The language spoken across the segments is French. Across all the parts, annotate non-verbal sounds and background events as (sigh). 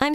I'm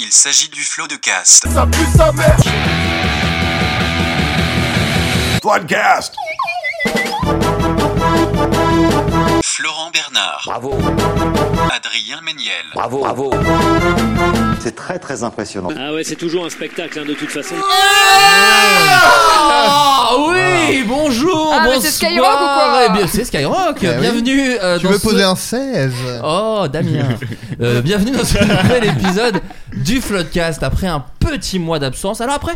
Il s'agit du flot de cast. Floodcast. Florent Bernard, Bravo, Adrien Méniel, bravo, bravo. C'est très très impressionnant. Ah ouais, c'est toujours un spectacle hein, de toute façon. Ah oui, bonjour, Ah, mais bonsoir. c'est Skyrock ou quoi Eh bien, c'est Skyrock. Eh oui. bienvenue euh, Tu dans veux ce- poser un 16 Oh, (laughs) Damien. Euh, bienvenue dans ce nouvel épisode du Floodcast après un petit mois d'absence. Alors après,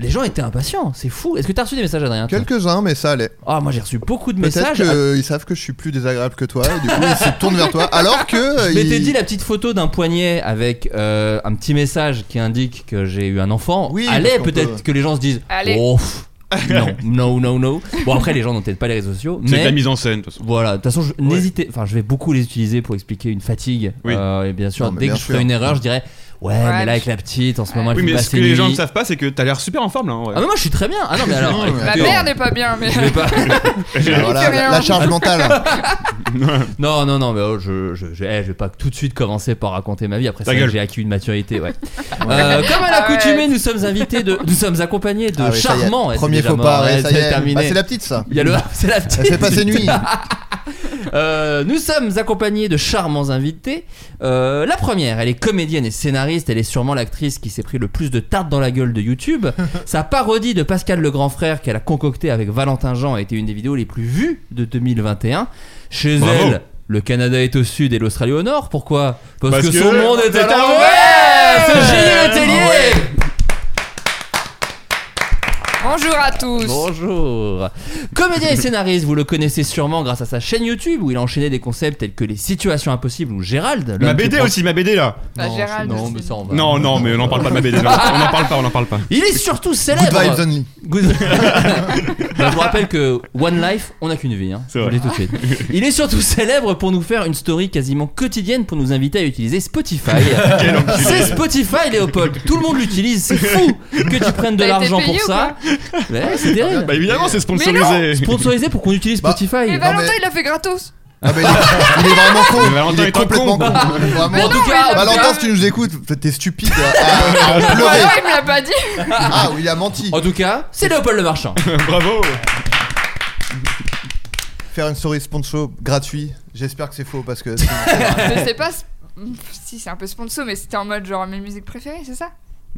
les gens étaient impatients, c'est fou. Est-ce que t'as reçu des messages Adrien toi Quelques-uns, mais ça allait. Ah, moi j'ai reçu beaucoup de Peut-être messages. qu'ils savent que je suis plus désagréable que toi, et du coup ils se tournent vers toi. Alors que. (laughs) Je m'étais ils- dit la petite photo d'un poignet avec euh, un petit message qui indique que j'ai eu un enfant. Oui, allez, parce qu'on peut-être peut- que les gens se disent Allez. Oh, pff, (laughs) non, non, non, non. Bon, après, les gens n'ont peut-être pas les réseaux sociaux, C'est de la mais. mise en scène, de toute façon. Voilà, de toute façon, je- n'hésitez. Enfin, je vais beaucoup les utiliser pour expliquer une fatigue. Oui. Euh, et bien sûr, Non, mais dès bien que je sûr. ferai une erreur, je dirais Ouais, mais mais là, avec tu- la petite, en ce moment, elle Oui, fait mais pas ce ses que les nuits. gens ne savent pas, hein, c'est que t'as l'air super en forme là. en vrai. Ah, mais moi, je suis très bien. Ah non, (laughs) mais alors. Non, mais écoutez, Ma mère n'est pas bien, mais. (laughs) je vais pas. Ah, voilà, la, la (laughs) charge mentale. Ah Non, non, non, mais oh, je, je, je, eh, je vais pas tout de suite commencer par raconter ma vie. Après Ta ça, gueule. j'ai acquis une maturité, (laughs) ouais. Euh, comme à l'accoutumée, nous sommes invités de, nous sommes accompagnés de Ah oui, ça y est. charmants. Eh, Premier c'est déjà faux mort, pas, eh, ouais, ça y c'est est. terminé. Bah, c'est la petite ça. Il y a le, (laughs) c'est la petite. Elle fait passer nuit. (laughs) Euh, nous sommes accompagnés de charmants invités. Euh, la première, elle est comédienne et scénariste. Elle est sûrement l'actrice qui s'est pris le plus de tartes dans la gueule de YouTube. (laughs) Sa parodie de Pascal le grand frère qu'elle a concoctée avec Valentin Jean a été une des vidéos les plus vues de 2021. Chez Bravo. elle, le Canada est au sud et l'Australie au nord. Pourquoi Parce, Parce que, que son monde est à l'envers. C'est Gilles Letellier. Bonjour à tous. Bonjour Comédien et scénariste, vous le connaissez sûrement grâce à sa chaîne YouTube où il a enchaîné des concepts tels que les situations impossibles ou Gérald. l'homme Ma qui BD prend- aussi, ma BD là. Ah, Non, Gérald, non, je mais sais. ça, on va- Oh Non, non, mais on n'en parle pas de ma (laughs) BD. non. On n'en parle pas, on n'en parle pas. Il est surtout Good célèbre. vibes only. Good- (laughs) Ben, je vous rappelle que One Life, on n'a qu'une vie. hein. C'est Je vous vrai. le dis tout de suite. Il est surtout célèbre pour nous faire une story quasiment quotidienne pour nous inviter à utiliser (laughs) Spotify. Quel enculé. c'est Spotify, Léopold. Tout le monde l'utilise. C'est fou que tu prennes de T'as été l'argent payé pour ou ça. Ouais, c'est terrible. Bah évidemment, (laughs) Ah, c'est Mais sponsorisé. Sponsorisé pour qu'on utilise Bah, Spotify. Mais va- Valentin, mais- il l'a fait gratos. Ah, bah, il, est, il est vraiment con. Mais Valentin il est est un con. (laughs) complètement con. Vraiment. Mais en tout non, cas, mais il l'a Valentin, fait- si tu nous écoutes, (laughs) t'es stupide à, à- à Ah, pleurer. non, il me l'a pas dit. Ah, oui, il a menti. En tout cas, c'est Léopold le (laughs) Marchand. Bravo. Faire une story sponsor gratuit, j'espère que c'est faux parce (laughs) que. Je sais pas si c'est un peu sponsor, mais c'était en mode genre mes musiques préférées, c'est ça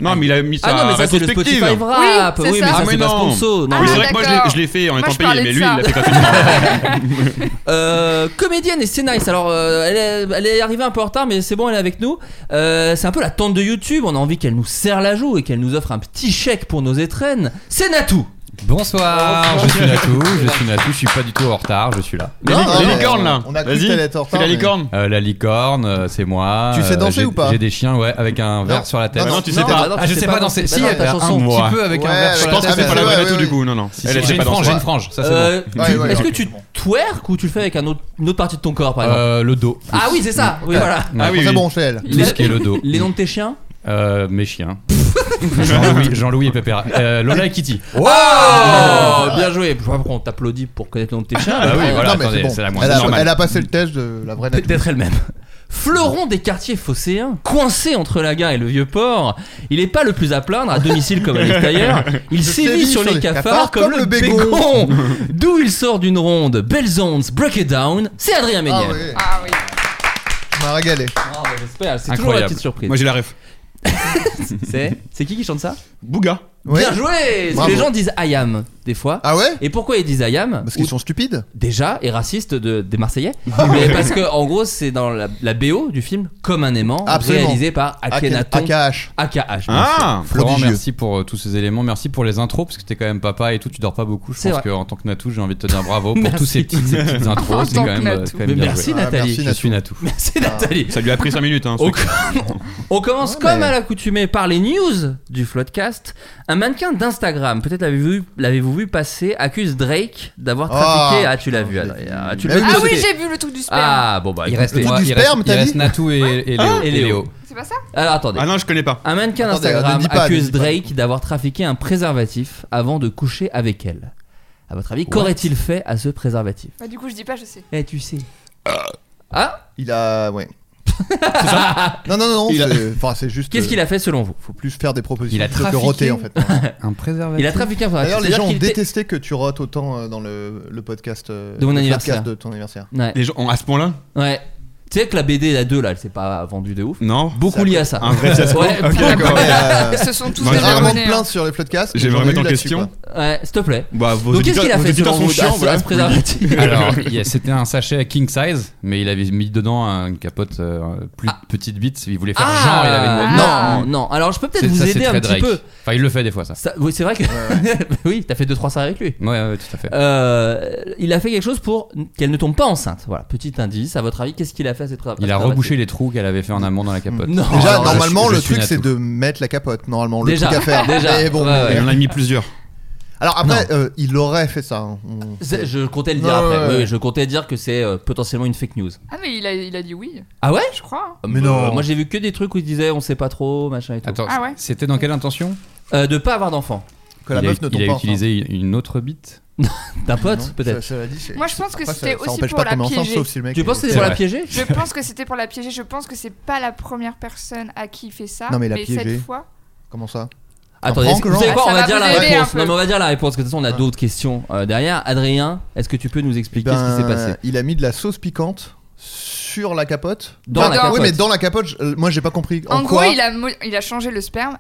Non, mais il a mis ah non, sa mais ça c'est le Spotify rétrospective. Rap. Oui, c'est mais ça. ça Euh, Ah, c'est mais pas non. sponsor. Non. Oui, c'est vrai que moi je l'ai- d'accord. je l'ai fait en Moi, étant je parlais payé, mais de lui ça. il l'a fait gratuitement. Euh, comédienne et scénariste. Alors, euh, elle, est, elle est arrivée un peu en retard, mais c'est bon, elle est avec nous. Euh, c'est un peu la tante de YouTube. On a envie qu'elle nous serre la joue et qu'elle nous offre un petit chèque pour nos étrennes. C'est Natou. Oh, Bonsoir, je suis Natou, je suis Natou, je suis pas du tout en retard, je suis là. Les Non, non, li- les mais licornes on- là. on a cru Vas-y, qu'elle était en fais retard, la mais- licorne. Euh, la licorne, euh, c'est moi. Tu sais Euh, danser j'ai- ou pas J'ai des chiens, ouais, avec un verre Non. sur la tête. Ah non, tu sais pas. non, Ah, je sais pas danser. Bah Si, non, elle ta a chanson. un petit peu Ouais, avec un verre sur ouais, Je la pense tête. que c'est ouais, pas la ouais, vraie ouais, tout ouais. du coup, non, non. Si, si, Elle elle J'ai sait une pas frange, j'ai danser. une frange, ça c'est bon. Euh, Ouais, ouais, Est-ce ouais. que tu twerk ou tu le fais avec un autre, une autre partie de ton corps par exemple Euh, le dos. Ah oui, c'est ça. Oui, voilà. Ah oui, Très oui. bon chez elle. Tout ce qui est le dos. Les noms de tes chiens Euh, mes (laughs) chiens. Jean-Louis Jean-Louis et Pépéra. Euh, Lola et Kitty. Oh Bien joué. Je vois pas pourquoi on t'applaudit pour connaître le nom de tes chiens. Bah oui, mais- voilà, Non, mais attendez, c'est bon. c'est la elle, moindre. a, normale. elle a passé le test de la vraie nature. Peut-être elle-même. Fleuron des quartiers phocéens, coincé entre la gare et le vieux port, il n'est pas le plus à plaindre, à domicile comme à l'extérieur, il sévit sur les cafards, comme, le bégon, d'où il sort d'une ronde, Belles ondes, Break It Down, c'est Adrien Ah Méniel. oui, Ah oui. tu m'as régalé. Ah, bah, j'espère, c'est toujours la Incroyable. petite surprise. Moi j'ai la ref. C'est c'est qui qui chante ça Bouga. Ouais. Bien joué Bravo. Les gens disent I am. des fois. Ah ouais Et pourquoi ils disent I am Parce qu'ils sont stupides déjà et raciste de, des (laughs) Marseillais. mais parce que en gros, c'est dans la, la BO du film Comme un aimant, Absolument. réalisé par Akhenaton AKH. AKH. bien sûr. Ah Florent, Prodigieux. merci pour euh, tous ces éléments. Merci pour les intros, parce que t'es quand même papa et tout, tu dors pas beaucoup. Je C'est pense vrai. qu'en tant que Natou, j'ai envie de te dire bravo pour Merci. tous ces petites, ces (laughs) petites En intros. C'est tant quand que même, euh, Natou. quand même Mais bien merci joué. Ah, Nathalie. merci, Je suis Natou. (laughs) Merci Nathalie. Ça lui a pris 5 minutes, hein. ce On, truc. on commence Ouais, comme mais- à l'accoutumée par les news du Floodcast. Un mannequin d'Instagram, peut-être l'avez-vous vu, l'avez-vous vu passer, accuse Drake d'avoir trafiqué. Ah, ah, tu l'as vu, je Adrien. l'ai vu. Ah, tu Mais l'as oui, vu Ah sauter. oui, j'ai vu le truc du sperme. Ah, bon, bah, Il écoute, reste, moi- moi, du il sperme, reste- t'as il reste dit Ah. Natou et, et Léo. et et Léo. C'est pas ça Alors, attendez. Ah non, je connais pas. Un mannequin Attendez, d'Instagram ne dis pas, accuse ne dis pas. Drake d'avoir trafiqué un préservatif avant de coucher avec elle. À votre avis, qu'aurait-il fait à ce préservatif Bah, du coup, je dis pas, je sais. Eh, tu sais. Ah Il a. Ouais. Non, non, non, Il a- c'est- enfin, c'est juste. Qu'est-ce euh, qu'il a fait selon vous Faut plus faire des propositions Il a plutôt que trafiqué. roter en fait. Un préservatif. Il a trafiqué un préservatif. D'ailleurs, les C'est-à-dire gens ont qu'il était- détesté que tu rotes autant euh, dans le, le podcast euh, De mon le anniversaire. podcast de ton anniversaire. Ouais. Les gens, ont- à ce point-là Ouais. Tu sais que la BD, la 2, là, elle s'est pas vendue de ouf. Non. Beaucoup lié à ça. Un vrai fiasco. Ouais, Oh, Ok, Ah pour- d'accord. (laughs) Mais, euh, Ce sont tous hein. Non, des j'ai je vais rarement de abonnés, plaintes sur les podcasts. Je vais me j'en ai remettre eu en là-dessus, question. quoi. Ouais, s'il te plaît. Bah, vos Donc, qu'est-ce auditeurs- qu'il a vos fait auditeurs selon sont vous chiants, à ce- à voilà. (laughs) ce préservatif Alors, il y a- c'était un sachet king size, mais il avait mis dedans une capote euh, plus petite bite. Il voulait faire genre, il avait une... Ah, non, non. Alors, je peux peut-être C'est- vous ça, c'est aider un très petit Drake. peu. Enfin, il le fait des fois, ça. Ça- oui, c'est vrai que. (laughs) oui, t'as fait 2-3 ça avec lui. Ouais, ouais, tout à fait. Euh, il a fait quelque chose pour qu'elle ne tombe pas enceinte. Voilà, petit indice. À votre avis, qu'est-ce qu'il a fait à cette Il a rebouché les trous qu'elle avait fait en amont dans la capote. Non. Déjà, Alors, Oh, je normalement, suis- je le suis truc Natou. c'est de mettre la capote. Normalement, le Déjà, truc à (laughs) faire. déjà, Mais bon, ouais, ouais. Il en a mis plusieurs. Alors après, euh, il aurait fait ça. hein. On- C'est- Je comptais le dire Non, après. ouais, Oui, ouais. oui, je comptais dire que c'est euh, potentiellement une fake news. Ah, mais il a, il a dit oui, Ah ouais je crois. hein. Mais Euh, non. Moi j'ai vu que des trucs où ils disaient on sait pas trop, machin et tout. Attends, Ah ouais. c'était dans quelle intention Euh, de pas avoir d'enfant. Que la Il a- meuf ne tombe Il pas. a utilisé une autre bite D'un enceinte. pote Non, peut-être. ça- ça l'a dit, c'est- Moi, je pense que Après, c'était ça- ça aussi empêche pour pas de la tomber enceinte, piéger. sauf si le mec Tu est- penses que c'était C'est pour la vrai. piéger Je pense que c'était pour la piéger. Je pense que c'est pas la première personne à qui il fait ça. Non, mais la piéger. cette fois. Comment ça Attendez, Franck, vous savez genre. quoi On Ah, ça va va dire vous la aider réponse. un peu. Non, mais on va dire la réponse, parce que de toute façon on a Ouais. d'autres questions euh, derrière. Adrien, est-ce que tu peux nous expliquer ce qui s'est Ben, passé Il a mis de la sauce piquante sur la capote. Dans Enfin, la capote. Oui, mais dans la capote, je- euh, moi j'ai pas compris. En, En, gros, quoi il a, mo- il a changé le sperme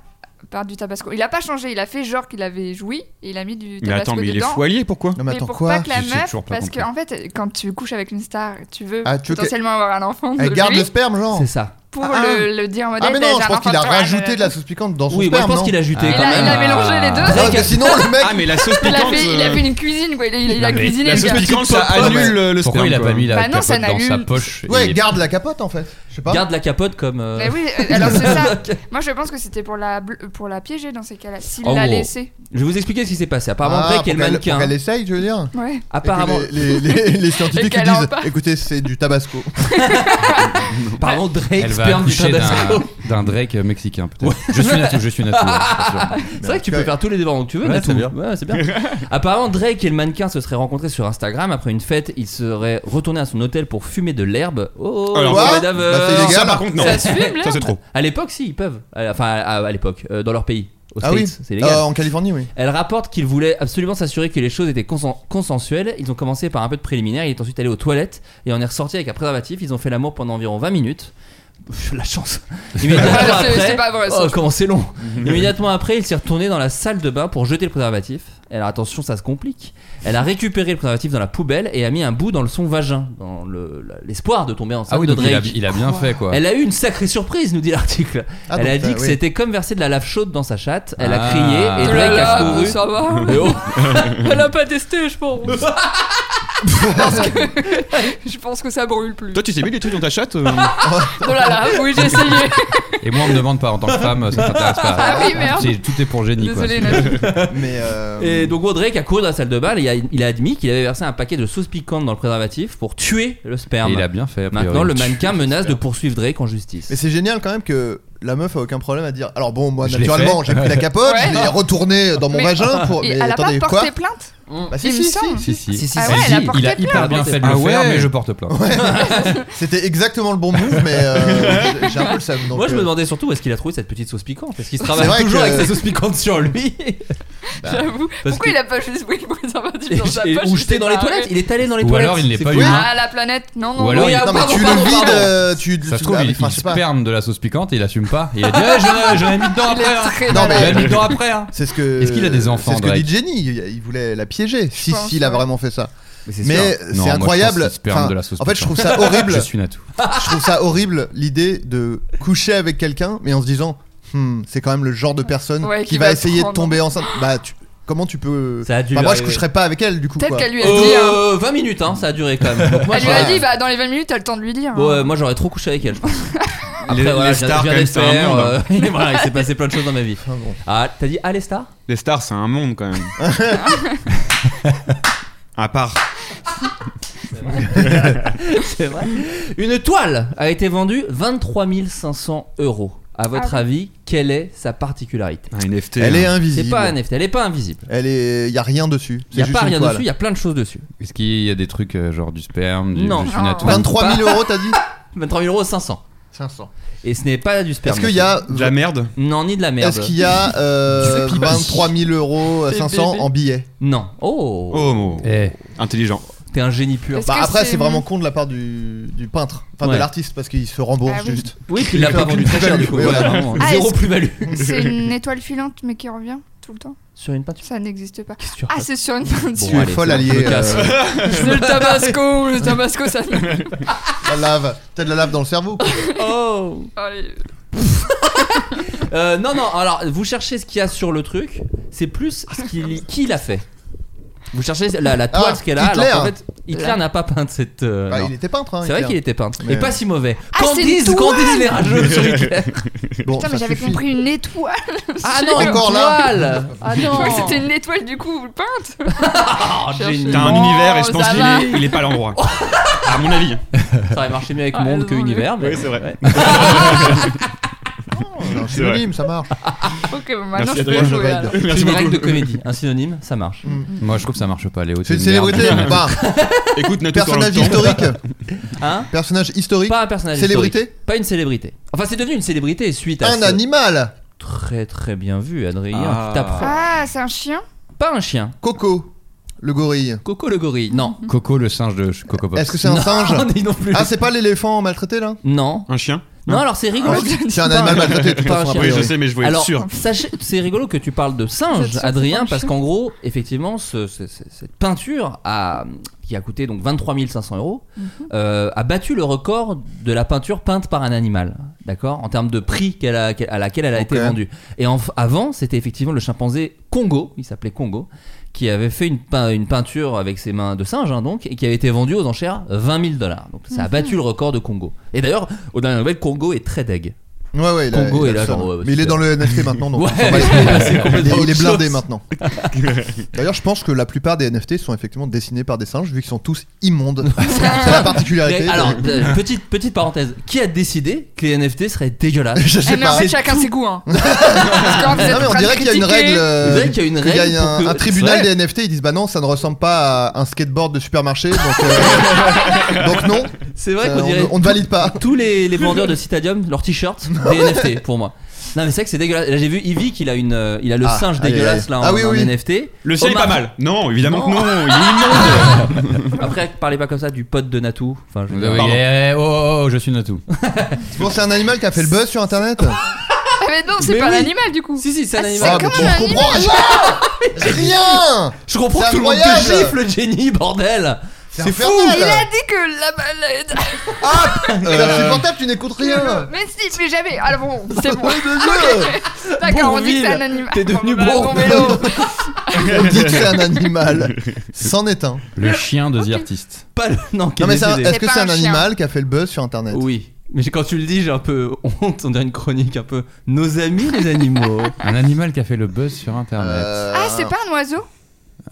par du tabasco. Il a pas changé, il a fait genre qu'il avait joui et il a mis du Mais tabasco attends, mais il est dedans. foilier, pourquoi Non, mais Mais attends, pour quoi pas que la J'ai- j'ai meuf, toujours pas parce que compris. en fait, quand tu couches avec une star, tu veux Ah, tu veux que- potentiellement avoir un enfant de Elle garde lui le sperme, genre C'est ça. pour Ah, le, le dire en mode. Ah, mais eh ben, non, j'ai je un pense enfant qu'il a toi, rajouté euh, de la sauce piquante dans son Oui, moi je sperme. pense non qu'il a juté Ah, Il quand a- même. il a mélangé les deux. Ah, parce que sinon, (laughs) le mec. Ah, mais la sauce Il a, piquante. fait, il a euh, fait une cuisine quoi, il a, il a- il a Non, mais cuisiné La le sauce gars. piquante, ça Pop, annule le le Pourquoi sperme. il a quoi. pas mis la Bah non, ça capote dans n'allume. sa poche Ouais, et- garde la capote en fait. Je sais pas. Garde la capote comme. euh, Mais oui, euh, (laughs) alors (laughs) c'est ça. Moi je pense que c'était pour la bl- pour la piéger dans ces cas-là, s'il Oh. En l'a gros. laissée. Je vais vous expliquer ce qui s'est passé. Apparemment, Ah, Drake est pour le qu'elle- mannequin. Pour qu'elle essaye, tu veux dire Ouais. Et que hein. Apparemment, les, les- les- (laughs) les Et scientifiques ils qu'elle en disent parle. écoutez c'est du tabasco (laughs) apparemment Drake Elle va sperme du accoucher tabasco. d'un d'un Drake mexicain, peut-être. Je suis Natou, je suis Natou. ouais, c'est (laughs) sûr. C'est vrai que tu peux faire tous les débats que tu veux, Ouais, Natou. c'est bien. (laughs) Ouais, c'est bien. Apparemment, Drake et le mannequin se seraient rencontrés sur Instagram. Après une fête, il serait retourné à son hôtel pour fumer de l'herbe. Oh, Alors, mauvais quoi d'aveur. Bah, c'est illégal. Ça, par contre, non. euh, Ça se fume, Ça, c'est l'herbe. trop. À l'époque, si, ils peuvent. Euh, Enfin, à, à l'époque, euh, dans leur pays. Aux ah States, oui c'est légal. Euh, en Californie oui Elle rapporte qu'il voulait absolument s'assurer que les choses étaient consen- consensuelles. Ils ont commencé par un peu de préliminaire. Il est ensuite allé aux toilettes et on est ressorti avec un préservatif. Ils ont fait l'amour pendant environ 20 minutes. Pff, La chance. Immédiatement Ah, c'est- après- c'est pas vrai, ça. Oh, comment c'est long. Immédiatement après, il s'est retourné dans la salle de bain pour jeter le préservatif. Alors attention, ça se complique. Elle a récupéré le préservatif dans la poubelle et a mis un bout dans le son vagin, dans le- la- l'espoir de tomber enceinte Ah oui, de donc il a, Drake. il a bien fait, quoi. Elle a eu une sacrée surprise, nous dit l'article. Ah, elle donc, a dit euh, que oui. c'était comme verser de la lave chaude dans sa chatte. Elle a Ah. crié et Oh Oh là Drake a là, couru. ça va. Mais oh, Elle a pas testé, je pense. Parce que je pense que ça brûle plus. Toi, tu t'es mis des trucs dans ta chatte euh, Oh là là, oui, j'ai essayé. (laughs) Et moi, on me demande pas en tant que femme, ça t'intéresse pas. Ah oui, merde. C'est- Tout est pour génie, quoi. Désolé, Nathalie. (laughs) mais euh, Et donc gros, Drake a couru dans la salle de bain et il a, il a admis qu'il avait versé un paquet de sauce piquante dans le préservatif pour tuer le sperme. Et il a bien fait. a priori. Maintenant, le mannequin menace de j'espère. poursuivre Drake en justice. mais c'est génial quand même que la meuf a aucun problème à dire alors bon moi Je l'ai naturellement j'ai (laughs) pris la capote Ouais. je l'ai retournée dans mon Mais- vagin pour Et mais elle a pas attendez porté quoi plainte Bah, si, il me si, si, semble. Si, si, si. Si, si, Ah si, ouais, si. elle a porté il a hyper plainte. bien fait de le Ah faire, ouais. mais je porte plainte. C'était exactement le bon move, (laughs) mais euh, j'ai un peu le seum. donc, Moi, je me euh, demandais surtout où est-ce qu'il a trouvé cette petite sauce piquante. Est-ce qu'il se C'est travaille vrai toujours que- avec sa sauce piquante sur (laughs) lui J'avoue. Pourquoi que- il a pas juste pris le préservatif dans sa Et- poche Ou jeté dans les séparé toilettes Il est allé dans les Ou toilettes. alors, il l'est C'est pas fou. eu. Ah, la planète, non, non. Ou alors, Oui, il- ah, Non, mais pardon, tu pardon, le vides, pardon. euh, tu Ça se trouve, ah, mais il, enfin, il je sais pas. sperme de la sauce piquante et il a fumé pas. Il a dit, eh, j'en ai- j'en ai mis dedans Il est après. hein. très Non, mais- J'en ai mis malade. (laughs) dedans après. hein. C'est ce que. Est-ce qu'il a des enfants, C'est ce que Drake dit Jenny. Il, il voulait la piéger. Si, pense, s'il a ouais. vraiment fait ça. c'est Mais Non, moi, c'est je incroyable. pense que c'est sperme Enfin, de la sauce en fait, je piquante. trouve (laughs) ça horrible. Je suis Natou. je trouve ça horrible l'idée de coucher avec quelqu'un, mais en se disant, Hmm, c'est quand même le genre de personne Ouais, qui qui va, va essayer de prendre. tomber enceinte. Bah, tu- comment tu peux Ça a dû Bah, lui moi, je arriver. coucherais pas avec elle du coup. Peut-être quoi. qu'elle lui a dit. hein. Euh, 20 minutes, hein, ça a duré quand même. Donc moi, Elle lui a j'aurais- dit, bah dans les 20 minutes, t'as le temps de lui dire. Ouais, moi j'aurais trop couché avec elle, (laughs) je pense. Après, Les- voilà, les je viens- stars, je viens quand même, d'être c'est un père, monde. euh, (laughs) et voilà, il s'est passé plein de choses dans ma vie. Enfin, bon. Ah, t'as dit, ah les stars Les stars, c'est un monde quand même. (laughs) à part. C'est vrai. Une toile a été vendue 23 500 euros. À votre Ah oui. avis, quelle est sa particularité Un NFT. Elle est hein. invisible. C'est pas un NFT, elle est pas invisible. Elle est, y a rien dessus. Il y C'est a juste pas une rien toile. dessus, il y a plein de choses dessus. Est-ce qu'il y a des trucs euh, genre du sperme du, Non. Je suis Non. Natou. 23 000 euros, t'as dit 23 000 euros 500. 500. Et ce n'est pas du sperme. Est-ce qu'il y a De la merde. Non, ni de la merde. Est-ce qu'il y a euh, Du papier. 23 000 euros euh, Des 500 bébés. en billets Non. Oh, Oh, mon- Eh, Intelligent. T'es un génie pur. Est-ce bah, que Après, c'est c'est- vraiment con de la part du, du peintre, enfin Ouais. de l'artiste, parce qu'il se rembourse Ah oui. juste. Oui, puis il l'a pas vendu très cher du coup. Ouais, Voilà, ouais. vraiment, Ah, Zéro est-ce- plus-value. C'est une étoile filante, mais qui revient tout le temps. Sur une peinture. Ça n'existe pas. Qu'est-ce que tu Ah, racontes c'est sur une Tu peinture. es allez, folle, c'est bon, je alliée, me casse. euh, C'est le tabasco, le tabasco, ça. La lave. T'as de la lave dans le cerveau. (laughs) Oh Allez. Euh, non, non, alors vous cherchez ce qu'il y a sur le truc, c'est plus ce qu'il, qui l'a fait. Vous cherchez la, la toile, Ah, ce qu'elle a, Hitler. alors qu'en fait, Hitler n'a pas peint cette. euh, Bah, non. il était peintre. Hein, c'est vrai Hitler. qu'il était peintre, Mais- Ah, et pas si mauvais. Ah, Qu'en c'est une disent, qu'en disent les rageux (laughs) sur Hitler Bon, Putain, mais ça j'avais suffit. compris une étoile. (laughs) Ah non, Encore une là. toile Ah Je crois que non c'était une étoile du coup (laughs) peinte. Oh, génie. Ah, T'as un Oh, univers et je ça pense qu'il va. est, il est pas à l'endroit. Ah, à mon avis. Ça aurait marché mieux avec Ah, monde que non, univers, mais. Oui, c'est vrai. C'est un synonyme, ça marche. Ok, bah, maintenant Merci, je peux Adrien, la je jouer. valide. alors. C'est Merci une règle beaucoup. de comédie, un synonyme, ça marche. moi je trouve que ça marche pas, Léo. C'est t'es une merde. célébrité. (laughs) (laughs) Bah, Écoute, Natou, sur personnage le temps. historique. Hein Personnage historique. Pas un personnage Célébrité historique. Pas une célébrité. Enfin, c'est devenu une célébrité suite à. Un ce- animal. Très très bien vu, Adrien, Ah. tu t'apprends. Ah, c'est un chien Pas un chien. Coco. Le gorille. Coco le gorille, non. Coco le singe de ch- Coco Pop. Est-ce que c'est un Non, singe dis non plus. Ah, c'est pas l'éléphant maltraité là Non. Un chien Non, alors c'est rigolo. Ouais, que tu c'est un parles- animal maltraité, de toute Pas un façon, chien. a Oui, je priori. sais, mais je voulais Alors, être sûr. sachez, c'est rigolo que tu parles de Vous êtes singe, sûr que c'est pas Adrien, un parce chien qu'en gros, effectivement, ce- ce- ce- cette peinture a, qui a coûté donc 23 500 euros Mhm. euh, a battu le record de la peinture peinte par un animal, d'accord En termes de prix qu'elle a- qu'elle- à laquelle elle a été Ok. vendue. Et en- avant, c'était effectivement le chimpanzé Congo, il s'appelait Congo, qui avait fait une, pein- une peinture avec ses mains de singe, hein, donc, et qui avait été vendue aux enchères 20 000 dollars. Donc ça a Mhm. battu le record de Congo. Et d'ailleurs, au dernier nouvelles, Congo est très deg. Ouais, ouais, il a- Congo il a est là, le seum. genre, ouais, Mais il est super. dans le NFT (laughs) maintenant, donc Ouais, on s'en bat les c'est couilles. il, complètement est, il est autre blindé chose. (laughs) maintenant. D'ailleurs, je pense que la plupart des NFT sont effectivement dessinés par des singes, vu qu'ils sont tous (laughs) immondes. c'est la particularité. Mais alors, euh, petite, petite parenthèse, qui a décidé que les NFT seraient dégueulasses (laughs) je Eh, sais mais en pas. fait, chacun ses goûts. Hein. Parce que quand vous êtes Non, en mais on train de dirait qu'il y a une critiquer- règle. euh, Vous savez qu'il y a une qu'il règle un, pour que- un tribunal C'est des NFT, ils disent bah non, ça ne ressemble pas à un skateboard de supermarché, donc, (laughs) euh, donc non, C'est vrai euh, qu'on dirait on, on ne valide pas. tous les, les vendeurs de Citadium, leurs t-shirts, (laughs) des NFT pour moi. Non mais c'est vrai que c'est dégueulasse. Là j'ai vu Ivy qu'il a une, euh, il a le Ah, singe aïe, dégueulasse aïe. là en, Ah oui, en oui. NFT. Le ciel est Omar- pas mal. Non, évidemment que Non. non. Il est (laughs) immonde. Après parlez pas comme ça du pote de Natou. Enfin je veux Oui, Ah dire- Pardon. eh, eh, oh, oh, oh, je suis Natou. Bon, c'est un animal qui a fait le buzz sur internet. Ah, mais non, c'est Mais pas oui. un animal du coup. Si si c'est un Ah, animal. mais quand tu même un comprends rien (laughs) Rien Je comprends C'est que tout le monde te incroyable. gifle Jenny bordel. C'est fou. infernal. Il a dit que la. la- C'est Ah insupportable, tu n'écoutes rien Mais si, mais jamais. Alors bon, (laughs) c'est bon. Oui, désolé. D'accord, on dit que c'est un Bourvil, animal. t'es devenu Bon, bah, bourre. bon vélo. On dit que c'est un animal. C'en est un. Le chien de The Artist. Pas le... non, qui Non, mais est c'est un- décédé. est-ce que C'est pas c'est un un chien. animal qui a fait le buzz sur internet Oui. Mais j'ai- quand tu le dis, j'ai un peu honte, on dirait une chronique un peu nos amis les animaux. Un animal qui a fait le buzz sur internet. Euh, Ah, c'est pas un oiseau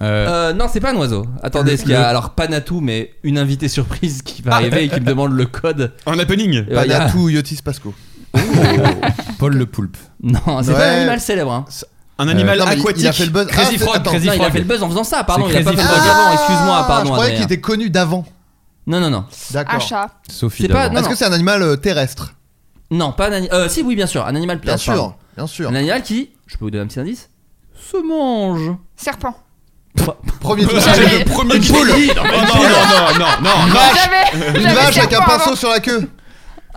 Euh, Euh, non, c'est pas un oiseau. Attendez, est-ce qu'il y a alors pas Natou, mais une invitée surprise (laughs) qui va arriver et qui me demande le code Un happening. Euh, il y a- Panatou Yotis Pasco. Oh. oh, Paul le poulpe. (laughs) Non, c'est Ouais. pas un animal célèbre. hein. Un animal Euh, Non, mais il- aquatique. Il a fait le buzz. Ah, Crazy c'est- Frog, attends. Crazy Non, il a Frog. fait le buzz en faisant ça, pardon. C'est Il a pas fait Crazy le buzz Frog. avant, Ah. excuse-moi, Ah, Je Ah, pardon. croyais qu'il Adrien. était connu d'avant. Non, non, non. Un D'accord. Ah, chat. Sophie. C'est pas- d'avant. non, Est-ce que c'est un animal euh, terrestre Non, pas un animal. Euh, si, oui, bien sûr, un animal Bien terrestre, pardon. sûr, bien sûr. Un animal qui, je peux vous donner un petit indice, se (laughs) mange. Serpent. Premier truc. C'est le premier qui Une poule. Non, non, non, non, non, non. J'avais. Une vache avec un pinceau sur la queue.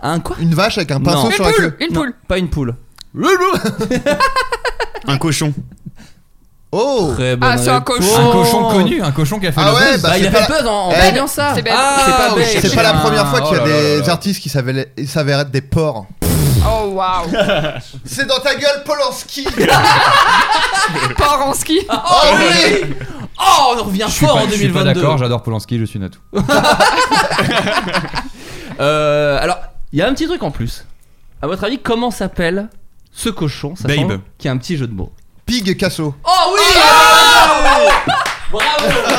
Un quoi Une vache avec un pinceau Non. sur la queue. Une Non, poule. Pas une poule. Un cochon. Oh Très bonne Ah, c'est un réponse. cochon. Un cochon connu, un cochon qui a fait Ah le ouais, buzz. bah, Bah, il c'est a pas fait la- buzz en, en Eh, gagnant ça. C'est bête. Ah, C'est pas, oui, bête. Oh, c'est pas la première fois qu'il y a Oh là là des là là. artistes qui s'avèrent qui s'avèrent être des porcs. Oh waouh. C'est dans ta gueule, Polanski Port en ski. Oh oui Oh, on revient Je suis fort pas, en je suis pas 2022. d'accord, j'adore Polanski, je suis Natou. Euh, alors, il y a un petit truc en plus. À votre avis, comment s'appelle ce cochon ça Babe. semble, Qui a un petit jeu de mots. Pig Casso. Oh oui Bravo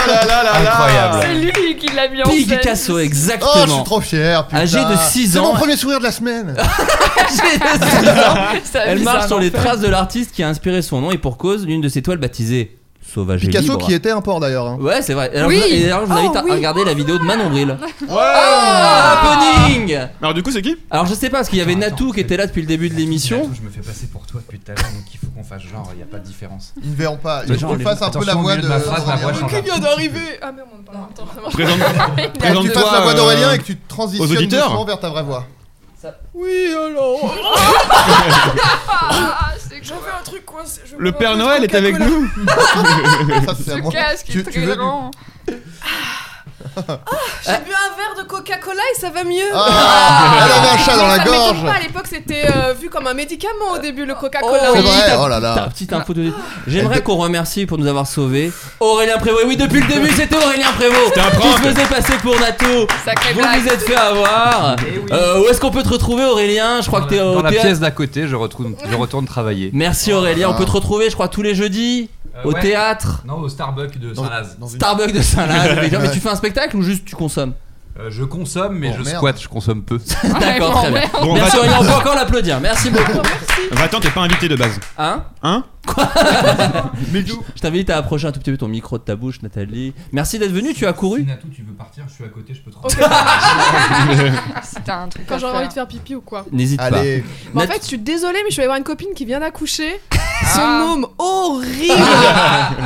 Ah Incroyable. C'est lui qui l'a mis en Pig scène. Picasso, Oh, je suis exactement. trop fier, putain. Âgé de six C'est ans. Ah, mon premier sourire de la semaine. (laughs) J'ai des raisons. (laughs) Ça a Elle mis marche ça sur en les enfer. traces de l'artiste qui a inspiré son nom et pour cause, l'une de ses toiles baptisée Sauvage et Picasso libre. qui était un porc d'ailleurs. hein. Ouais, c'est vrai. Alors, Oui. je, et alors, je vous Oh, invite à oui. regarder la vidéo de Manon Bril. Ah happening Alors, du coup, c'est qui Alors, je sais pas, parce qu'il y avait Natou qui était là depuis le début de l'émission. Je me fais passer pour toi depuis tout à l'heure, donc il faut qu'on fasse genre, il n'y a pas de différence. Ils ne verront pas. Il Mais faut genre, qu'on fasse un peu attention, la au voix milieu de. de ma phrase, la voix change. Qui vient d'arrive Ah merde, on parle en même temps. Présente- (laughs) Faut que tu fasses la voix euh, d'Aurélien et que tu aux transitionnes auditeurs. doucement vers ta vraie voix. Ah, c'est que j'avais un truc quoi. c'est- je Le bois Père plus de Noël est avec Coca-Cola. nous. Ça, c'est à Ce moi. casque Tu- est tu veux très du- grand. Ah, Ah. J'ai bu un verre de Coca-Cola et ça va mieux. Ah, Elle avait un chat dans Mais la ça m'étonne gorge. pas, à l'époque c'était euh, vu comme un médicament au début le Coca-Cola. Oh, C'est oui, vrai, t'as- oh là là. Ta petite info de J'aimerais qu'on remercie pour nous avoir sauvés Aurélien Prévost. Et oui, depuis le début, c'était Aurélien Prévost un qui prank. se faisait passer pour Nato. Sacré Vous blague. vous êtes fait avoir. Eh Euh, où est-ce qu'on peut te retrouver, Aurélien Je crois que t'es au Dans la théâtre. pièce d'à côté, je retourne, je retourne travailler. Merci Aurélien. On peut te retrouver, je crois, tous les jeudis Euh, au ouais. théâtre. Non, au Starbucks de Dans- Saint-Laz. dans une- Starbucks (laughs) de Saint-Laz. Mais mais tu fais un spectacle ou juste tu consommes Euh, je consomme, mais Oh, je merde. squatte, je consomme peu. D'accord, très bien. Bon, Merci va- Aurélien, on peut encore l'applaudir. Merci beaucoup. va-t'en, t'es pas invité de base. Hein Hein Mais d'où Je t'invite à approcher un tout petit peu ton micro de ta bouche, Nathalie. Merci d'être venue, tu as couru. Natou, tu veux partir, je suis à côté, je peux te C'était un truc. Quand à j'aurais faire. envie de faire pipi ou quoi. N'hésite pas. Allez, Bon, en Nat- fait, je suis désolée, mais je suis allée voir une copine qui vient d'accoucher. Son Ah. môme (laughs) horrible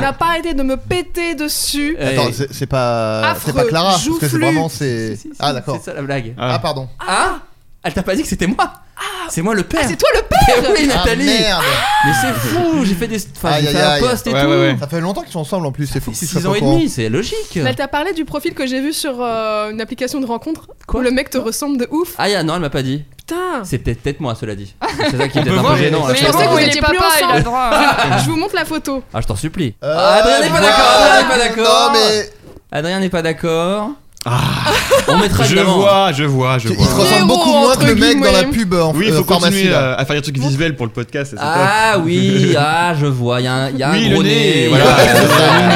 n'a pas arrêté de me péter dessus. Eh, attends, c'est c'est pas, c'est Affreux, pas Clara, parce que c'est joufflu. vraiment c'est. Si, si, si, Ah d'accord. C'est ça la blague. Ah pardon. Ah Elle t'a pas dit que c'était moi C'est moi le père Ah. C'est toi le père Eh oui, Ah Nathalie merde. Mais c'est fou J'ai fait des. Enfin, Aïe, j'ai fait aïe, un aïe. post et Ouais, tout ouais, ouais. Ça fait longtemps qu'ils sont ensemble en plus. C'est fou. que tu sois 6 pas ans au et courant. demi, c'est logique Elle t'a Bah, parlé du profil que j'ai vu sur euh, une application de rencontre Quoi où le mec te ressemble de ouf. Ah, yeah, non, elle m'a pas dit. Putain C'est peut-être peut-être moi, cela dit. C'est ça qui est peut peut-être un voir, peu gênant. là. Mais Je pensais bon, que vous il est étiez papa, plus il a ensemble. le droit. (laughs) Je vous montre la photo. Ah, je t'en supplie. Euh, Ah, Adrien n'est pas voilà. d'accord Adrien n'est pas d'accord Non mais Adrien n'est pas Ah. d'accord. On mettra Je évidemment. vois, je vois, je il te vois. ressemble Zéro, beaucoup moins que entre le mec dans la guillemets. pub en Oui, il euh, faut pharmacie. continuer là. à, à faire des trucs visuels pour le podcast, ça, c'est Ah (laughs) oui, ah je vois, il y a un, il y a un Oui, gros le nez, il y a- voilà.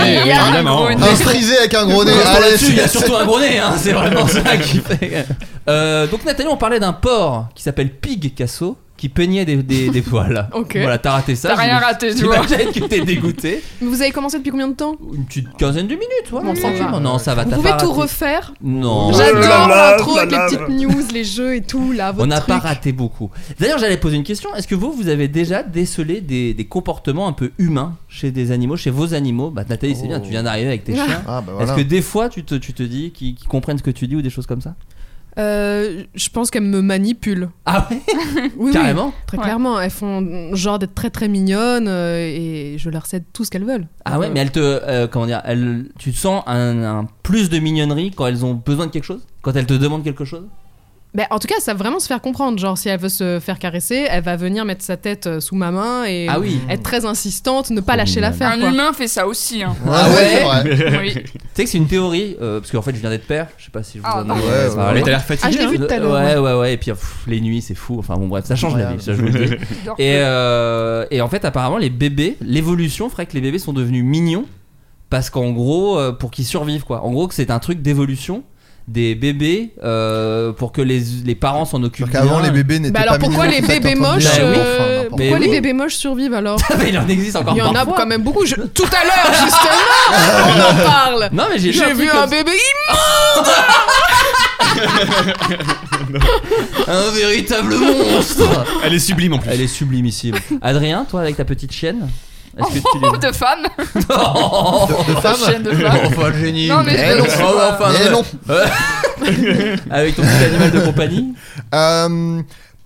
il y a- Il y a un évidemment. Ah, gros nez. Un frisé avec un gros nez. Quand on Allez, Ah. là-dessus, il y a c'est- surtout un gros nez, hein, c'est (laughs) vraiment ça qui fait. Euh, donc Nathalie, on parlait d'un porc qui s'appelle Pig Casso qui peignait des, des, des poils. (laughs) Ok. Voilà, t'as raté ça. T'as rien j'imagine- raté, tu vois. J'imagine que t'es dégoûté. Mais vous avez commencé depuis combien de temps Une petite quinzaine de minutes, voilà, Oui. tranquillement. Non, ça va, Vous t'as pouvez pas tout raté. Oh, refaire. Non. J'adore l'intro avec les petites news, les jeux et tout là. On votre n'a truc. pas raté beaucoup. D'ailleurs, j'allais poser une question. Est-ce que vous, vous avez déjà décelé des, des comportements un peu humains chez des animaux, chez vos animaux Bah, Nathalie, c'est bien, tu viens d'arriver avec tes chiens. Ah bah voilà. Est-ce que des fois, tu te, tu te dis qu'ils qu'ils comprennent ce que tu dis ou des choses comme ça Euh, je pense qu'elles me manipulent. Ah ouais Oui, oui, Carrément Très Ouais. clairement, elles font genre d'être très très mignonnes euh, et je leur cède tout ce qu'elles veulent. Ah ouais, mais elle te. euh, comment dire elle, Tu sens un, un plus de mignonnerie quand elles ont besoin de quelque chose Quand elles te demandent quelque chose Bah, en tout cas, ça va vraiment se faire comprendre. Genre, si elle veut se faire caresser, elle va venir mettre sa tête euh, sous ma main et Ah oui être très insistante, ne pas Trop lâcher mignon. l'affaire. Un quoi. humain fait ça aussi. Hein. Ah ouais, c'est vrai. Oui. Tu sais que c'est une théorie, euh, parce qu'en fait, je viens d'être père. Je sais pas si je vous Ah, en non. ai Ouais, euh, ouais. parlé. Mais t'as l'air hein. Ah, je fatigué. l'ai vu tout à l'heure. Ouais, ouais, ouais. Et puis pff, les nuits, c'est fou. Enfin bon, bref, ça change la vie. Ça, je vous le dis. Il dort Et, euh, et en fait, apparemment, les bébés, l'évolution ferait que les bébés sont devenus mignons parce qu'en gros, euh, pour qu'ils survivent, quoi. En gros, que c'est un truc d'évolution des bébés euh, pour que les, les parents s'en occupent. Parce qu'avant bien. les bébés n'étaient Bah pas alors pourquoi mignons, les en fait, bébés quand on dit- moches Bah oui. euh, Enfin, n'importe Mais Pourquoi les oui. bébés moches survivent alors (laughs) Mais il en existe encore Il y en a parfois. quand même beaucoup. Je- Tout à l'heure justement, on en parle. Non, mais j'ai lu J'ai truc vu comme un ça. bébé Un véritable monstre (laughs) Elle est sublime en plus. Elle est sublimissime. Adrien, toi, avec ta petite chienne Est-ce (laughs) que tu Oh, les- Oh, de femmes De, de femme Chaîne de femmes. Enfin, génie. Non, mais Eh je- non, je- oh, enfin, Mais euh, non. (laughs) euh, Avec ton petit animal de compagnie Euh,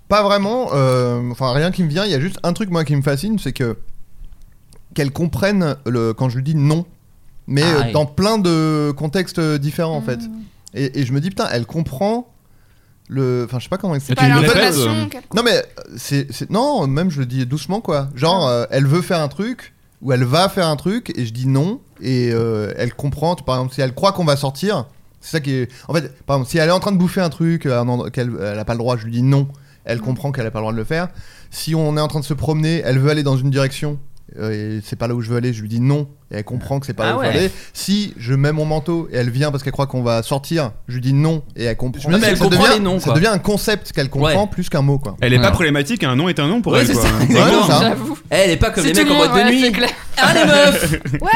Pas vraiment. euh, Enfin, rien qui me vient. Il y a juste un truc, moi, qui me fascine c'est que. Qu'elles comprennent le, quand je lui dis non. Mais Ah, euh, oui. dans plein de contextes différents, en Ah. fait. Et, et je me dis, putain, elle comprend. Le... Enfin, je sais pas comment expliquer. pas Le fait- l'intonation qu'elle Non, mais euh, c'est, c'est- Non, même je le dis doucement, quoi. Genre, euh, elle veut faire un truc, ou elle va faire un truc, et je dis non, et euh, elle comprend. Par exemple, si elle croit qu'on va sortir, c'est ça qui est. En fait, par exemple, si elle est en train de bouffer un truc, euh, un endroit qu'elle elle a pas le droit, je lui dis non. Elle comprend qu'elle a pas le droit de le faire. Si on est en train de se promener, elle veut aller dans une direction. euh, et c'est pas là où je veux aller, je lui dis non, et elle comprend que c'est pas là Ah où je veux ouais. aller. Si je mets mon manteau et elle vient parce qu'elle croit qu'on va sortir, je lui dis non, et elle comprend. Non, mais Ça elle comprend devient- les noms, Ça quoi. devient un concept qu'elle comprend Ouais. plus qu'un mot, quoi. Elle est pas Ouais. problématique, un nom est un nom pour Ouais, elle. c'est Quoi. ça. Ouais, Exactement. ça. J'avoue. Eh, Elle est pas comme C'est les mecs tout en le monde, boîte de ouais, c'est nuit. clair. (laughs) Ah les meufs Ouais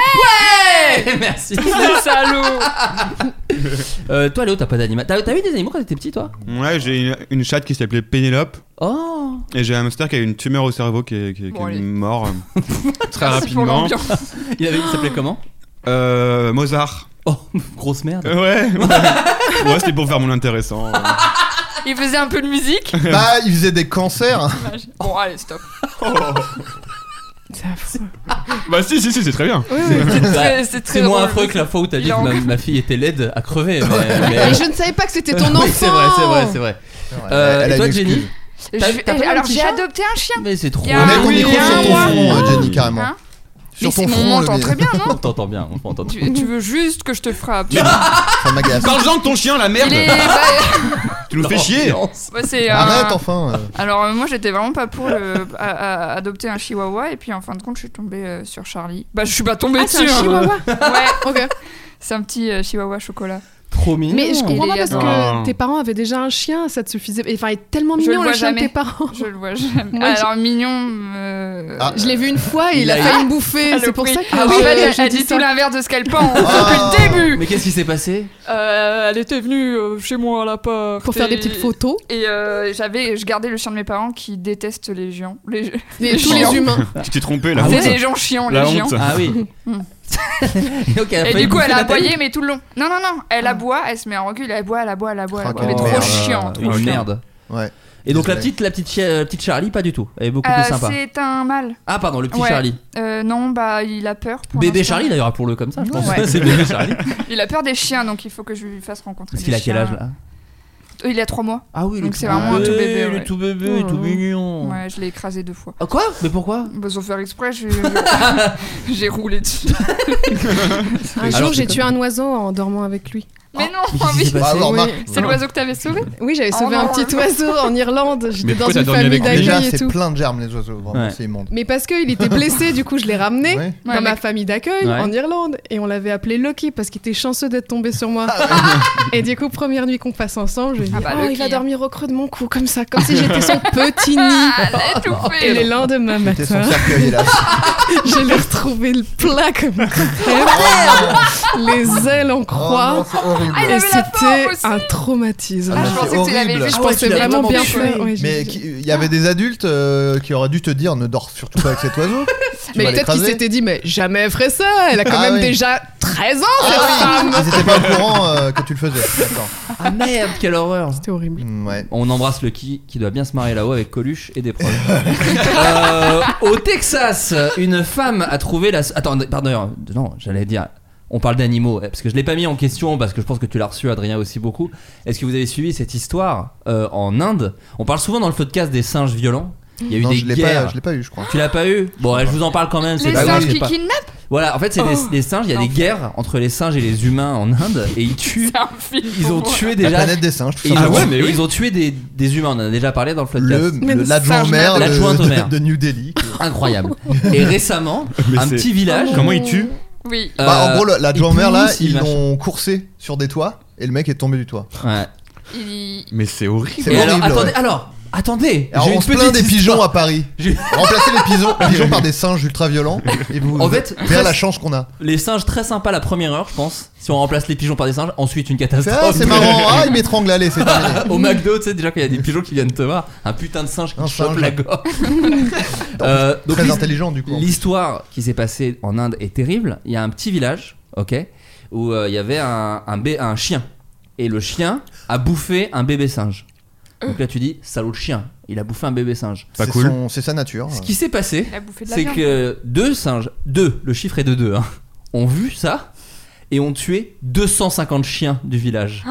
Ouais Merci. Les salauds (laughs) Euh, toi Léo, t'as pas d'animal. T'as t'as eu des animaux quand t'étais petit toi Ouais, j'ai une, une chatte qui s'appelait Pénélope Oh et j'ai un hamster qui a eu une tumeur au cerveau qui est, qui est- qui Bon, est allez. mort euh, très Merci pour rapidement. l'ambiance. Il, avait, il s'appelait comment Euh, Mozart. Oh, (gasps) grosse merde. Euh, Ouais, (laughs) ouais. ouais c'était pour faire mon intéressant. euh. Il faisait un peu de musique. Bah, Bah, il faisait des cancers. Bon, allez, stop. C'est affreux. Bah si, si, si, c'est très bien. C'est Bah, très, c'est très C'est moins drôle. affreux que la fois où t'as Il dit que en- ma, ma fille était laide à (laughs) crever. Mais, Mais mais- je ne savais pas que (laughs) c'était ton enfant Oui, c'est vrai, c'est vrai, c'est vrai. Euh, Elle a et toi une Jenny excuse. Je- T'as- t'as pas eu un Alors, petit j'ai chat adopté un hein. chien. Mais c'est trop. Y a- Ah Mets ton oui, micro un sur ton mois. front, euh, Jenny, carrément. Hein sur Mais ton c'est- front, on le m'entend mien. très bien, non On t'entend bien, on t'entend bien. tu, tu veux juste que je te frappe. Ça m'agace. Parle-en de ton chien, la merde Il est- bah, Tu nous fais chier ouais, c'est, euh, Arrête enfin. euh. Alors euh, moi j'étais vraiment pas pour le- à- à- adopter un chihuahua et puis en fin de compte je suis tombée euh, sur Charlie. Bah je suis pas tombée Ah, c'est un dessus. hein. chihuahua. Ouais, Ok. c'est un petit euh, chihuahua chocolat. Trop mignon. Mais je comprends Il est pas parce adorable. que tes parents avaient déjà un chien, ça te suffisait. Enfin, il est tellement Je le mignon vois le chien de jamais. tes parents. Je le (laughs) vois jamais. Moi, Alors mignon. euh, Ah. Je l'ai vu une fois et Il il a a eu- failli me bouffer. ah, le C'est pour prix. ça que Ah oui, je- bah, elle, je elle dis dit ça. tout l'inverse de ce qu'elle pense Ah. depuis le début. Mais qu'est-ce qui s'est passé Euh, elle était venue euh, chez moi à la porte. Pour faire des et- petites photos. Et euh, j'avais, je gardais le chien de mes parents qui détestent les géants. Les... Mais tous chiants. les humains. Tu t'es trompé là. Ah, C'est honte. des gens chiants, La les géants. honte. Ah (laughs) oui. Hmm. Et donc, elle Et failli du coup, bouffer elle a la tête. Ah. aboyé, mais tout le long. Non, non, non, elle aboie, elle se met en recul, elle aboie, elle aboie, elle aboie. elle Ah, aboie. quelle Mais trop merde. chiant, trop Ah, Une chiant. Oh, euh, merde. euh, Ouais. Et donc la Désolé. petite, la petite, chi- euh, petite Charlie, pas du tout. Elle est beaucoup Euh, plus sympa. c'est un mâle. Ah pardon, le petit Ouais. Charlie. Euh, non, bah, il a peur. Pour Bébé l'instant. Charlie d'ailleurs, appelons-le comme ça, je pense. (laughs) Ouais. c'est bébé Charlie. Il a peur des chiens, donc il faut que je lui fasse rencontrer. Parce des qu'il a quel chiens. âge là Euh, Il a 3 mois. Ah oui, il est Donc tout c'est vraiment un tout bébé, Il est ouais. Oh. tout bébé, il est tout Mmh. mignon. Ouais, je l'ai écrasé deux fois. Ah, quoi Mais pourquoi Bah, sans faire (laughs) exprès, je- je- j'ai roulé dessus. Un Alors, jour, j'ai c'est (laughs) tué un oiseau en dormant avec lui. Mais non, Oh, Mais qu'est-ce qui oui. s'est passé Ah, alors, Marc, C'est l'oiseau que t'avais sauvé Oui, j'avais Oh sauvé un non. petit oiseau en Irlande. J'étais dans pourquoi t'as une dormi famille avec lui d'accueil déjà, et c'est tout. plein de germes, les oiseaux. Vraiment, Ouais. c'est immonde. Mais parce qu'il était blessé, du coup, je l'ai ramené Ouais. dans Ouais, ma mais- famille d'accueil Ouais. en Irlande. Et on l'avait appelé Lucky parce qu'il était chanceux d'être tombé sur moi. et du coup, première nuit qu'on passe ensemble, je lui dis Ah bah, Oh, Lucky, il va hein. dormir au creux de mon cou, comme ça, comme (laughs) si j'étais son petit nid. Oh, Ah, tout Et le fait lendemain C'était son matin, cercueil, hélas. Bah, (laughs) je l'ai retrouvé le plat comme (laughs) une crêpe, les ailes en Oh croix. non, c'est horrible. Ah, il et avait la forme c'était aussi. un traumatisme. Ah, je c'est pensais que tu l'avais horrible. je juste Ah ouais, pensais tu l'as vraiment vraiment bien tué. faire. ouais, je- Mais qui- il y avait des adultes euh, qui auraient dû te dire ne dors surtout pas avec (laughs) cet oiseau. Tu Mais vas peut-être qu'il l'écraser. s'était dit, mais jamais elle ferait ça. Elle a quand Ah même oui. déjà 13 ans, cette Ah femme. oui, ils étaient pas au courant euh, que tu le faisais. D'accord. Ah merde, quelle horreur C'était horrible. Mm, Ouais. On embrasse le qui qui doit bien se marier là-haut avec Coluche et des proches. Euh, au Texas, une femme a trouvé la. Attends, pardon, non, j'allais dire. On parle d'animaux, eh, parce que je l'ai pas mis en question, parce que je pense que tu l'as reçu, Adrien, aussi beaucoup. Est-ce que vous avez suivi cette histoire euh, en Inde On parle souvent dans le podcast des singes violents. Il y a eu Non, des je l'ai guerres. pas, je l'ai pas eu, je crois. Tu l'as pas eu Bon, ouais, je vous en parle quand même. c'est Les pas singes grave, c'est qui pas- kidnappent Voilà, en fait, c'est des, Oh. des singes. Il y a des guerres entre les singes et les humains en Inde, et ils tuent. C'est un film. Ils ont pour moi. tué La déjà. planète des singes, tout et ils, simplement. ont, Ah ouais, mais et oui. ils ont tué des, des humains. On en a déjà parlé dans le podcast. Le- Mais le- le l'adjoint singe maire L'adjoint au maire. de, de New Delhi. qui- (laughs) Incroyable. (laughs) Et récemment, Mais un c'est- petit village. Comment il tue Oui. euh, Bah, en gros, le- l'adjoint il au maire, là, pousse, il ils machin. l'ont coursé sur des toits et le mec est tombé du toit. Ouais. Il- Mais c'est horrible. C'est Et horrible. alors, attendez, ouais. alors, Attendez, Alors j'ai on une se plaint petite des histoire. pigeons à Paris. J'ai- Remplacez les pigeons, pigeons par des singes ultra violents et vous En fait, vers la très- chance qu'on a. Les singes très sympas la première heure, je pense. Si on remplace les pigeons par des singes, ensuite une C'est catastrophe. ah, c'est marrant, ah il m'étrangle, allez, c'est terminé. (laughs) Au McDo, tu sais déjà qu'il y a des pigeons qui viennent te voir, un putain de singe qui Un te chope singe. la gorge. (laughs) Euh, donc Très l'his- intelligent du coup. L'histoire qui s'est passée en Inde est terrible. Il y a un petit village, ok, où euh, il y avait un, un, bé- un chien. Et le chien a bouffé un bébé singe. Donc là, tu dis, salaud de chien, il a bouffé un bébé singe. Pas C'est cool. son- C'est sa nature. Ce qui s'est passé, Il a bouffé de la c'est viande. que deux singes, deux, le chiffre est de deux, hein, ont vu ça et ont tué 250 chiens du village.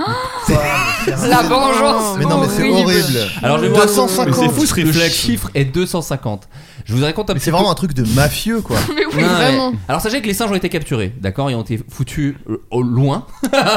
La vengeance Mais non, mais c'est horrible. Alors je vais vous raconter- 250. Mais c'est fou ce Le réflexe. chiffre est 250. Je vous raconte un Mais petit c'est peu- vraiment un truc de mafieux quoi. Mais oui, Non, mais- vraiment. Alors sachez que les singes ont été capturés, d'accord Ils ont été foutus euh, au loin.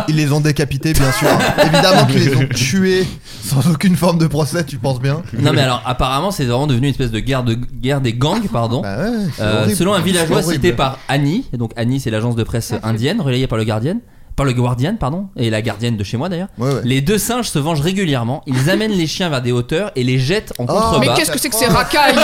Ils les ont décapités, bien sûr. Évidemment qu'ils les ont tués sans aucune forme de procès, tu penses bien Non mais alors apparemment c'est vraiment devenu une espèce de guerre, de, guerre des gangs, pardon. Bah ouais, c'est Euh, horrible. selon un villageois C'est horrible. cité par Annie, et donc Annie c'est l'agence de presse indienne relayée par le Guardian, par le Guardian pardon, et la gardienne de chez moi d'ailleurs. Ouais, ouais. Les deux singes se vengent régulièrement. (laughs) Ils amènent les chiens vers des hauteurs et les jettent Oh, en Mais contrebas. qu'est-ce que c'est que ces racailles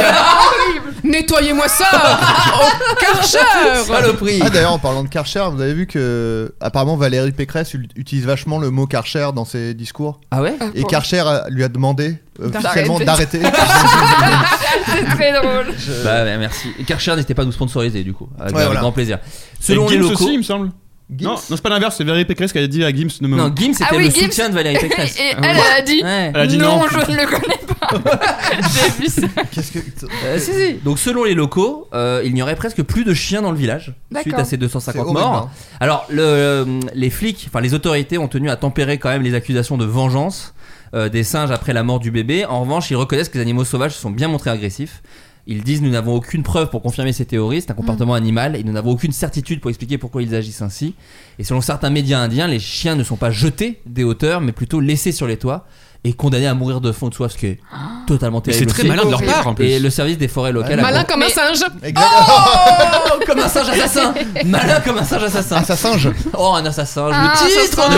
Nettoyez-moi ça Au (laughs) karcher Saloperie Ah d'ailleurs en parlant de Karcher, vous avez vu que apparemment Valérie Pécresse ul- utilise vachement le mot Karcher dans ses discours Ah ouais et Karcher a- lui a demandé euh, D'arrêter. (laughs) officiellement d'arrêter. (laughs) c'est très drôle. Bah ouais, merci. Et Karcher n'était pas nous sponsorisé du coup. Avec Euh, Ouais, voilà. grand plaisir. Selon Selon les Gims locaux. aussi, il me semble. Non, non, c'est pas l'inverse, c'est Valérie Pécresse qui a dit à Gims ne me. Non, Gims c'était Ah oui, le Gims. soutien de Valérie Pécresse. (laughs) Et elle, elle a dit, Ouais. Elle a dit non. je ne le connais pas. J'ai vu ça. Qu'est-ce que Euh, si, si. Donc selon les locaux, euh, il n'y aurait presque plus de chiens dans le village D'accord. suite à ces C'est 250 horrible, morts. hein. Alors le, euh, les flics, enfin les autorités ont tenu à tempérer quand même les accusations de vengeance euh, des singes après la mort du bébé. En revanche, ils reconnaissent que les animaux sauvages se sont bien montrés agressifs. Ils disent nous n'avons aucune preuve pour confirmer ces théories, Mm. c'est un comportement animal et nous n'avons aucune certitude pour expliquer pourquoi ils agissent ainsi. Et selon certains médias indiens, les chiens ne sont pas jetés des hauteurs mais plutôt laissés sur les toits et condamnés à mourir de faim de soif, ce (gasps) qui est totalement Mais terrible. c'est très aussi. malin de leur horrible. part en Et plus. le service des forêts locales. a Malin con- comme un Mais- singe Exactement. Oh, comme un singe (laughs) assassin Malin comme un singe assassin Ah ça singe. Oh, un assassin, Ah, le titre assassin. de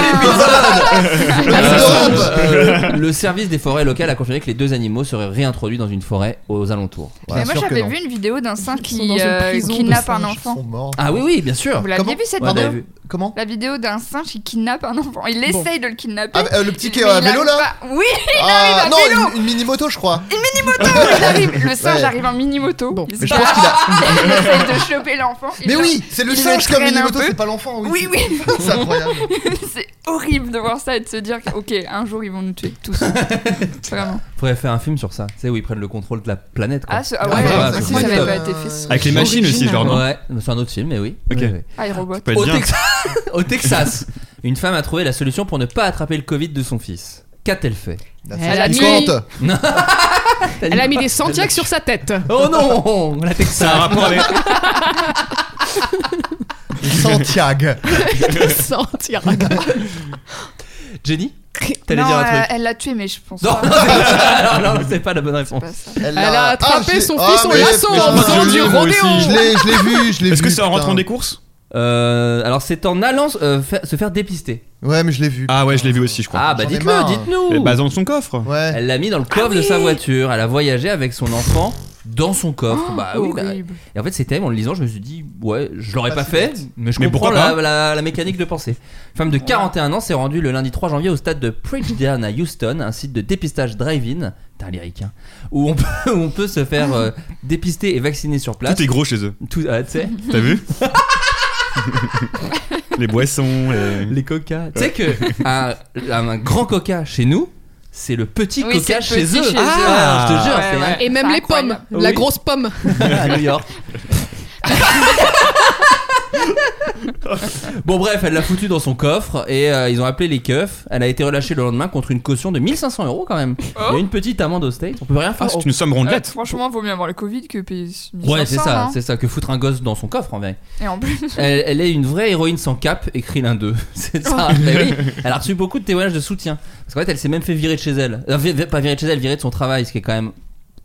l'épisode Le Euh, mec d'Europe. euh, Le service des forêts locales a confirmé que les deux animaux seraient réintroduits dans une forêt aux alentours. Bien Mais moi sûr que j'avais non. vu une vidéo d'un singe sont dans qui une euh, prison de kidnappe un Singes enfant. sont morts. Ah oui, oui, bien sûr Vous l'aviez Comment vu cette Ouais, vidéo t'avais vu. Comment La vidéo d'un singe qui kidnappe un enfant. Il Bon. essaye de le kidnapper. Ah, euh, le petit il- qui est mais à il vélo, arrive là pas. Oui, il Ah, arrive à vélo. non, une, mini moto je crois. Il arrive. Le singe Ouais. arrive en mini moto. Bon. Mais je pense qu'il a. (laughs) il essaye de choper l'enfant. Il Mais le- oui, c'est le il le singe comme traîne mini un moto, peu. c'est pas l'enfant. Oui, oui. c'est- C'est incroyable. (laughs) c'est horrible de voir ça et de se dire que, ok, un jour ils vont nous tuer tous. Vraiment. Faudrait faire un film sur ça. Tu sais, où ils prennent le contrôle de la planète quoi. Ah, ce- ah Ah, ouais, grave, si c'est ça n'avait incroyable. pas été fait. ce- Avec les machines aussi, Original. genre non. Ouais, c'est un autre film, mais oui. Ok. Oui, oui. Ah, robot. Peut être Au, bien. Texas, (laughs) au Texas, une femme a trouvé la solution pour ne pas attraper le Covid de son fils. Qu'a-t-elle fait Elle a Il mis- compte. Elle a mis des sentiacs sur sa (laughs) tête. Oh non La Texas Ça a un rapport avec. Santiago. Sentiacs. Jenny T'allais Non, dire un euh, truc elle l'a tué, mais je pense Non, (laughs) pas. non, c'est- non, non, c'est pas la bonne C'est réponse. pas ça. Elle a attrapé j'ai- son fils au mais- lasso mais je en l'ai faisant vu, du moi aussi. rodéo. Je l'ai, je l'ai vu, je l'ai vu. Est-ce que c'est en putain. rentrant des courses Euh, alors c'est en allant euh, fa- se faire dépister. Ouais, mais je l'ai vu. Ah ouais, je l'ai vu aussi, je crois. Ah bah j'en ai dites-le, marre. Et dites-nous. bah dans son coffre. Ouais. Elle l'a mis dans le coffre de sa voiture. Elle a voyagé avec son enfant dans son coffre. bah oui. bah- Oh, horrible. Et en fait c'était en le lisant, je me suis dit ouais, je l'aurais Pas pas si fait, bête. mais je Mais comprends pourquoi la, pas la- la mécanique de pensée. Une femme de 41 ans s'est rendue le lundi 3 janvier au stade de Bridgedown à Houston, un site de dépistage drive-in. Putain lyrique, hein, où on (laughs) peut, où on peut se faire euh, dépister et vacciner sur place. Tout est gros chez eux. Tout- ah, tu sais. T'as vu Les boissons, les. Les coca. Tu (laughs) sais que un, un- un grand coca chez nous, c'est le petit Oui, coca c'est chez le petit eux. chez ah, eux. je te jure, Ouais, ouais. Et même C'est les pommes, incroyable. la Oui. grosse pomme. c'est à (laughs) New York. bon bref, elle l'a foutu dans son coffre et euh, ils ont appelé les keufs. Elle a été relâchée le lendemain contre une caution de 1500 euros quand même. Oh. Il y a une petite amende au state. On peut rien Ah, faire. Oh. c'est une somme Euh, rondelette. franchement, vaut mieux avoir le Covid que payer 1500, Ouais, c'est ça, hein. c'est ça que foutre un gosse dans son coffre en vrai. Et en plus, Elle, elle est une vraie héroïne sans cap, écrit l'un d'eux. (laughs) C'est ça. Oh. bah oui. Elle a reçu beaucoup de témoignages de soutien. Parce qu'en fait, elle s'est même fait virer de chez elle. Euh, vi- vi- pas virer de chez elle, virer de son travail, ce qui est quand même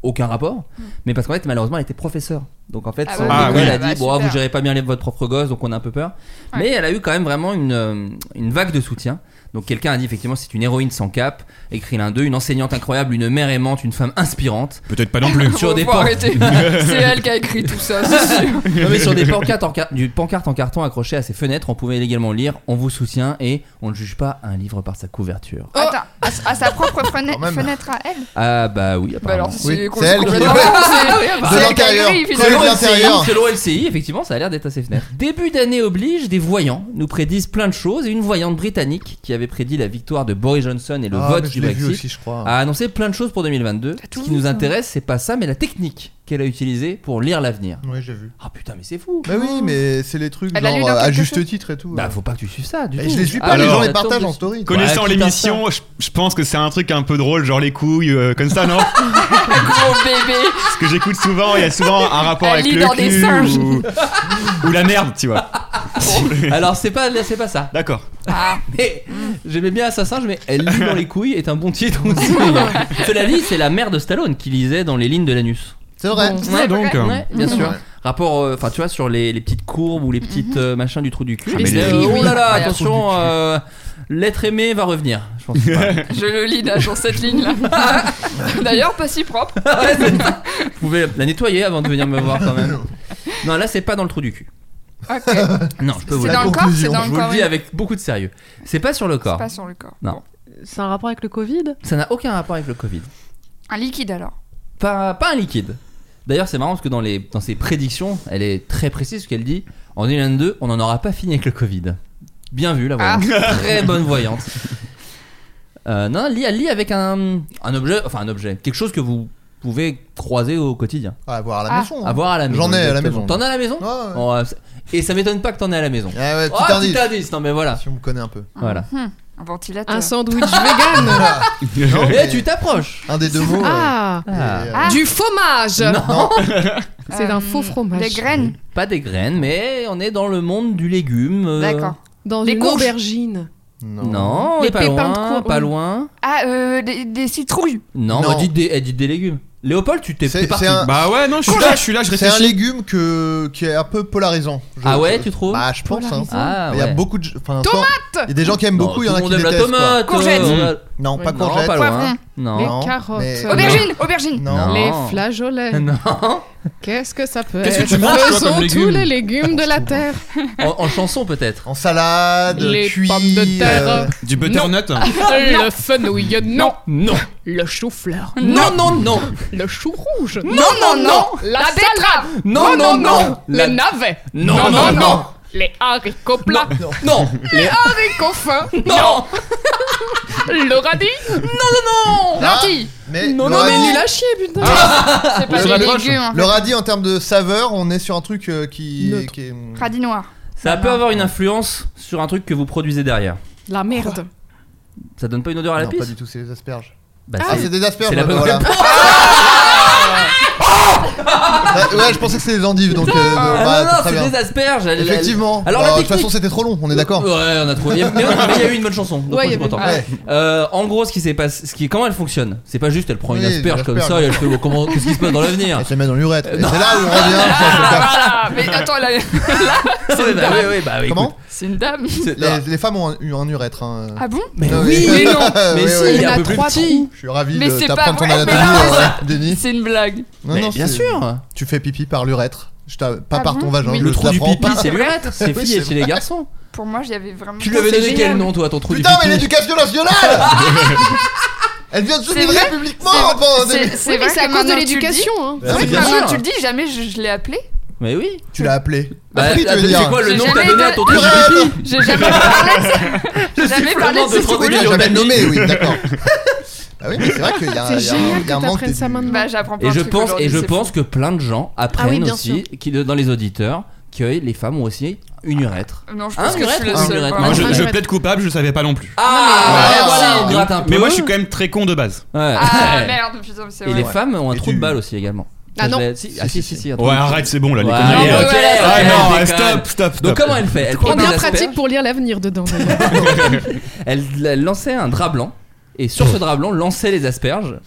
aucun rapport. Mais parce qu'en fait, malheureusement, elle était professeure. Donc en fait, Mm. Ah son ouais. Ah école oui. a dit Ah bah, bon, ah, vous super. gérez pas bien les- votre propre gosse, donc on a un peu peur. Ouais. Mais elle a eu quand même vraiment une, euh, une vague de soutien. Donc quelqu'un a dit effectivement c'est une héroïne sans cap, écrit l'un d'eux, une enseignante incroyable, une mère aimante, une femme inspirante. Peut-être pas non (laughs) plus. Sur des Faut pan- arrêter. C'est elle qui a écrit tout ça, (laughs) c'est sûr. Non, mais sur (laughs) des pancartes en, car- du pancarte en carton accrochées à ses fenêtres, on pouvait également lire On vous soutient et on ne juge pas un livre par sa couverture. Attends, à, à sa propre frena- même. fenêtre à elle Ah bah oui, Bah apparemment. alors, c'est Oui, c'est elle qui- complètement- (laughs) De C'est elle qui a l'intérieur. écrit, C'est finalement. de l'intérieur. Selon LCI, effectivement, ça a l'air d'être à ses (laughs) fenêtres. Début d'année oblige, des voyants nous prédisent plein de choses et une voyante britannique qui avait prédit la victoire de Boris Johnson et le Ah, vote mais je du l'ai vu Brexit aussi, je crois. a annoncé plein de choses pour 2022. T'as tout Ce qui vu, nous ça. intéresse, c'est pas ça, mais la technique qu'elle a utilisée pour lire l'avenir. Ouais, j'ai vu. Ah putain, mais c'est fou. Bah oui, mais c'est les trucs Elle a lu genre dans euh, à quelque juste chose titre et tout. Bah faut pas que tu suives ça du Et tout. je les suis pas, Alors, les gens les la tombe partagent de- en story. Connaissant Ouais, qui l'émission, je, je pense que c'est un truc un peu drôle, genre les couilles, euh, comme ça, non Gros bébé. Parce que j'écoute souvent, il y a souvent un rapport Elle avec lit le dans cul des singes. Ou, ou la merde, tu vois. Alors c'est pas c'est pas ça. D'accord. Ah, Mais j'aimais bien Assassin, mais Elle lit dans les couilles est un bon titre (laughs) aussi. Cela dit, c'est la mère de Stallone qui lisait dans les lignes de l'anus. C'est vrai. Ah, donc. vrai. euh, Ouais, bien sûr. Ouais. Rapport, euh, enfin tu vois, sur les, les petites courbes ou les Mhm. petites euh, machins du trou du cul. Ah, mais Et les- euh, oh là là, Oui. attention, euh, l'être aimé va revenir. Je pense que c'est je le lis là, sur cette ligne là. (laughs) D'ailleurs, pas si propre. pas- Ouais, c'est ça. Vous pouvez la nettoyer avant de venir me voir quand (laughs) même. Non, là c'est pas dans le trou du cul. Ok. C'est Non, je peux vous, La dans le corps, c'est conclusion, dans je le vous corps. le dis oui. avec beaucoup de sérieux. C'est pas sur le corps. Pas sur le corps. Non. Bon. C'est un rapport avec le Covid Ça n'a aucun rapport avec le Covid. Un liquide alors. pas, pas un liquide. D'ailleurs, c'est marrant parce que dans, les, dans ses prédictions, elle est très précise ce qu'elle dit. En 2022, on n'en aura pas fini avec le Covid. Bien vu, la voyante. Ah. (laughs) Très bonne voyante. Euh, non, elle lit, elle lit avec un, un objet, enfin un objet, quelque chose que vous pouvez croiser au quotidien. Ah, À voir à la Ah. maison. hein. Avoir à la maison. J'en ai à la exactement. maison. T'en as à la maison Ouais, ouais. Bon, euh, c'est- Et ça m'étonne pas que t'en aies à la maison. Ah ouais, oh, petit indice. Ah. petit indice, non mais voilà. Si on me connaît un peu. voilà. Hmm, Un ventilateur. Un sandwich vegan Non, Et mais Eh, tu t'approches Un des deux mots. euh, Ah et, euh, Ah. Du fromage Non, C'est un Euh, faux fromage. Des graines. pas des graines, mais on est dans le monde du légume. euh, D'accord. Dans Des une courges. aubergine. Non. Non, on Des est pas pépins loin, de courge. pas loin. Ah, euh, des, des citrouilles. Non, Non. Elle, dit des, elle dit des légumes. Léopold, tu t'es C'est- t'es parti. c'est un- Bah ouais, non, je suis là, je suis là, je C'est un réfléchis. légume que, qui est un peu polarisant. je- Ah ouais, tu trouves Bah, je pense. hein. Polarisant. Ah Il y a ouais. beaucoup de. Enfin, tomate Il y a des gens qui aiment Non, beaucoup, il y tout le en a qui monde aime détestent. la quoi. tomate. Courgette. euh, Non, pas Non, courgette. Non, pas loin. Poivron. Les Non. Non, carottes. mais- euh, Aubergine. Aubergine, aubergine. Non. Les Non. flageolets. (laughs) Non. Qu'est-ce que ça peut Qu'est-ce être que tu manges, toi, Faisons comme légumes tous les légumes de la terre. En, en chanson peut-être. En salade, Les cuit. pommes de terre. euh, Du Ah, butternut. Le fenouil, non. Non. Le chou-fleur, Non, non, non. Le chou rouge, Non, non, non. La, betterave. salade, Oh, Non, non, non. La- Les navets, Non, non, non. Les haricots plats, Non. Non. Les- ah, haricots fins, Non. le radis, Lentilles. Ah, Mais Ah. non, le non, mais radis- nul à chier, putain. C'est pas se des rapproche. légumes. en fait. Le radis en termes de saveur, on est sur un truc euh, qui, Neutre. qui est. mm, Radis noir. Ça peut avoir une influence sur un truc que vous produisez derrière. La merde. Ça donne pas une odeur à la non, pas pisse du tout, c'est les asperges. Bah, Ah, c'est des asperges, c'est la bah, bonne voilà. Ah, ouais, je pensais que c'était des endives, donc. euh, Ah, bah, non, non, très c'est bien. des asperges. elle- elle- Effectivement. Alors, Bah, la de toute façon, technique- c'était trop long, on est d'accord. Ouais, on a trouvé. Mais mais il y a eu une bonne chanson. donc Ouais, moi, il y je suis avait une- content. Ah. Ouais. Euh, en gros, ce qui s'est passé, ce qui, comment elle fonctionne C'est pas juste, elle prend une Oui, asperge comme l'asperge. ça et elle fait oh, comment, qu'est-ce qui se passe dans l'avenir (laughs) Elle se met dans l'urette. Et c'est là où on revient. Ah, mais attends, là, Ah ouais, bah, ouais, ouais, bah, écoute, Comment c'est une dame. (laughs) c'est- les, les femmes ont un- eu un urètre. hein. Ah bon Mais Non, oui, mais non. Ouais, Mais si, ouais, il est ouais. un peu plus petit. Je suis ravi Mais de c'est pas t'apprendre ton vrai, anatomie, mais non, euh, Denis. C'est une blague. Non, Mais non, bien c'est- sûr. Tu fais pipi par l'urètre. Je t'a- pas Ah par bon ton vagin. Oui. je Le trou du t'apprends pipi, pas. c'est l'urètre. C'est Oui, filles et c'est chez les garçons. Pour moi, j'y avais vraiment. Tu lui avais C'est donné génial. quel nom, toi, ton trou Putain, du mais pipi l'éducation nationale Elle vient de s'humilier vrai publiquement C'est- pendant des- Ah, C'est c'est Oui, mais vrai c'est à que cause de maintenant, tu le l'éducation. hein. dis. C'est vrai que Bien maintenant sûr. tu le dis, jamais je, je l'ai appelé. Mais oui. Tu l'as appelé. Bah, Après, tu attends, veux dire. c'est quoi le J'ai nom que t'as jamais donné à été- ton trou du Urètre. pipi J'ai jamais parlé de ça. J'ai jamais parlé flamand de de ces trente Oui, tu trous-là. l'as millions. jamais nommé, oui, d'accord. Bah oui, mais c'est vrai qu'il y C'est a, il y a un- génial il y a un que manque. t'apprennes ça maintenant. Bah, j'apprends pas Et un je truc pense, et aujourd'hui, je c'est pense fou. que plein de gens Ah oui, apprennent bien aussi, qui, dans les auditeurs, que les femmes ont aussi une urètre. Non, je Hein, pense que je suis la urètre, seule. urètre. quoi. Moi, je, Ah, je ouais. plaide coupable, je savais pas non plus. Ah, Ah, voilà, voilà. on gratte un peu. Mais moi, je suis quand même très con de base. Ouais. Ah merde, putain, mais c'est Et vrai. les femmes ont un Et trou de tu- balle aussi également. Ah Ça, je non. l'ai- si, ah, si, si, si, un trou Ouais, de- arrête, c'est bon là, les Ouais, conneries. ok, euh, ouais, Ah non, elle ah, déconne. stop, stop, stop. Donc comment elle fait elle, Trop prend bien des asperges, (laughs) pratique pour lire l'avenir dedans. d'ailleurs. elle, elle lançait un drap blanc Et sur ce drap blanc, lançait les asperges.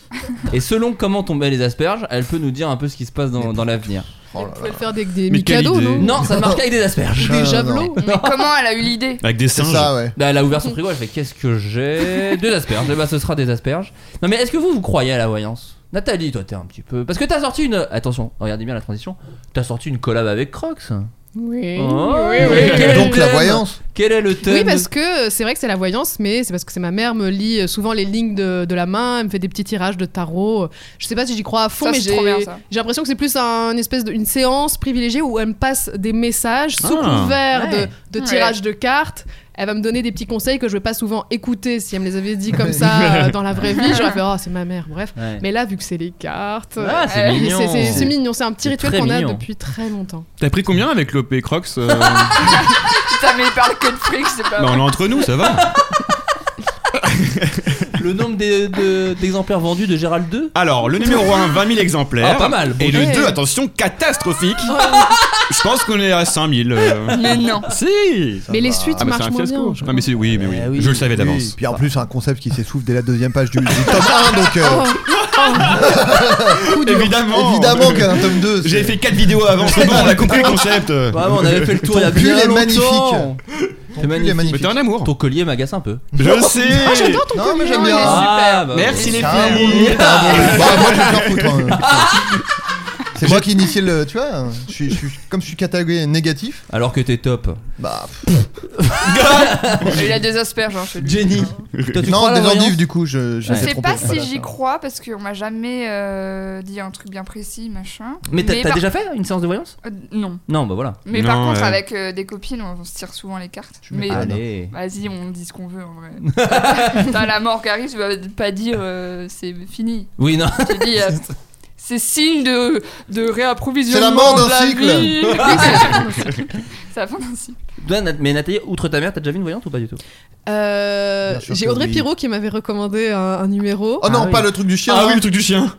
Et selon comment tombaient les asperges, elle peut nous dire un peu ce qui se passe dans, dans l'avenir. Vous pouvez le faire avec des Mais Mikado, quelle idée. non Non, ça ne marche qu'avec des (laughs) asperges. Des Ah, Non, javelots. Mais comment elle a eu l'idée Avec des C'est singes. ça, Là, Bah, Elle a ouvert son frigo, elle fait qu'est-ce que j'ai Deux asperges. Eh ben, ce sera des asperges. Non, mais est-ce que vous, vous croyez à la voyance Nathalie, toi, t'es un petit peu. Parce que t'as sorti une. Attention, regardez bien la transition. T'as sorti une collab avec Crocs. Oui. Oh, oui, oui. quel est le Donc la thème voyance. Quel est le thème Oui, parce que euh, c'est vrai que c'est la voyance, mais c'est parce que c'est ma mère me lit euh, souvent les lignes de, de la main, elle me fait des petits tirages de tarot. Je sais pas si j'y crois à fond, Ça, mais c'est j'ai trop bien, ça. j'ai l'impression que c'est plus un, une espèce de, une séance privilégiée où elle me passe des messages sous Ah. couvert Ouais. euh, de, de Ouais. tirages de cartes. Elle va me donner des petits conseils que je vais pas souvent écouter. Si elle me les avait dit comme ça (laughs) euh, dans la vraie vie, j'aurais fait oh c'est ma mère. Bref. Ouais. Mais là, vu que c'est les cartes, Ah, c'est euh, mignon. c'est- c'est- c'est mignon. C'est un petit C'est rituel très qu'on a mignon. depuis très longtemps. T'as pris combien avec l'OP Crocs (laughs) euh, Putain, mais il parle que de fric, c'est bah, pas On vrai. est entre nous, ça va. Le nombre des- de- d'exemplaires vendus de Gérald 2 Alors, le numéro 1, 20 000 exemplaires. Ah, pas mal. Oh. Et Ouais. le 2, attention, catastrophique. Ah. Je pense qu'on est à 5 000. euh. (laughs) Mais non. Si Mais les suites Ah, bah, c'est marchent un moins fiasco. bien. Ah, mais c'est- oui, mais oui. Eh oui. Je le savais Oui, d'avance. Puis en plus, c'est un concept qui s'essouffle dès la deuxième page du, du tome 1, donc euh, Ah, Coup dur. Évidemment évidemment qu'il y a un tome 2. J'avais fait 4 vidéos avant, c'est bon, on a compris le concept. Vraiment, on avait fait le tour Ton il y a pull bien est longtemps. magnifique. C'est magnifique. Mais t'es un amour. Ton collier m'agace un peu. Je sais J'adore ton Non, mais collier. j'aime bien. Ah, bah, Merci les T'as un bon filles look, t'as un bon look. Bah, moi, je vais me faire (laughs) foutre, hein. C'est moi qui initie le. Tu vois, je suis, je suis- comme je suis catalogué négatif, Alors que t'es top. bah. pff, Il a des asperges, hein, chez lui. Jenny. Toi, tu crois non, à la des voyance endives, du coup, Je je. j'étais sais trompé. pas si Voilà. j'y crois parce qu'on m'a jamais euh, dit un truc bien précis, machin. Mais t'as t'as par- déjà fait une séance de voyance euh, Non. Non, bah voilà. Mais par Non, contre, ouais. avec euh, des copines, on se tire souvent les cartes. Mais Allez. vas-y, on dit ce qu'on veut en (laughs) vrai. Putain, la mort qui arrive, tu vas pas dire euh, c'est fini. Oui, non. Tu dis. euh, c'est signe de, de réapprovisionnement. C'est la mort d'un de la cycle. (laughs) vie. Oui, c'est la fin d'un cycle. C'est la fin d'un cycle. Toi, Nat- mais Nathalie, outre ta mère, t'as déjà vu une voyante ou pas du tout Euh, Bien sûr J'ai que Audrey oui. Pirot qui m'avait recommandé un, un numéro. Oh non, Ah oui. pas le truc du chien. Ah là. oui, le truc du chien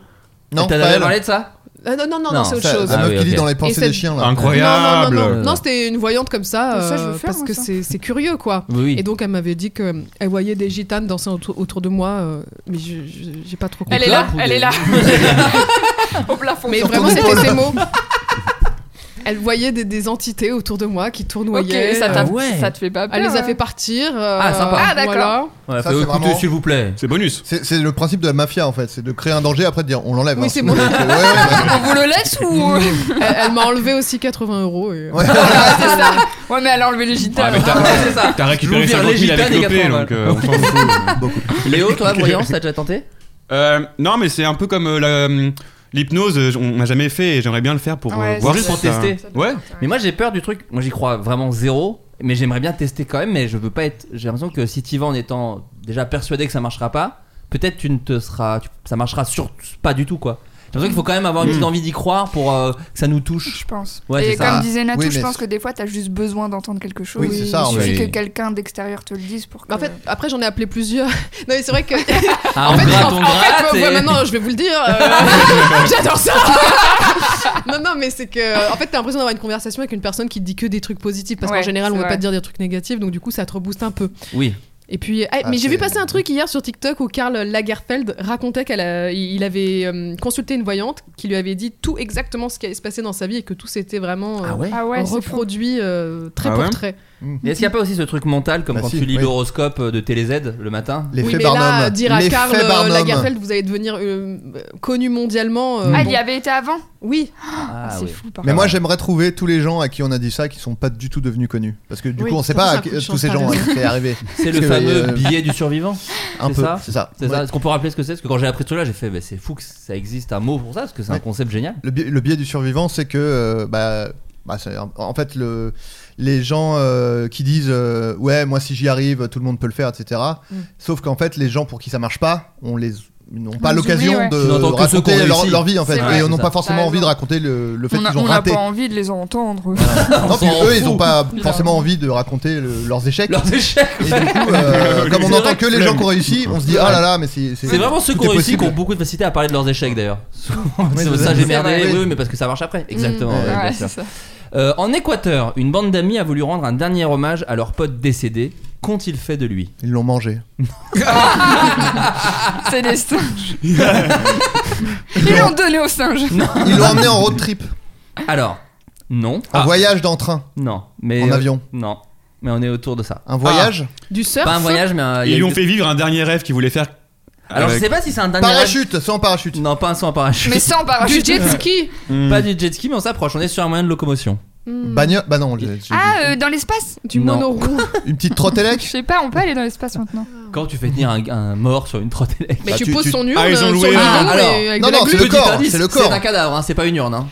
Non, T'as pas déjà elle. parlé de ça Ah non, non, non, Non, non, c'est autre Ça, chose. La Ah meuf oui, qui ok. lit dans les Et pensées c'est- des chiens, là. Non, non, Incroyable non, non, Euh. non, c'était une voyante comme ça, Ça, je euh, veux faire, parce moi, que ça. c'est (laughs) c'est curieux quoi. Oui. Et donc elle m'avait dit que elle voyait des gitanes danser autour, autour de moi, euh, mais je- je- j'ai pas trop compris. Elle est là, clapes ou elle des- est là. (laughs) Au plafond. Mais Sur ton vraiment c'était épaule. ces mots. Elle voyait des, des entités autour de moi qui Ok, tournoyaient. ça, t'a- euh, Ah ouais. ça te fait pas peur. Elle les a hein. fait partir. euh, (laughs) Ah, sympa. Ah, d'accord. voilà. Ouais, Ça, fais c'est écouter, vraiment- s'il vous plaît. C'est bonus C'est c'est le principe de la mafia en fait, c'est de créer un danger après de dire on l'enlève. Oui, hein. c'est bon. Ouais, ouais, (laughs) ouais. (laughs) On vous le laisse ou. (laughs) Elle, elle m'a enlevé aussi 80 euros. et- Ouais. Ah, c'est ça. Ouais, mais elle a enlevé les Ah, gitanes. mais t'as- c'est ça. T'as récupéré J'ouvre 50 les 000 avec gitanes et l'OP, 80 donc euh, on s'en fout. Beaucoup. Léo, (laughs) toi, la voyance, t'as déjà tenté Euh, Non, mais c'est un peu comme euh, la, hum, l'hypnose, euh, on n'a jamais fait et j'aimerais bien le faire pour euh, Ouais, voir c'est juste vrai. si ça- Pour hein. tester. Ouais Mais moi, j'ai peur du truc. Moi, j'y crois vraiment zéro. Mais j'aimerais bien tester quand même. Mais je veux pas être. J'ai l'impression que si t'y vas en étant déjà persuadé que ça marchera pas, peut-être tu ne te seras. tu- Ça marchera sur... pas du tout, quoi. J'ai l'impression qu'il faut quand même avoir une Hmm. petite envie d'y croire pour euh, que ça nous touche. Je pense. Ouais, et c'est comme ça. disait Natou, Ah. Oui, mais je pense c'est- que des fois, t'as juste besoin d'entendre quelque chose. Oui, c'est ça, en Il suffit fait. que quelqu'un d'extérieur te le dise pour que. En fait, après j'en ai appelé plusieurs. (laughs) Non, mais c'est vrai que. eh, Ah, en fait, gratte, en- on en fait, gratte, ouais, et- ouais, maintenant, je vais vous le dire. euh, J'adore ça. non, non, mais c'est que, en fait, t'as l'impression d'avoir une conversation avec une personne qui te dit que des trucs positifs, parce Ouais, qu'en général, on c'est va pas vrai. te dire des trucs négatifs, donc du coup, ça te rebooste un peu. (laughs) Oui. Et puis, ah, Ah, mais j'ai vu c'est- passer un truc hier sur TikTok où Karl Lagerfeld racontait qu'il avait euh, consulté une voyante qui lui avait dit tout exactement ce qui allait se passer dans sa vie et que tout s'était vraiment euh, Ah ouais Ah ouais, c'est fou. reproduit euh, très Ah pour ouais trait. Mais Est-ce qu'il n'y a pas aussi ce truc mental comme Hmm. Bah quand si, tu lis oui. l'horoscope de TéléZ le matin L'effet oui, mais Barnum. là, dire à L'effet Karl euh, Barnum. Lagerfeld, vous allez devenir euh, connu mondialement. euh, Ah, il bon. y avait été avant Oui, Hmm. Ah, C'est oui. fou, par Mais contre. moi j'aimerais trouver tous les gens à qui on a dit ça qui sont pas du tout devenus connus parce que du Oui, coup on sait ça, c'est pas un à qui- coup de tous chance, ces t'as gens à raison. qui c'est arrivé. (laughs) C'est le Parce que, fameux euh, billet du survivant. Un C'est peu, ça c'est ça. C'est Ouais. ça. Est-ce qu'on peut rappeler ce que c'est Parce que quand j'ai appris tout là, j'ai fait bah, c'est fou que ça existe un mot pour ça parce que c'est un Ouais. concept génial. Le biais, le biais du survivant, c'est que euh, bah, bah, c'est un- en fait le, les gens euh, qui disent euh, ouais moi si j'y arrive tout le monde peut le faire etc. Mm. Sauf qu'en fait les gens pour qui ça marche pas, on les ils n'ont pas les l'occasion oublie, ouais. de Ils n'entendent que ceux raconter qui ont leur, réussi. leur vie en fait C'est vrai, et on c'est n'a ça. pas forcément T'as envie de raison. raconter le, le fait On a- qu'ils ont on n'a raté. pas envie de les entendre. (laughs) Non, puis s'en eux ils fout. n'ont pas Ils forcément en- envie de raconter le- leurs échecs. Leurs échecs. Et du coup, (laughs) euh, comme on C'est vrai n'entend que les gens flemme. qui ont réussi, on se dit ah là là mais c'est C'est vraiment ceux tout qui ont est réussi qui possible. ont beaucoup de facilité à parler de leurs échecs d'ailleurs. (laughs) Oui, ça, c'est ça, vrai. j'ai merdé, C'est vrai. oui, mais parce que ça marche après. Exactement. ouais, Mm. bien Ouais, sûr. c'est ça. Euh, en Équateur, une bande d'amis a voulu rendre un dernier hommage à leur pote décédé Qu'ont-ils fait de lui Ils l'ont mangé. (laughs) C'est des singes. Ils l'ont donné aux singes. Ils l'ont emmené en road trip. Alors, non. Ah, Un voyage dans train. Non, mais euh, En avion. Non, mais on est autour de ça. Un voyage Du surf Pas un voyage, mais un- Ah, il y Ils a lui eu ont deux- fait vivre un dernier rêve qu'ils voulaient faire. Alors je avec- sais pas si c'est un dernier. Parachute, sans parachute. Non, pas un sans parachute. (laughs) Mais sans Du parachute. jet ski Hmm. Pas du jet ski, mais on s'approche. On est sur un moyen de locomotion. Hmm. Bagnole. Bah non, j'ai- j'ai- Ah, euh, dans l'espace Du Non. monoroue une petite Je trottelec. sais pas, on peut aller dans l'espace maintenant. Quand tu fais tenir un, un mort sur une trottinette. Mais Bah, tu tu- poses tu- ton urne Ah, ils ont sur le loué bidon un- et alors. (laughs) avec Non, de la non, glu. c'est le Petit corps, indice, c'est le corps. C'est un cadavre, hein, c'est pas une urne. hein.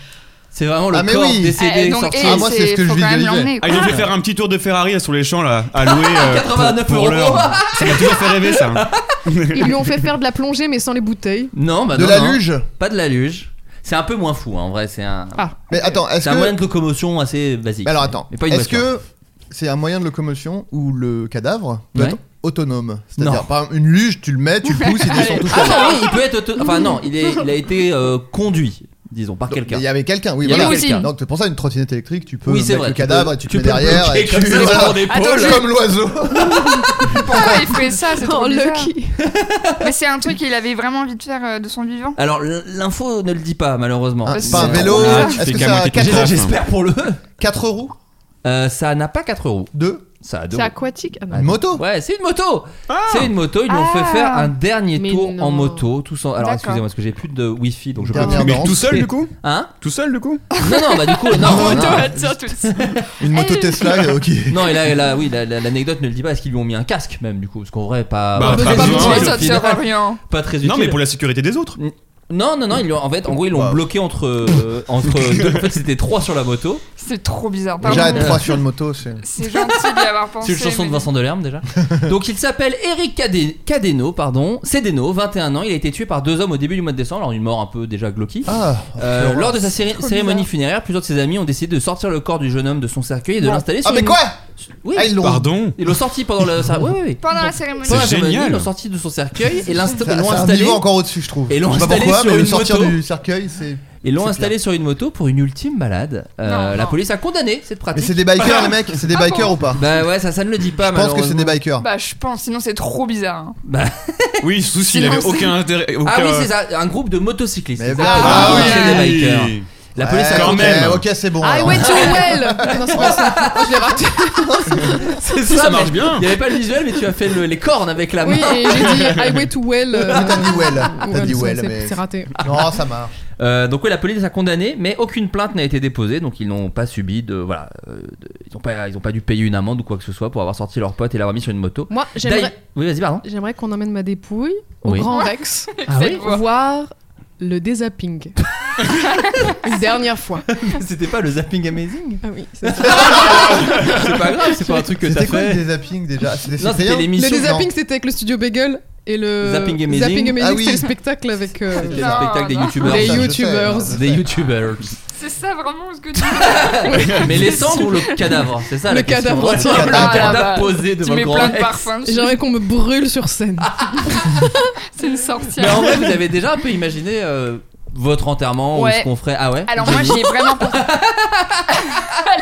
C'est vraiment le Ah, mais corps oui. décédé Eh, donc, sorti. et Ah, moi, c'est ce que je faut quand même visualisais. l'emmener, Ah, quoi. ils ont fait faire un petit tour de Ferrari sur les champs là, à louer. euh, 89 pour- pour euros. l'heure. Ça m'a toujours fait rêver ça. Ils lui ont fait faire de la plongée mais sans les bouteilles. Non, bah De non, la non. luge. Pas de la luge. C'est un peu moins fou hein, en vrai. C'est un. Ah, Mais attends, est-ce C'est un moyen que. de locomotion assez basique. Mais alors attends, Mais pas une est-ce voiture. que c'est un moyen de locomotion où le cadavre peut Ouais. être autonome Non. C'est-à-dire, par exemple, une luge, tu le mets, tu le pousses, il descend tout (laughs) Ah seul. non, oui, il peut être. auto- Enfin non, il, est, il a été euh, conduit, disons, par Donc, quelqu'un. Il y avait quelqu'un, oui, Il y avait voilà. quelqu'un. Donc c'est pour ça une trottinette électrique, tu peux Oui, c'est mettre vrai, le tu cadavre peux- et tu, tu te mets peux le derrière bloquer et tu comme ça, voilà. (laughs) (laughs) sur des Attends, pôles. je- comme l'oiseau. Ah, Pourquoi Ah, il fait ça C'est trop Oh, bizarre. Lucky Mais c'est un truc qu'il avait vraiment envie de faire euh, de son vivant. Alors l- l'info ne le dit pas malheureusement. Un- c'est Ah, Pas un trop vélo, Ah, bizarre. Tu est-ce fais que qu'à ça a moitié ton 4 taf, roues hein. J'espère pour le. Quatre roues Euh, ça n'a pas 4 euros. 2 Ça a deux C'est roues. aquatique Ah non. bah. Une moto Ouais, c'est une moto. C'est une moto. Ils l'ont Ah. fait faire un dernier Mais tour en non. moto, tous en. Alors D'accord. excusez-moi, parce que j'ai plus de wifi, donc je peux. Dernière plus- Mais Mais tout seul Et- du coup Hein Tout seul du coup Non, non, bah du coup, non. non. Une moto Tesla, euh, ok. Eh. Non, et là, et là, oui, la- la- l'anecdote ne le dit pas. Est-ce qu'ils lui ont mis un casque même du coup Parce qu'en vrai, pas. Bah, pas pas très besoin, utile, Ouais, au ça ne final. sert à rien. Pas très utile. Non, mais pour la sécurité des autres. Non, non, non, ils l'ont- en fait, en gros, ils l'ont Wow. bloqué entre. euh, (laughs) entre deux, en fait, c'était trois sur la moto. C'est trop bizarre. Pardon. Déjà, être 3 Euh. sur une moto, c'est. C'est gentil d'y avoir pensé. C'est une chanson mais- de Vincent Delerme déjà. Donc, il s'appelle Eric Cadé- Cadeno, pardon. Cédeno, 21 ans. Il a été tué par deux hommes au début du mois de décembre. Alors, une mort un peu déjà glauque. Ah, Euh, l'horreur. lors de sa céri- trop cérémonie bizarre. funéraire, plusieurs de ses amis ont décidé de sortir le corps du jeune homme de son cercueil et de l'installer sur Ah, mais une- quoi Oui, Ah, ils l'ont. Pardon. ils l'ont sorti pendant le. ça- Oui, oui, oui. Pendant la cérémonie. Pendant la C'est cérémonie, génial. Ils l'ont sorti de son cercueil et l'insta- C'est et l'ont un installé. niveau encore au-dessus, je trouve. Et l'ont je sais pas installé pourquoi, sur mais le une sortir moto. du cercueil, c'est. Et l'ont C'est installé sur une moto pour une ultime balade. Euh, La Non, non. police a condamné cette Mais pratique. c'est des bikers, les mecs C'est des Ah bikers bon ou pas Bah ouais, ça, ça ne le dit pas. Je pense que c'est des bikers. Bah, je pense, sinon c'est trop bizarre. hein. Oui, surtout s'il Sinon, avait c'est- aucun intérêt. aucun- Ah oui, c'est ça, un groupe de motocyclistes. Mais c'est voilà. ça, Ah le oui, groupe des bikers. La police Ouais, a Ah, quand ok, même. Ok, c'est bon. Ah, I alors. went to hell Non, c'est pas ça. Je l'ai raté. (laughs) C'est ça marche mais bien. Il n'y avait pas le visuel, mais tu as fait le- les cornes avec la main. Oui, et j'ai dit I went to well. euh, Mais T'as dit well. T'as ouais, dit c'est- well, c'est- mais. C'est raté. (laughs) Non, ça marche. Euh, donc oui, la police a condamné, mais aucune plainte n'a été déposée, donc ils n'ont pas subi de voilà, euh, de- ils n'ont pas, ils ont pas dû payer une amende ou quoi que ce soit pour avoir sorti leur pote et l'avoir mis sur une moto. Moi, j'aimerais. D'ailleurs- Oui, (laughs) vas-y, pardon. J'aimerais qu'on emmène ma dépouille au Oui. Grand Rex Ah oui voir le dézapping. Une dernière fois. C'était pas le zapping amazing Ah oui, c'est ça. (laughs) C'est pas grave, c'est pas un truc que t'as C'était quoi le fait. dézapping déjà C'était Non, c'était Cyprien Le l'émission. dézapping, c'était avec le studio Bagel et le Zapping Amazing. Zapping Ah oui. c'était le spectacle (laughs) avec euh, C'était le Non, spectacle des non. youtubeurs. les ça, je sais, youtubeurs. non, Des youtubeurs. C'est ça vraiment ce que (laughs) tu veux (laughs) Mais les cendres ou le cadavre C'est ça Le la question. cadavre entier. Le Ah, cadavre bah, posé Tu devant le mets grand plein de Rex. parfums. dessus. J'aimerais qu'on me brûle sur scène. Ah. C'est une Mais sorcière. en vrai, vous avez déjà un peu imaginé euh, votre enterrement ou Ouais. ce qu'on ferait Ah ouais Alors moi j'ai (laughs) vraiment pas...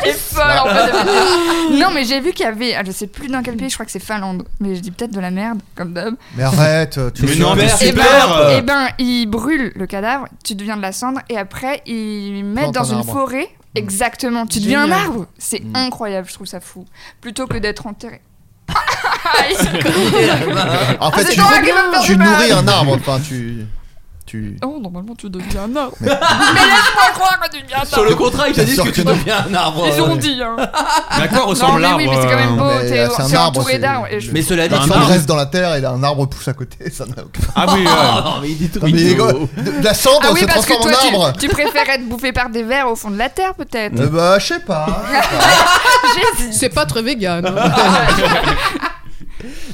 Elle est folle en fait. elle est folle. Non mais j'ai vu qu'il y avait, ah, je sais plus dans quel pays, je crois que c'est Finlande, mais je dis peut-être de la merde comme d'hab. Mais arrête, tu Mais non, mais super. Et super. (laughs) ben, euh, eh ben, ils brûlent le cadavre, tu deviens de la cendre et après ils mettent Plantent dans un une arbre. forêt. Exactement, tu deviens un Génial. arbre. C'est incroyable, je trouve ça fou. Plutôt que d'être enterré. (laughs) En Ah, fait, c'est tu, toi qui vas me faire tu du mal. nourris un arbre. Enfin, tu. Tu. Oh, normalement tu deviens un arbre. Mais laisse-moi croire que tu deviens un arbre. Sur le contrat, ils te Bien disent sûr que tu que non. deviens un arbre. Ils ont dit, hein. mais à quoi Non, ressemble mais l'arbre oui, mais c'est quand même euh, beau. mais T'es c'est un t'es arbre, entouré c'est- d'arbres. et je- Mais cela dit, Un Tu tu- arbre. reste dans la terre et là, un arbre pousse à côté. Ça n'a aucun. Ah oui, Ah, ouais. (laughs) non, mais il dit tout. Non, mais il dit- quoi, de, de la cendre Ah oui, se parce que transforme toi, en arbre. tu, tu préfères être bouffé par des vers au fond de la terre, peut-être. Euh, bah, je sais pas. (laughs) J'hésite. C'est pas très Ah, vegan. Ah,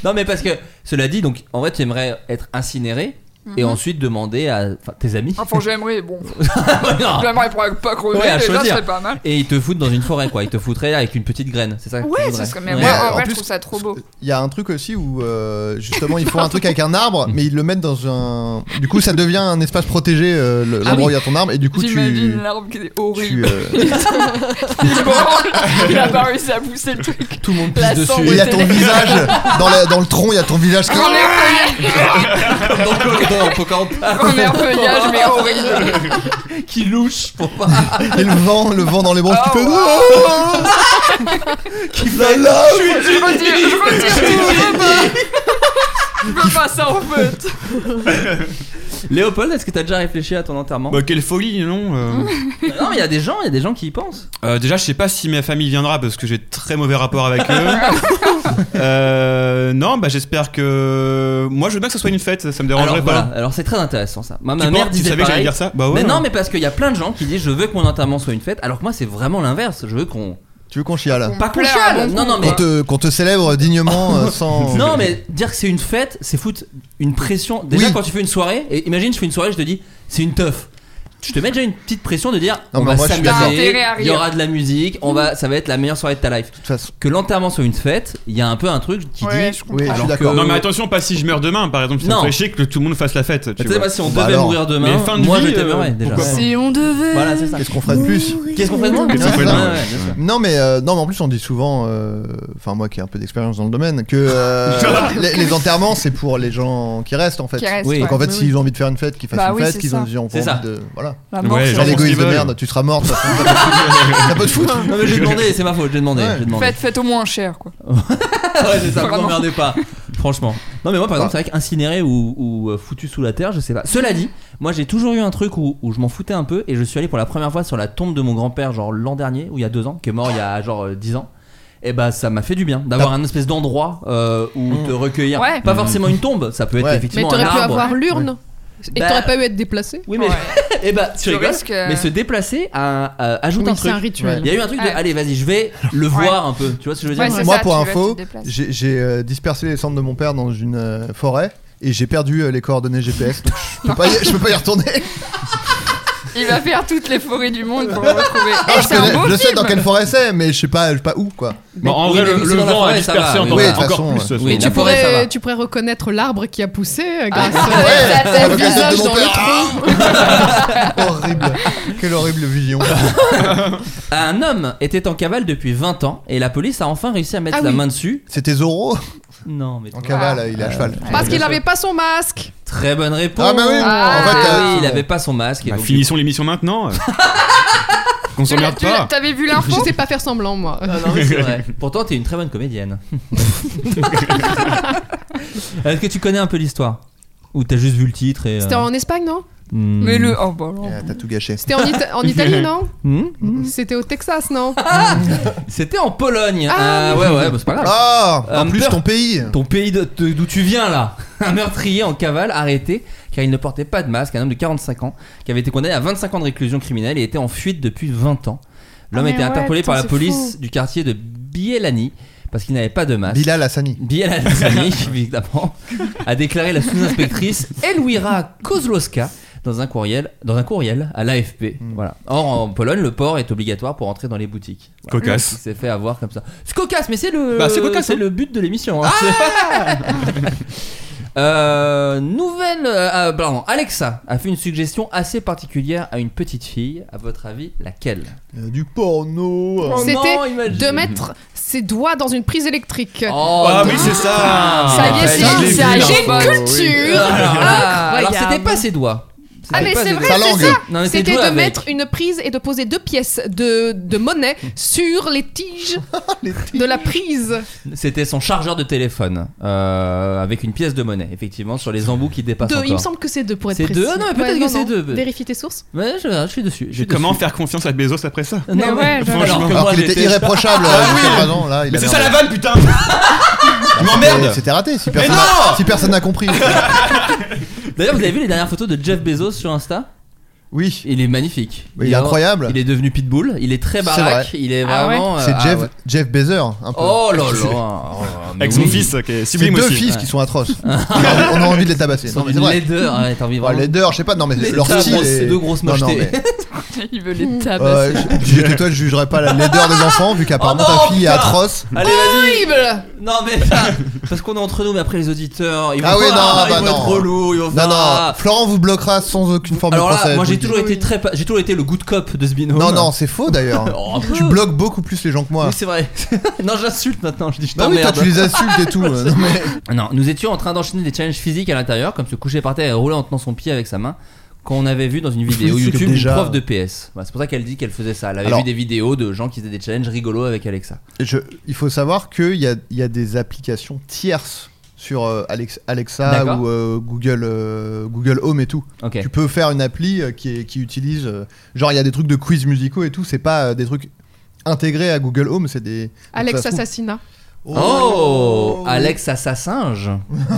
Non, mais parce que cela dit, donc en vrai, tu aimerais être incinéré. et Mhm. ensuite demander à enfin, tes amis. Enfin, j'aimerais, bon. bah, (laughs) Non. j'aimerais pas, pas crever, Ouais, à déjà, choisir. c'est pas mal. Et ils te foutent dans une forêt, quoi. Ils te foutraient avec une petite graine, c'est ça que tu Ouais, voudrais. ce serait, mais Ouais. moi, Ouais, en en vrai, je plus, trouve ça trop beau. Il y a un truc aussi où euh, justement ils font un truc avec un arbre, mais ils le mettent dans un. Du coup, ça devient un espace protégé, euh, le- l'endroit où il y a ton arbre, et du coup Ah J'imagine tu. l'arbre qui est tu horrible. euh, (laughs) Il est mort, il a pas réussi à pousser le truc. Tout le monde La pisse dessus. sangle Il y a de ton la- visage dans, la- dans le tronc, il y a ton visage. qui- Grand dans, dans Pocahontas. Grand-mère feuillage, mais horrible. (laughs) qui louche pour pas. Et le vent, le vent dans les branches qui fait. (laughs) qui fait là, Je suis- Je retire, je retire tout, je veux pas. Je veux pas ça en fait. Léopold, est-ce que t'as déjà réfléchi à ton enterrement Bah, quelle folie, non euh. Non, mais il y a des gens, il y a des gens qui y pensent. Euh, Déjà, je sais pas si ma famille viendra parce que j'ai très mauvais rapport avec eux. Euh, non, bah j'espère que. Moi, je veux bien que ce soit une fête, ça me Alors, dérangerait voilà. pas. Alors c'est très intéressant ça. Ma, ma Tu mère penses- tu disait savais que j'allais pareil. dire ça Bah ouais. Mais non, mais parce qu'il y a plein de gens qui disent je veux que mon enterrement soit une fête, alors que moi c'est vraiment l'inverse. Je veux qu'on Tu veux qu'on chiale pas qu'on Pleure, chiale. bon Non, non, mais Qu'on te, qu'on te célèbre dignement euh, sans. Non, mais dire que c'est une fête, c'est foutre une pression. Déjà, Oui. quand tu fais une soirée, et imagine, je fais une soirée, je te dis, c'est une teuf. Je te mets déjà une petite pression de dire, Non, on mais va moi, je suis d'accord. T'as s'amuser, intérêt à il y rire. Mm. aura de la musique, on va, ça va être la meilleure soirée de ta life. De toute façon, Que l'enterrement soit une fête, il y a un peu un truc qui Ouais, dit. je oui, je comprends. suis Alors d'accord. que- Non, mais attention, pas si je meurs demain, par exemple. Ça Non. serait chic que tout le monde fasse la fête. Tu Tu sais vois. pas si on euh, Bah devait alors. mourir demain, Mais fin de moi vie, je euh, t'aimerais déjà. pourquoi Si on devait. Voilà, c'est ça. Qu'est-ce qu'on ferait de plus Qu'est-ce qu'on fait de moins Qu'est-ce qu'on fait de Ouais, moins ouais, bien sûr. Non mais euh, non mais en plus on dit souvent, euh, enfin moi qui ai un peu d'expérience dans le domaine, que euh, les, les enterrements c'est pour les gens qui restent en fait. Qui reste, Oui. ouais. Donc en fait Oui, s'ils ont envie de faire une fête, qu'ils fassent Bah une oui, fête, c'est qu'ils ça. ont, ils ont pas C'est ça. envie de voilà. oui. La mort, Ouais, c'est genre Genre ce la- l'égoïste qu'ils de veulent. merde, tu seras morte. T'as pas de foutre. Non, (laughs) mais j'ai demandé, c'est ma faute, j'ai demandé. Ouais. j'ai demandé. Faites, faites au moins cher quoi. (laughs) Ouais, c'est ça, vous Vraiment. m'emmerdez pas. Franchement. Non, mais moi, par exemple, c'est vrai qu'incinéré ou, ou, euh, foutu sous la terre, je sais pas. Cela dit, moi, j'ai toujours eu un truc où, où je m'en foutais un peu et je suis allé pour la première fois sur la tombe de mon grand-père, genre l'an dernier, ou il y a deux ans, qui est mort il y a genre euh, dix ans. Et bah, ça m'a fait du bien d'avoir un espèce d'endroit euh, où te recueillir. Ouais. Pas forcément une tombe, ça peut être Ouais. Mais effectivement un t'aurais pu arbre. avoir l'urne. Et Bah- t'aurais pas eu à être déplacé. Oui, mais. (laughs) Ouais. et bah, tu Tu rigoles, risques, euh, Mais se déplacer à, à- ajoute Oui, un c'est truc. un rituel. Il y a eu un truc de Ouais. allez, vas-y, je vais le voir un peu. Tu vois ce que je veux dire Ouais, c'est Moi ça, pour tu vas, info, tu te déplaces. j'ai j'ai, euh, dispersé les cendres de mon père dans une euh, forêt et j'ai perdu euh, les coordonnées GPS. Donc je peux pas y- je peux pas (laughs) y retourner. Il va faire toutes les forêts du monde pour le retrouver. Ah, Eh, je c'est un connais- beau je sais film. dans quelle forêt c'est, mais je sais pas, je sais pas où quoi. Bon, en Oui, vrai, mais le, c'est le dans la vent a forêt, ça va, dispersé oui. encore, Oui, de toute encore façon, plus. ouais. ce euh, Oui, soir. la Tu forêt, ça va. pourrais, tu pourrais reconnaître l'arbre qui a poussé euh, (laughs) grâce Ah, à ouais, ça, Ah, ça, le ça, casque de ça, mon dans le père. (laughs) trou. (laughs) horrible. Quelle horrible vision. Un homme était en cavale depuis 20 ans et la police a enfin réussi à mettre Ah la oui. main dessus. C'était Zoro Non, mais en cavale, il est à cheval. Ah, Eh, Parce qu'il avait pas son masque. très bonne réponse. Ah bah oui, Ah, en fait, Ah euh, oui, il avait pas son masque. et Bah, donc, finissons l'émission (laughs) maintenant. Qu'on Tu l'as- s'emmerde tu l'as- pas. T'avais vu Je l'info sais pas faire semblant moi. Ah non, mais c'est vrai. Pourtant, t'es une très bonne (laughs) comédienne. Est-ce que tu connais un peu l'histoire Ou t'as juste vu le titre et. euh, C'était en Espagne non hmm. Mais le. Oh, bah, alors. Ah, T'as tout gâché. C'était en, Ita- (laughs) en Italie non Hmm C'était au Texas (laughs) non C'était en Pologne. Ah Euh, ouais, ouais, bah, c'est pas grave. Ah En Euh, plus, peur. ton pays Ton pays de- de- d'où tu viens là (laughs) Un meurtrier en cavale arrêté car il ne portait pas de masque, un homme de 45 ans qui avait été condamné à 25 ans de réclusion criminelle et était en fuite depuis 20 ans. L'homme Ah, a mais été ouais, interpellé putain, par la c'est police du quartier de Bielani parce qu'il n'avait pas de masque. Bilal Hassani. Bielani, (laughs) évidemment, a déclaré la sous-inspectrice Elwira Kozlowska dans un courriel, dans un courriel à l'AFP. Hmm. Voilà. Or, en Pologne, le port est obligatoire pour entrer dans les boutiques. Voilà. Cocasse. Il s'est fait avoir comme ça. C'est cocasse, mais c'est le, Bah, c'est cocasse, c'est hein. Ah le but de l'émission. hein. (laughs) C'est- Euh, nouvelle. euh, ah, pardon, Alexa a fait une suggestion assez particulière à une petite fille. À votre avis, laquelle Euh, Du porno. euh. Oh non, C'était imagine. de mettre ses doigts dans une prise électrique. Oh, Ah non. oui, c'est ça. Ça y est, c'est je l'ai c'est vu, un l'info. jet culture. Ah, Alors, Incroyable. c'était pas ses doigts. Ah C'était mais pas c'est ses vrai, doigts. Sa langue. c'est ça. Non, mais C'était tes de doigts avec. mettre une prise et de poser deux pièces de, de monnaie sur les tiges de la prise. C'était son chargeur de téléphone euh, avec une pièce de monnaie, effectivement, sur les embouts qui dépassent Deux, encore. il me semble que c'est deux pour être Ah, C'est précis. deux Ah non, mais peut-être Ouais, que c'est deux. Vérifie tes sources. Ouais, je, je suis dessus. Je suis Comment dessus. faire confiance à Bezos après ça Non, mais- ouais, je- alors que Alors moi qu'il était j'étais. Ah irréprochable euh, jusqu'à présent, là, il Bah, Mais avait c'est un- ça la vanne, putain Ah, m'emmerde. c'était- C'était raté si personne non n'a- si personne n'a compris. (laughs) D'ailleurs, vous avez vu les dernières photos de Jeff Bezos sur Insta Oui, Il est magnifique. Oui, il est incroyable. Il est devenu pitbull. Il est très C'est baraque. vrai. Il est Ah ouais vraiment. euh, c'est ah Jeff ouais. (laughs) Jeff Bezos un peu. Oh là là. Avec son fils, qui est sublime C'est deux aussi. fils Ouais. qui (laughs) sont atroces. on, a, on a envie de les tabasser. Ils sont Non, mais d'une c'est vrai. laideur, ouais, t'as envie vraiment- Ouais, laideur, je sais pas. Non, mais hein. Les leur deux style. grosses- est- deux grosses Non, non, mochetés. (laughs) (laughs) mais- (laughs) Il veut Hmm. les Euh, tabasser. je- je- toi, je jugerais pas la laideur des enfants, vu qu'apparemment Oh non, ta fille est putain. atroce. Allez, vas-y. Non, mais parce qu'on est entre nous, mais après les auditeurs, ils vont, Ah oui, non, Ah, ils bah vont non. être relous, ils vont faire, non, non, ah. Florent vous bloquera sans aucune forme Alors de procès. là, moi je vous j'ai le dis. toujours été très, pa- j'ai toujours été le good cop de ce binôme. Non, non, c'est faux d'ailleurs. (laughs) Oh, un peu. tu bloques beaucoup plus les gens que moi. Oui, c'est vrai. (laughs) non, j'insulte maintenant, je dis je Bah oui, toi t'emmerde. tu les insultes et tout. euh, non, mais- Non, nous étions en train d'enchaîner des challenges physiques à l'intérieur, comme se coucher par terre et rouler en tenant son pied avec sa main, qu'on avait vu dans une vidéo Oui, c'est YouTube déjà- d'une prof de PS. Voilà, c'est pour ça qu'elle dit qu'elle faisait ça. Elle avait Alors- vu des vidéos de gens qui faisaient des challenges rigolos avec Alexa. Je- il faut savoir qu'il y a, il y a des applications tierces sur euh, Alex- Alexa D'accord. ou euh, Google, euh, Google Home et tout. Ok. Tu peux faire une appli euh, qui, est- qui utilise. euh, genre, il y a des trucs de quiz musicaux et tout, c'est pas euh, des trucs intégrés à Google Home, c'est des. Alex ça se trouve- Assassinat. Oh, Alex Assassinge.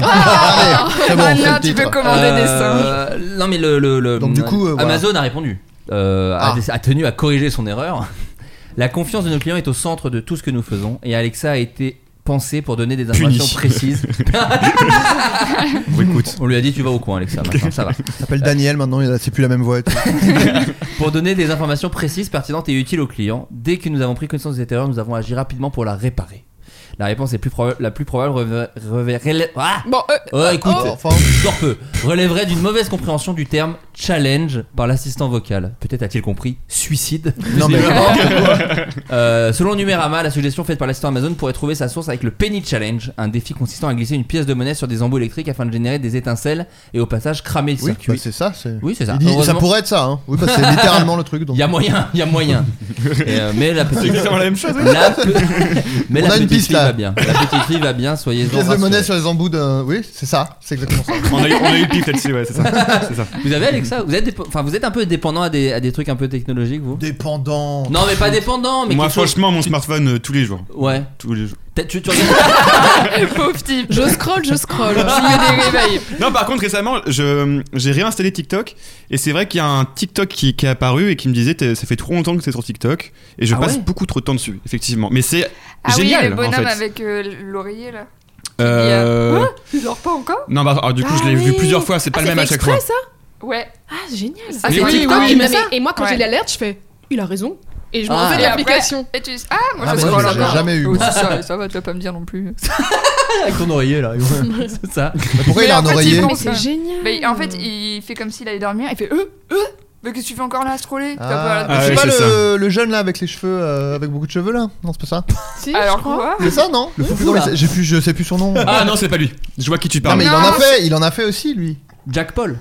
Ah, (laughs) allez, c'est bon, Ah c'est non, le tu titre. peux commander des singes. Euh, Non, mais le. le- le- Donc, du coup, euh, voilà. Ah. Amazon a répondu. Euh, a- a, tenu à corriger son erreur. (laughs) La confiance de nos clients est au centre de tout ce que nous faisons et Alexa a été pensée pour donner des Puni. (laughs) informations (laughs) précises. Bon, écoute. On lui a dit tu vas au coin Alexa, maintenant, ça va. s'appelle Daniel maintenant, il a- c'est plus la même voix. (laughs) et tout. Pour donner des informations précises, pertinentes et utiles aux clients, dès que nous avons pris connaissance des erreurs, nous avons agi rapidement pour la réparer. La réponse est plus proba- la plus probable rever- rever- relè- Ah Bon, euh, Oh, écoute, Oh. Enfin. je dors peu. Relèverait d'une mauvaise compréhension du terme challenge par l'assistant vocal. Peut-être a-t-il compris suicide. Non, mais- visiblement. Euh, selon Numérama, la suggestion faite par l'assistant Amazon pourrait trouver sa source avec le penny challenge, un défi consistant à glisser une pièce de monnaie sur des embouts électriques afin de générer des étincelles et au passage cramer le Oui, circuit. bah, c'est ça. c'est- Oui, c'est ça. Il dit- ça Heureusement- pourrait être ça. hein. Oui, bah, (laughs) c'est littéralement le truc. donc. Il y a moyen, il y a (laughs) moyen. Et, euh, mais la C'est petite, exactement la même chose. la pe- (laughs) mais On la a une petite piste, fille là. va bien. La petite fille va bien, soyez Une pièce de monnaie sur les embouts d'un. Oui, c'est ça. C'est exactement ça. On a eu, on a eu le pif là-dessus, ouais, c'est ça. (laughs) C'est ça. Vous avez Alexa Vous êtes, dépe- enfin, vous êtes un peu dépendant à des, à des trucs un peu technologiques, vous Dépendant. Non, mais pas dépendant, mais Moi, quelque chose- franchement, mon smartphone euh, tous les jours. Ouais. Tous les jours. T'as- Tu, tu (laughs) regardes- (laughs) (laughs) Pauvre type. Ah Je scroll, je scroll. Ah, Je mets des réveils. Non, par contre, récemment, je- j'ai réinstallé TikTok. Et c'est vrai qu'il y a un TikTok qui, qui est apparu et qui me disait t'es- ça fait trop longtemps que t'es sur TikTok. Et je Ah passe ouais beaucoup trop de temps dessus, effectivement. Mais c'est Ah génial. oui, le bonhomme en fait. avec euh, l'oreiller là. Hein Euh, Il dort pas encore Non, bah, alors, du coup, je Ah l'ai vu oui. plusieurs fois. C'est pas Ah, le c'est même à fait chaque exprès, fois. ça Ouais. Ah, c'est génial. Ah, c'est TikTok qui met mais- ça Et moi, quand Ouais. j'ai l'alerte, je fais il a raison. Et je m'en Ah. vais de Et après- l'application. Et tu dis Ah, moi Ah, je mais scroll j'ai encore. jamais eu, Oh, moi. c'est ça, ça va, tu vas pas me dire non plus. avec ton oreiller (laughs) là. C'est ça. Mais pourquoi Mais il a en un fait, ils oreiller vont- Mais c'est génial. Mais en fait, il fait comme s'il allait dormir. Il fait Euh, euh, mais qu'est-ce que tu fais encore là à scroller T'as Ah, pas- Ah c'est ouais, pas c'est le, le jeune là avec les cheveux, euh, avec beaucoup de cheveux là Non, c'est pas ça Si, je Alors crois. quoi C'est ça, non Le foufou, non, mais là. c'est- j'ai plus, je sais plus son nom. non, Ah non, c'est pas lui. Je vois qui tu parles. mais il en Non, a fait, il en a fait aussi lui. Jack Paul.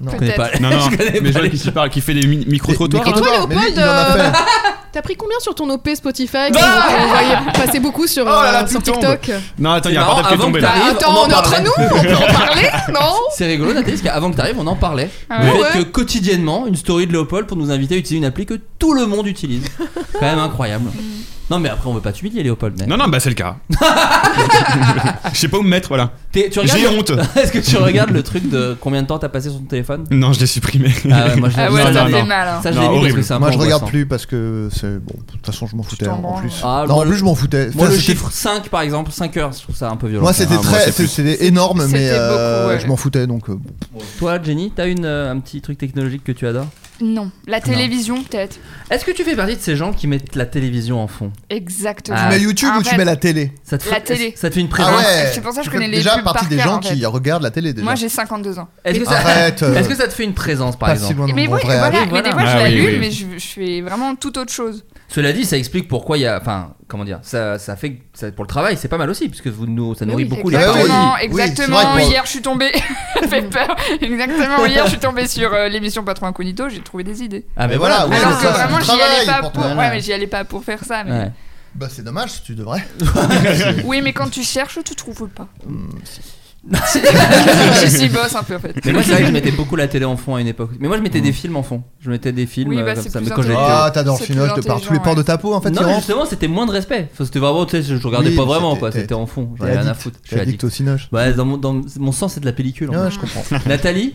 Non. Je connais pas. Non, non, (laughs) je connais mais je pas vois les qui gens. tu parles, qui fait des mi- micro-trottoirs. Mais- mais- toi, mais lui, Léopold, il en a euh, fait. T'as pris combien sur ton OP Spotify qu'on qu'on voyait passer beaucoup sur, Oh là là, euh, sur tout tombe. TikTok Non, attends, il y a un C'est marrant, portable qui est avant tombé que là. t'arrives, Ah, Attends, on en on est entre parlait. nous, on peut en parler, non C'est rigolo, Nathalie, parce qu'avant que t'arrives, on en parlait. Ah Le ouais. fait que quotidiennement, une story de Léopold pour nous inviter à utiliser une appli que tout le monde utilise. Quand même incroyable. Non, mais après, on veut pas t'humilier, Léopold. Mais... Non, non, bah c'est le (laughs) cas. Je sais pas où me mettre, voilà. T'es- tu J'ai regardes- honte. (laughs) Est-ce que (laughs) tu regardes le truc de combien de temps t'as passé sur ton téléphone Non, je l'ai supprimé. Ah ouais, moi je l'ai Ah je ouais, l'ai ça non, fait mis. mal. hein. Ça, je Non, l'ai mis parce que horrible. c'est un peu Moi je regarde angoissant. plus parce que c'est bon. De toute façon, je m'en foutais t'en en branles. plus. Ah, non, moi, en plus, je m'en foutais. Moi, Enfin, le c'était- chiffre 5 par exemple, 5 heures, je trouve ça un peu violent. Moi c'était Ah, moi, très, c'est plus. c'était énorme, mais C'était euh, beaucoup, ouais. je m'en foutais donc. euh, bon. Toi, Jenny, t'as une, euh, un petit truc technologique que tu adores Non, la télévision peut-être. Est-ce que tu fais partie de ces gens qui mettent la télévision en fond Exactement. Tu Ah. mets YouTube ou tu Arrête. mets la télé ça te La télé. Ça te fait une présence Ah ouais. c'est pour ça que je Tu connais fais les Déjà pubs partie par des cœur, gens en fait. qui regardent la télé déjà. Moi j'ai 52 ans. Est-ce que, ça... Arrête. euh, Est-ce que ça te fait une présence par Pas si exemple loin de Mais Oh mon oui, vrai voilà, avis. avis, mais des voilà. fois je Ah oui, l'allume, oui. mais je, je fais vraiment tout autre chose. Cela dit, ça explique pourquoi il y a. Enfin, comment dire Ça, ça fait. ça- pour le travail, c'est pas mal aussi, puisque vous, nous, ça Mais nourrit oui, beaucoup les Ah paroles. Exactement, oui, oui, exactement. c'est vrai que- Hier je suis tombée. (laughs) Ça fait peur. (laughs) Exactement, hier je suis tombée sur euh, l'émission Patron Incognito, j'ai trouvé des idées. Ah, Mais voilà, oui, Alors mais que ça, c'est vraiment du j'y allais travail, pas pour pour. toi, Ouais, là. mais j'y allais pas pour faire ça. mais- Ouais. (laughs) Bah c'est dommage, tu devrais. (laughs) Oui, mais quand tu cherches, tu trouves (laughs) pas. je suis boss un peu en fait. Mais moi, c'est vrai que je mettais beaucoup la télé en fond à une époque. Mais moi, je mettais des films en fond. Je mettais des films Oui, bah, euh, comme c'est ça. plus Mais quand j'étais. Mm. Ah t'adores C'est Finoche plus de par tous les intelligent, ports de ouais. ta peau en fait. non, Laurent justement, c'était moins de respect. Enfin, C'était vraiment, tu sais, je je regardais Oui, pas vraiment, c'était- quoi. t'es- C'était en fond. J'en T'es ai rien à addict. foutre. Je T'es suis addict addict. au Cinoche. Ouais, Bah, dans mon, dans mon sens, c'est de la pellicule. en fait. Ah, Ouais, je comprends. Nathalie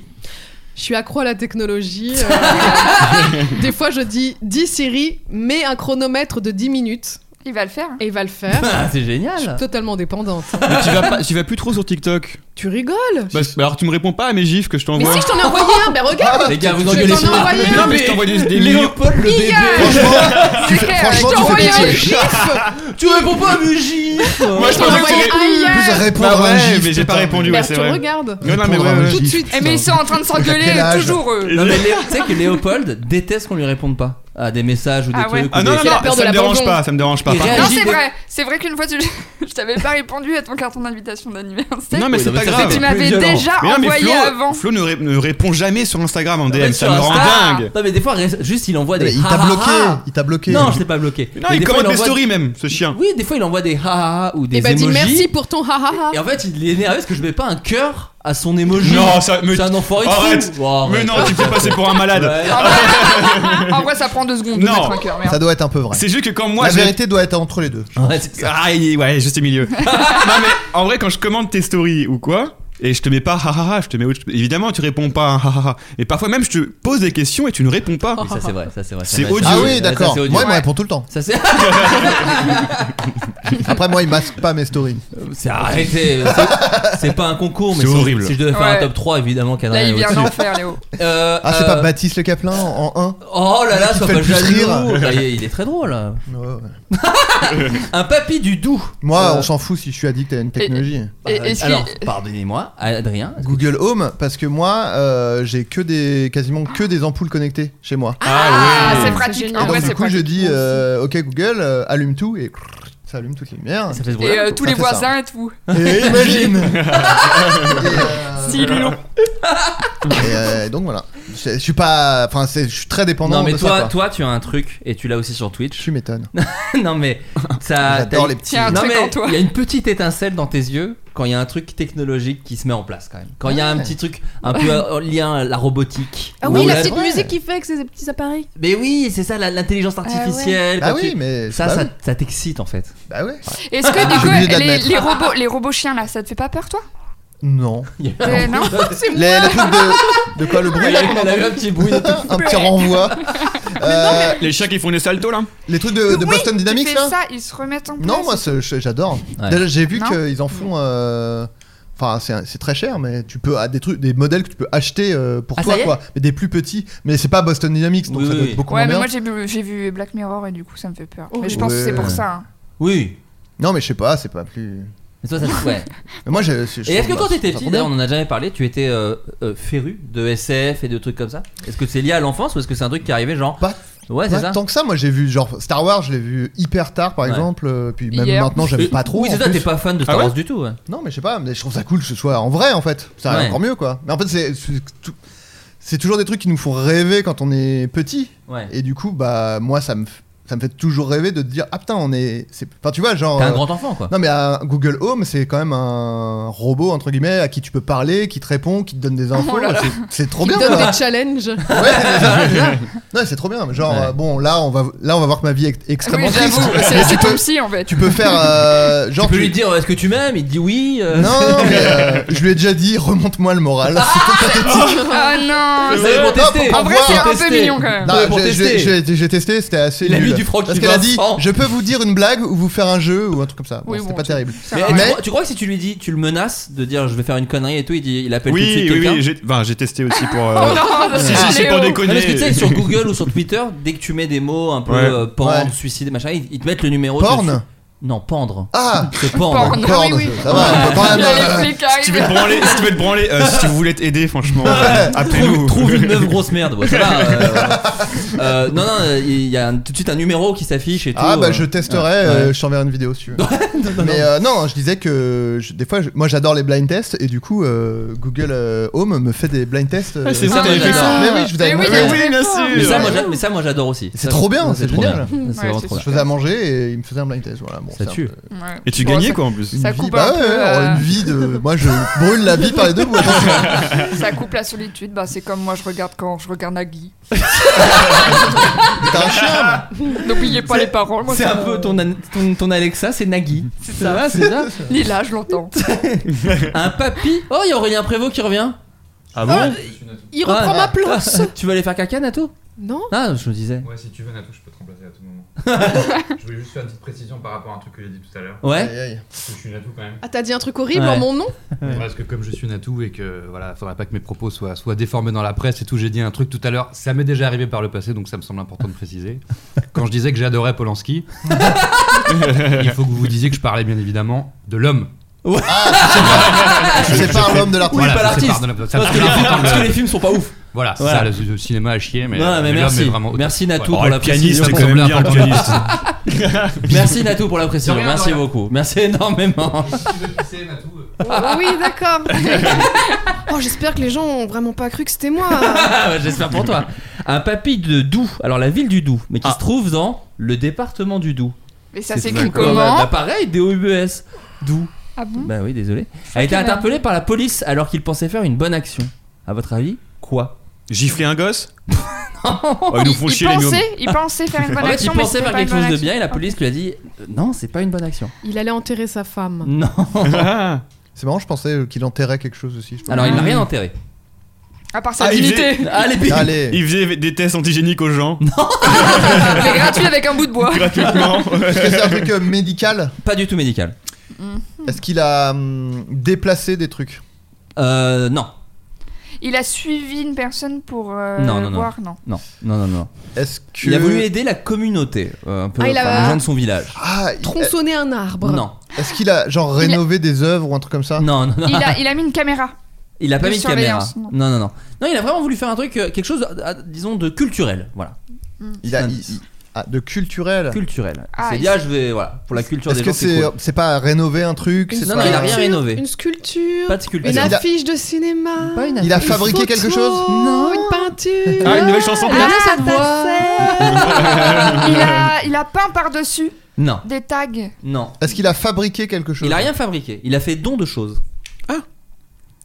Je suis accro à la technologie. euh, des fois, je dis dis Siri, mets un chronomètre de 10 minutes. Il va le faire. hein. Et il va le faire. (laughs) Ah, c'est génial. Je suis totalement dépendante. Mais tu vas, pas- tu vas plus trop sur TikTok. Tu rigoles Bah, bah, alors tu me réponds pas à mes gifs que je Mais t'envoie. si je t'en ai envoyé un, ben regarde Les gars, vous Je engueulez t'en ai pas. envoyé Non, un. mais je t'envoie des, des millions. le Il y a- tu fais- franchement, je t'ai tu fais envoyé pitié. un gif. Tu réponds pas à mes gifs (laughs) Moi, je t'en ai pensais que envoyé tu un hier. Plus à répondre Bah à un ouais, gif, mais j'ai pas putain. répondu, ouais, Merde, c'est tu vrai. regarde. Non, non, mais Répondre à ouais, un ouais. Tout de gif, suite. putain. Eh, mais ils sont en train de Quel s'engueuler, âge toujours eux. Non mais Léo- tu sais que Léopold déteste qu'on lui réponde pas à des messages ou des Ah ouais. trucs. ou Ah non, des- non, C'est la non, peur de ça me l'abandon. dérange pas, ça me dérange pas. Il Par réagit. Non, contre- c'est de- vrai. C'est vrai qu'une fois, tu... (laughs) je t'avais pas répondu à ton carton d'invitation d'anniversaire. Non, mais c'est Oui, pas ça, grave. c'est plus Tu m'avais violent. déjà Mais non, mais envoyé Flo, avant. Flo ne, ré- ne répond jamais sur Instagram en Ouais, DM, sur ça me rend Insta. dingue. Non mais des fois reste- juste il envoie des Il t'a ha, ha, bloqué, ha. il t'a bloqué. Non, je t'ai pas bloqué. Non, Mais il des fois, commente des envoie- stories même, ce chien. Oui, des fois il envoie des ha ha, Eh ha ou des Et ben, bah dis emojis. merci pour ton ha ha ha. Et en fait, il est énervé parce que je mets pas un cœur à son emoji. Non, ça- mais- c'est un enfoiré de fou. Arrête. Oh, arrête. Mais non, tu peux passer pour un malade. Ouais. En vrai- Ah bah, en vrai, ça prend deux secondes de Non. mettre un cœur. merde. Ça doit être un peu vrai. C'est juste que quand moi La je vérité doit être entre les deux. Ouais, c'est ça. Ah, il- ouais, juste au milieu. non, mais en vrai, quand je commande tes stories ou quoi, et je te mets pas ha ha ha, je te mets autre- évidemment, tu réponds pas hein, ha ha ha. Et parfois même, je te pose des questions et tu ne réponds pas. Oui, ça c'est vrai, ça c'est vrai. ça, oh. C'est ouais, ça, odieux. Ah ouais, oui, ça, d'accord. c'est Moi, odieux. il me répond tout le temps. Ça c'est. (laughs) Après, moi, il masque pas mes stories. C'est arrêté. c'est- C'est pas un concours, mais C'est si- horrible. Si je devais faire un Ouais. top 3, évidemment, Là, Canadien. il vient d'en faire, Léo. Ah, c'est pas Baptiste Le Caplin en en Euh, Oh là là, Qui sois fait pas le plus jaloux. rire. Bah, il il est très drôle. hein. 1 Ouais, ouais. Un papy du Doubs. Moi, Euh, on s'en fout si je suis addict à une technologie. Et- Euh, est-ce alors, qu'il- pardonnez-moi, Adrien. Google Home, parce que moi, euh, j'ai que des, quasiment que des ampoules connectées chez moi. Ah, ouais. c'est C'est pratique. génial. En et donc, vrai, du c'est coup, je pratique. dis, euh, ok Google, euh, allume tout et ça allume toutes les lumières. Ça fait ce bruit. Et euh, tous Ça les fait ça. voisins et tout. Et (laughs) imagine euh, Si long. Et euh, donc voilà, je je suis pas, enfin, c'est- je suis très dépendant. Non mais de toi, ça, quoi. toi, tu as un truc et tu l'as aussi sur Twitch. (laughs) tu m'étonnes. non mais ça. J'adore Ah, t'as- les petits. Tiens, un Non truc mais en toi. il y a une petite étincelle dans tes yeux quand il y a un truc technologique qui se met en place quand même. Quand il y a un petit truc un peu euh, lié à la robotique. Ah ou oui, à la ouais. petite Ouais. musique qu'il fait avec ses petits appareils. Mais oui, c'est ça la- l'intelligence ouais. artificielle. Ah quand oui, tu- mais ça, bah ça, oui. ça t'excite en (laughs) fait. Bah ouais. Est-ce que J'ai du oublié coup, les, d'admettre. les robots, les robots chiens là, ça te fait pas peur toi Non. Euh, Non. Les, les trucs (laughs) de, de quoi le bruit Elle là, a eu- qu'on elle a eu entend un petit bruit. (laughs) Un petit renvoi. Euh, Les chiens qui font des saltos là les trucs de, Oui, de Boston tu Dynamics fais là. ça, ils se remettent en place. Non, moi c'est- je- j'adore. Ouais. Déjà, J'ai vu Non. qu'ils en font. euh, Enfin, c'est- c'est très cher, mais tu peux ah, des trucs, des modèles que tu peux acheter euh, pour Ah, toi, ça y est quoi. Mais des plus petits. Mais c'est pas Boston Dynamics, donc Oui, ça doit oui. être beaucoup Ouais, mais moins moi bien. j'ai vu, j'ai vu Black Mirror et du coup ça me fait peur. Oh. Mais je pense que c'est Ouais. pour ça. hein. Oui. Non, mais je sais pas, c'est pas plus. Mais toi, ça te- ouais. Mais moi, j'ai- c'est- je Et est-ce que trouve, quand bah, t'étais ça petit, tombe d'ailleurs on bien. en a jamais parlé, tu étais euh, euh, féru de SF et de trucs comme ça Est-ce que c'est lié à l'enfance ou est-ce que c'est un truc qui arrivait genre Pas- Ouais, Ah, c'est Pas ça. tant que ça, moi j'ai vu genre Star Wars, je l'ai vu hyper tard par Ouais. exemple, euh, puis même Hier. maintenant j'aime Et- pas trop. Oui, c'est en ça, plus. t'es pas fan de Ah Star ouais Wars du tout. ouais. Non, mais je sais pas, mais je trouve ça cool que ce soit en vrai en fait. Ça Ouais. encore mieux quoi. Mais en fait, c'est- c'est tout- c'est toujours des trucs qui nous font rêver quand on est petit. Ouais. Et du coup, bah moi ça me f- ça me fait toujours rêver de te dire ah putain on est c'est enfin tu vois genre T'es un euh, grand enfant quoi. non mais euh, Google Home c'est quand même un robot entre guillemets à qui tu peux parler, qui te répond, qui te donne des infos, Oh là là. C'est- c'est trop Il bien. donne quoi. des challenges. Ouais, c'est (laughs) ça, c'est ça. non c'est trop bien. Genre Ouais. euh, bon là on va là on va voir que ma vie est extrêmement Oui, triste. j'avoue, c'est- Mais tu c'est peux ton psy en fait. tu peux faire euh, genre Tu peux tu- lui dire est-ce que tu m'aimes Il te dit oui. euh, (laughs) Non, non, mais euh, je lui ai déjà dit, remonte-moi le moral. (laughs) Ah Ça, non. c'est pour tester. pour En vrai, voir, c'est un peu tester. mignon quand même. Non, mais pour j'ai- tester. j'ai- j'ai- j'ai testé, c'était assez. Il a nul. mis du Francky Parce qu'elle a dit, Vincent. je peux vous dire une blague ou vous faire un jeu ou un truc comme ça. Bon, Oui, c'était bon, pas tu- terrible. ça Mais va. tu, (laughs) Mais- euh, crois, tu crois que si tu lui dis, tu le menaces de dire je vais faire une connerie et tout, il, dit, il appelle tout de Oui, suite oui, quelqu'un oui. J'ai enfin, j'ai testé aussi pour. euh, (laughs) Oh non, Si, si, c'est Léo. pour Non, parce que tu sais, déconner. sur Google ou sur Twitter, dès que tu mets des mots un peu Ouais. euh, pendre, Ouais. suicide, machin, ils, ils te mettent le numéro. Porn dessus. Non, pendre. Ah C'est pendre. Porn. Porn, Ah oui, oui. ça va, on peut (laughs) quand Il même. y a euh, les flics arrivent. Si tu veux te branler, si tu veux te branler, euh, si vous voulez t'aider, franchement, Ah, euh, appelez-nous. Trouve, trouve une meuf grosse merde. Ouais, ça va, euh, euh, non, non, euh, il y a un- tout de suite un numéro qui s'affiche et tout. Ah bah euh. je Ouais. testerai, euh, je t'enverrai une (laughs) vidéo si tu veux. Mais euh, non, je disais que je- des fois, je- moi j'adore les blind tests et du coup euh, Google euh, Home me fait des blind tests. euh, c'est ça, sur moi, téléphone. j'adore. Mais oui, je vous avais Mais oui, montré. mais oui. Ah, bien Mais ça, sûr. moi, j'a- mais ça, moi, j'adore aussi. C'est Ça, trop bien, ça, c'est trop bien. génial. Ça, C'est Ouais, vraiment c'est trop Je bien. faisais à manger et il me faisait un blind test. Voilà, bon, Ça c'est un tue. peu- Ouais. Et tu Bon, gagnais ça- quoi en plus Une Ça vie- coupe bah un peu, ouais, euh, Une vie de. Moi, je brûle la vie par les deux bouts. attention. (laughs) Ça coupe la solitude, bah c'est comme moi je regarde quand je regarde Nagui. T'es un chien moi. N'oubliez pas les paroles, moi C'est ça un me- peu ton, an- ton, ton Alexa, c'est Nagui. C'est ça, va, c'est ça. Ni là, je l'entends. un papy. Oh, il y a Aurélien Prévost qui revient. Ah bon Il reprend Ah, ma ah, place. Tu vas aller faire caca, Nato Non Ah, je me disais. Ouais, si tu veux, Natou, je peux te remplacer à tout moment. je voulais juste faire une petite précision par rapport à un truc que j'ai dit tout à l'heure. Ouais. Aïe, aïe. Parce que je suis Natou quand même. Ah, t'as dit un truc horrible en Ouais. mon nom Ouais, Parce que comme je suis Natou et que voilà, faudrait pas que mes propos soient, soient déformés dans la presse et tout, j'ai dit un truc tout à l'heure, ça m'est déjà arrivé par le passé donc ça me semble important de préciser. Quand je disais que j'adorais Polanski, il faut que vous vous disiez que je parlais bien évidemment de l'homme. Je sépare l'homme de l'artiste. Oui, pas l'artiste. Ça Parce me semble que les films- important de parce que le- les films sont pas ouf. Voilà, c'est Voilà. ça, le, le cinéma a chier, mais, Non, mais l'homme merci. est vraiment. Merci, Natou, Ouais. pour la précision. ça me semblait important. Merci Natou pour la précision. De rien, de Merci rien. beaucoup. Merci énormément. Oui, d'accord. oh, j'espère que les gens ont vraiment pas cru que c'était moi. Ah, J'espère pour toi. Un papy de Doubs. Alors la ville du Doubs, mais qui se trouve dans le département du Doubs. Mais Ah. ça C'est s'écrit d'accord. comment Bah, Pareil, D-O-U-B-S. Doubs. Ah bon Bah oui, désolé. A été qu'il y en a. interpellé par la police alors qu'il pensait faire une bonne action. À votre avis, quoi Gifler (laughs) un gosse Oh, bah, Ils nous font il, chier les gnomes. pensait, il pensait faire une bonne En fait, il action. mais pensait c'était faire pas une quelque chose bonne de bien et la action. police lui a dit euh, Non, c'est pas une bonne (laughs) action. Il allait enterrer sa femme. Non. Ah. C'est marrant, je pensais qu'il enterrait quelque chose aussi. je pense. Alors il n'a rien (laughs) enterré. À part sa Ah, il dignité. Allez, puis- Allez. Ils faisaient des tests antigéniques aux gens C'est gratuit avec un bout de bois. gratuitement. Est-ce que c'est un truc euh, médical Pas du tout médical. Est-ce qu'il a hum, déplacé des trucs Euh, non. Il a suivi une personne pour euh, Non, non, non. voir, non. Non, non, non, non. Est-ce que Il a voulu aider la communauté, euh, un peu Ah, il a- enfin, les gens de son village. Ah, il- Tronçonner un arbre. Non, est-ce qu'il a genre Il a- rénové des œuvres ou un truc comme ça non, non, non. Il a, il a mis (laughs) une caméra. Il a pas de mis de caméra. surveillance, Non. non. non, non, non. il a vraiment voulu faire un truc, euh, quelque chose, euh, disons, de culturel. Voilà. Il a Un- il- il- ah, de culturel. Culturel. Ah, c'est il- bien, je vais. Voilà, pour la culture Est-ce des que gens. c'est cool. c'est pas rénover un truc c'est Non, pas- non, il a rien rénové. Une sculpture. Pas de sculpture. Une euh, Il a- affiche de cinéma. Pas une Il a Une fabriqué photo, quelque chose Non. Une peinture. Ah, une nouvelle chanson Ah, Ah, ça te ta voit. Il a, il a peint par-dessus Non, des tags. non. Est-ce qu'il a fabriqué quelque chose Il a rien fabriqué. Il a fait don de choses. (laughs)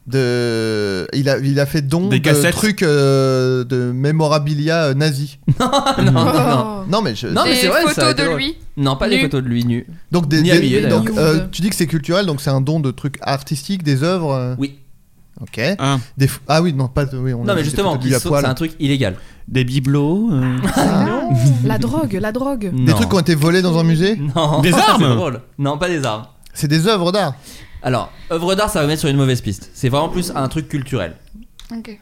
de... il, a, il a fait don Des de cassettes. trucs euh, de mémorabilia euh, nazi. Mmh. non, non, (laughs) non. Oh. Non mais je... Non, mais des c'est vrai, ça a photos été de drôle. lui. Non, pas des Nu. photos de lui nu. donc des, Ni des- habillé, d'ailleurs. donc euh, tu dis que c'est culturel donc c'est un don de trucs artistiques, des œuvres. euh, Oui. Ok. Ah, Des f- ah oui non pas de- oui, on Non, a mais dit des justement, photos de lui qui à saute, poil. c'est un truc illégal. des bibelots. euh. Non. Oh, La drogue, la drogue. Des trucs qui ont été volés dans un musée. Non. Des (laughs) C'est armes drôle. Non, pas des armes. C'est des œuvres d'art. Alors, œuvre d'art, ça va mettre sur une mauvaise piste. C'est vraiment plus un truc culturel. Ok.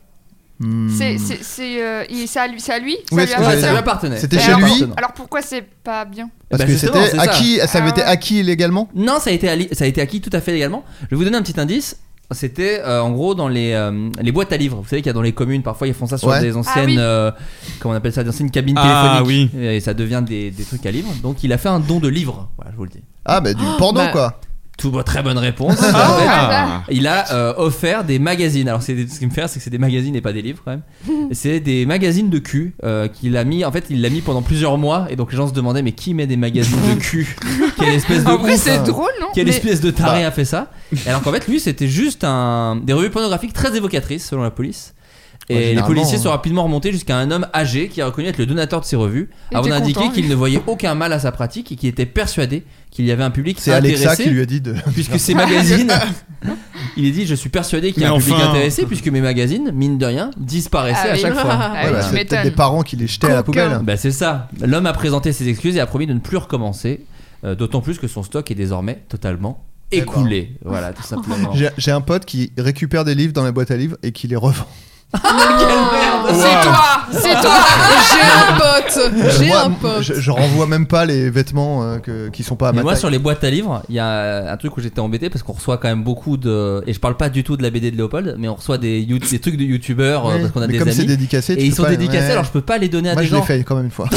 Hmm. Hmm. C'est, c'est, c'est, euh, il- c'est à lui, c'est à lui, Ah ça Oui, lui Ouais, c'est- appartient. ça lui appartenait. C'était Et chez alors- lui. appartenant. Alors pourquoi c'est pas bien Parce Bah, que justement, c'était c'est ça. acquis, ça avait Ah été ouais. acquis illégalement. Non, ça a été, alli- ça a été acquis tout à fait légalement. Je vais vous donner un petit indice. C'était euh, en gros dans les, euh, les boîtes à livres. Vous savez qu'il y a dans les communes, parfois ils font ça sur Ouais. des anciennes. Ah oui. euh, comment on appelle ça Des anciennes cabines Ah téléphoniques. Et ça devient des, des trucs à livres. Donc il a fait un don de livres. Voilà, je vous le dis. Ah bah du porno bah- quoi. Tout, très bonne réponse. Ah, Ah. En fait, Il a euh, offert des magazines. Alors, c'est des- ce qui me fait rire, c'est que c'est des magazines et pas des livres quand (laughs) même. c'est des magazines de cul euh, qu'il a mis. En fait, il l'a mis pendant plusieurs mois. Et donc, les gens se demandaient mais qui met des magazines de (laughs) cul Quelle espèce de En vrai, ouf, c'est hein. drôle, non Quelle Mais- Bah. espèce de taré a fait ça Et Alors qu'en fait, lui, c'était juste un des revues pornographiques très évocatrices selon la police. Ouais, Et les généralement, policiers hein. sont rapidement remontés jusqu'à un homme âgé qui a reconnu être le donateur de ces revues, Il avant était d'indiquer content, qu'il lui. ne voyait aucun mal à sa pratique et qu'il était persuadé qu'il y avait un public C'est intéressé Alexa qui lui a dit de. puisque ces (laughs) magazines. il est dit je suis persuadé qu'il y a Mais un public enfin. intéressé puisque mes magazines, mine de rien, disparaissaient Ah à oui. chaque (laughs) fois. Ah Ouais, oui, bah, tu c'est peut-être m'étonnes. des parents qui les jetaient à la Coquin. poubelle. Bah c'est ça. L'homme a présenté ses excuses et a promis de ne plus recommencer, euh, d'autant plus que son stock est désormais totalement Eh ben. écoulé. Voilà, tout simplement. (laughs) J'ai- J'ai un pote qui récupère des livres dans la boîte à livres et qui les revend. C'est toi, (laughs) c'est toi. Ah, J'ai un pote. J'ai Euh, Moi, un pote. Je, je renvoie même pas les vêtements euh, que, qui sont pas à Mais ma moi taille. sur les boîtes à livres, il y a un truc où j'étais embêté parce qu'on reçoit quand même beaucoup de et je parle pas du tout de la BD de Léopold, mais on reçoit des, you- des trucs de youtubeurs euh, Ouais. parce qu'on a Mais des comme c'est amis dédicacé, tu et ils peux sont pas- dédicacés ouais. alors je peux pas les donner à Moi des je l'ai gens. fait quand même (laughs) une fois.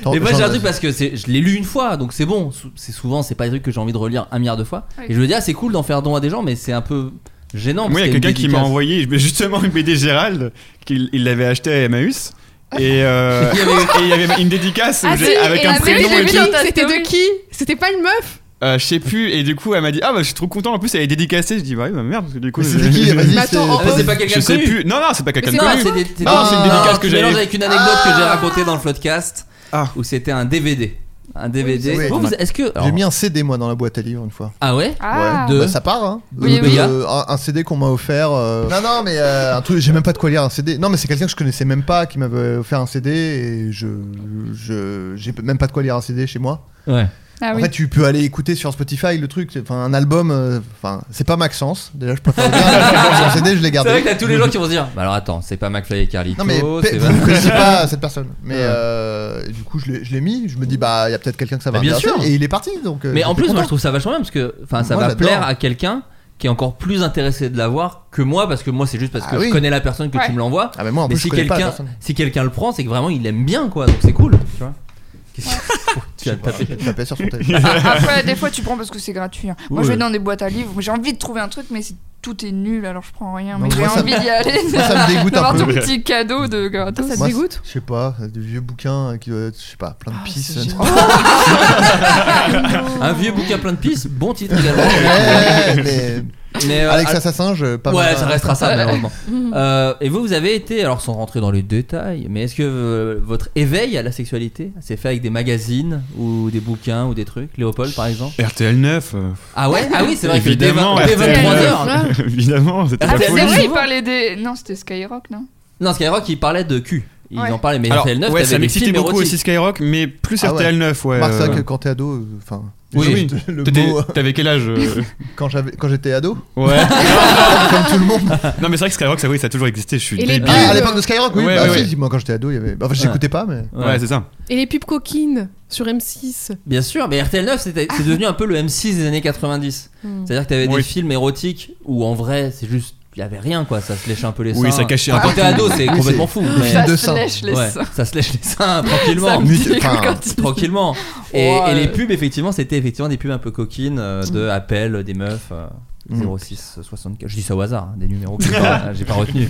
Attends, Mais moi j'en- j'ai un truc parce que c'est- je l'ai lu une fois donc c'est bon. Sou- C'est souvent c'est pas des trucs que j'ai envie de relire un milliard de fois. Oui. Et je me dis ah c'est cool d'en faire don à des gens mais c'est un peu gênant. parce Moi, il y a qu'il quelqu'un une qui m'a dédicace. envoyé justement une BD Gérald qu'il il l'avait acheté à Emmaüs. Et, euh, Il y et il y avait une dédicace où Ah, j'ai- si, avec et un la prénom série, et vu tout. j'ai dans vu, ta C'était story. de qui C'était pas une meuf Euh, je sais plus. Et du coup, elle m'a dit Ah, bah, je suis trop content. En plus, elle est dédicacée. Je dis Bah, oui, bah merde. Parce que du coup, Mais je- c'était qui (laughs) Vas-y, Mais attends, c'est- en Ah, mais c'est pas je quelqu'un de sais connu. plus. Non, non, c'est pas quelqu'un de Non, connu. c'est des- c'est Non, des- c'est une dédicace non, que tu mélanges Ah. j'avais- avec une anecdote que j'ai racontée dans le podcast Ah. où c'était un DVD. Un DVD. Oui. Vous, vous- est-ce que. alors- J'ai mis un CD moi dans la boîte à livres une fois. Ah ouais Ah. De- Bah, ça part, hein. Oui, De- oui. de- un, un CD qu'on m'a offert. euh, Non, non, mais euh, (laughs) un truc, j'ai même pas de quoi lire un CD. Non, mais c'est quelqu'un que je connaissais même pas qui m'avait offert un CD et je. je- J'ai même pas de quoi lire un CD chez moi. Ouais. Ah en oui. fait, tu peux aller écouter sur Spotify le truc. c'est- Enfin, un album. euh, Enfin, c'est pas Maxence. Déjà, je préfère le dire. Maxence, un CD, je l'ai C'est gardé. vrai que t'as tous les gens qui vont se (laughs) dire Bah alors attends, c'est pas McFly et Carlito. Non mais c'est pe- pas- vous (laughs) connaissez pas cette personne. Mais Ouais. euh, du coup, je l'ai je l'ai mis. Je me dis bah, il y a peut-être quelqu'un que ça va Bah, bien intéresser. sûr. Et il est parti. Donc. euh, Mais en j'étais plus, moi content. je trouve ça vachement bien parce que enfin, ça Moi, va j'adore. plaire à quelqu'un qui est encore plus intéressé de l'avoir que moi parce que moi c'est juste parce que Ah oui. je connais la personne que Ouais. tu me l'envoies. Ah mais moi en mais plus, si je connais pas la quelqu'un personne. si quelqu'un le prend, c'est que vraiment il aime bien quoi, donc c'est cool. (laughs) Tu vois Qu'est-ce que- Tu as tapé. Je (laughs) tapais sur son téléphone. Ah, Après, des fois, tu prends parce que c'est gratuit. hein. Moi, je Ouais. vais dans des boîtes à livres. J'ai envie de trouver un truc, mais c'est- tout est nul, alors je prends rien. Non, Mais j'ai moi, ça- envie d'y aller. moi, ça me dégoûte un D'avoir peu. ton petit cadeau de gratos. Ça te Moi, dégoûte Je sais pas, des vieux bouquins euh, qui doivent être, je sais pas, plein de pisse. Ah, c'est euh, (laughs) génial. (laughs) Un vieux bouquin plein de pisse, bon titre également. Ouais, mais Mais, euh, Alex à- Assassin, je pas ouais, mal. ça restera ça malheureusement. Euh, et vous, vous avez été, alors sans rentrer dans les détails, mais est-ce que euh, votre éveil à la sexualité s'est fait avec des magazines ou des bouquins ou des trucs Léopold par exemple RTL 9. euh, Ah ouais Ah oui, c'est vrai que dès Évidemment, 20 dès RTL. 23h. (laughs) Évidemment, c'était Ah, la c'est Folie. vrai, il Souvent. parlait des. Non, c'était Skyrock, non Non, Skyrock, il parlait de cul. Il Ouais. en parlait, mais Alors, RTL 9, ouais, t'avais ça des m'excitait films beaucoup érotiques. aussi Skyrock, mais plus Ah ouais. RTL 9, ouais. Marc, c'est vrai euh, que quand t'es ado, euh, enfin. Oui, juste (laughs) oui. (laughs) le T'étais- mot, euh, T'avais quel âge euh, quand j'avais- quand j'étais ado, Ouais. (laughs) comme tout le monde. Non, mais c'est vrai que Skyrock, ça, oui, ça a toujours existé. Je suis Et les- débile. Ah, à l'époque de Skyrock, oui. Ouais, bah, ouais, si, moi quand j'étais ado, il y avait. bah, Enfin, j'écoutais pas, mais. Ouais, c'est ça. Et les pubs coquines sur M6. Bien sûr, mais RTL 9, c'était- c'est devenu un peu le M6 des années 90. C'est-à-dire que t'avais Oui. des films érotiques où en vrai, c'est juste. Il y avait rien quoi, ça Ah se lèche un peu les seins. Oui, ça cachait un Quand peu t'es tout. ado, c'est Oui, complètement c'est- fou. le mais- film de Ça se seins. lèche les Ouais, seins. ça se lèche les seins Ça tranquillement. me dit Enfin, quand il- tranquillement. Et, Ouais. et les pubs, effectivement, c'était effectivement des pubs un peu coquines euh, de appel euh, des meufs euh, Mm. 06 64. Je dis ça au hasard, hein, des numéros que j'ai pas, j'ai pas retenu.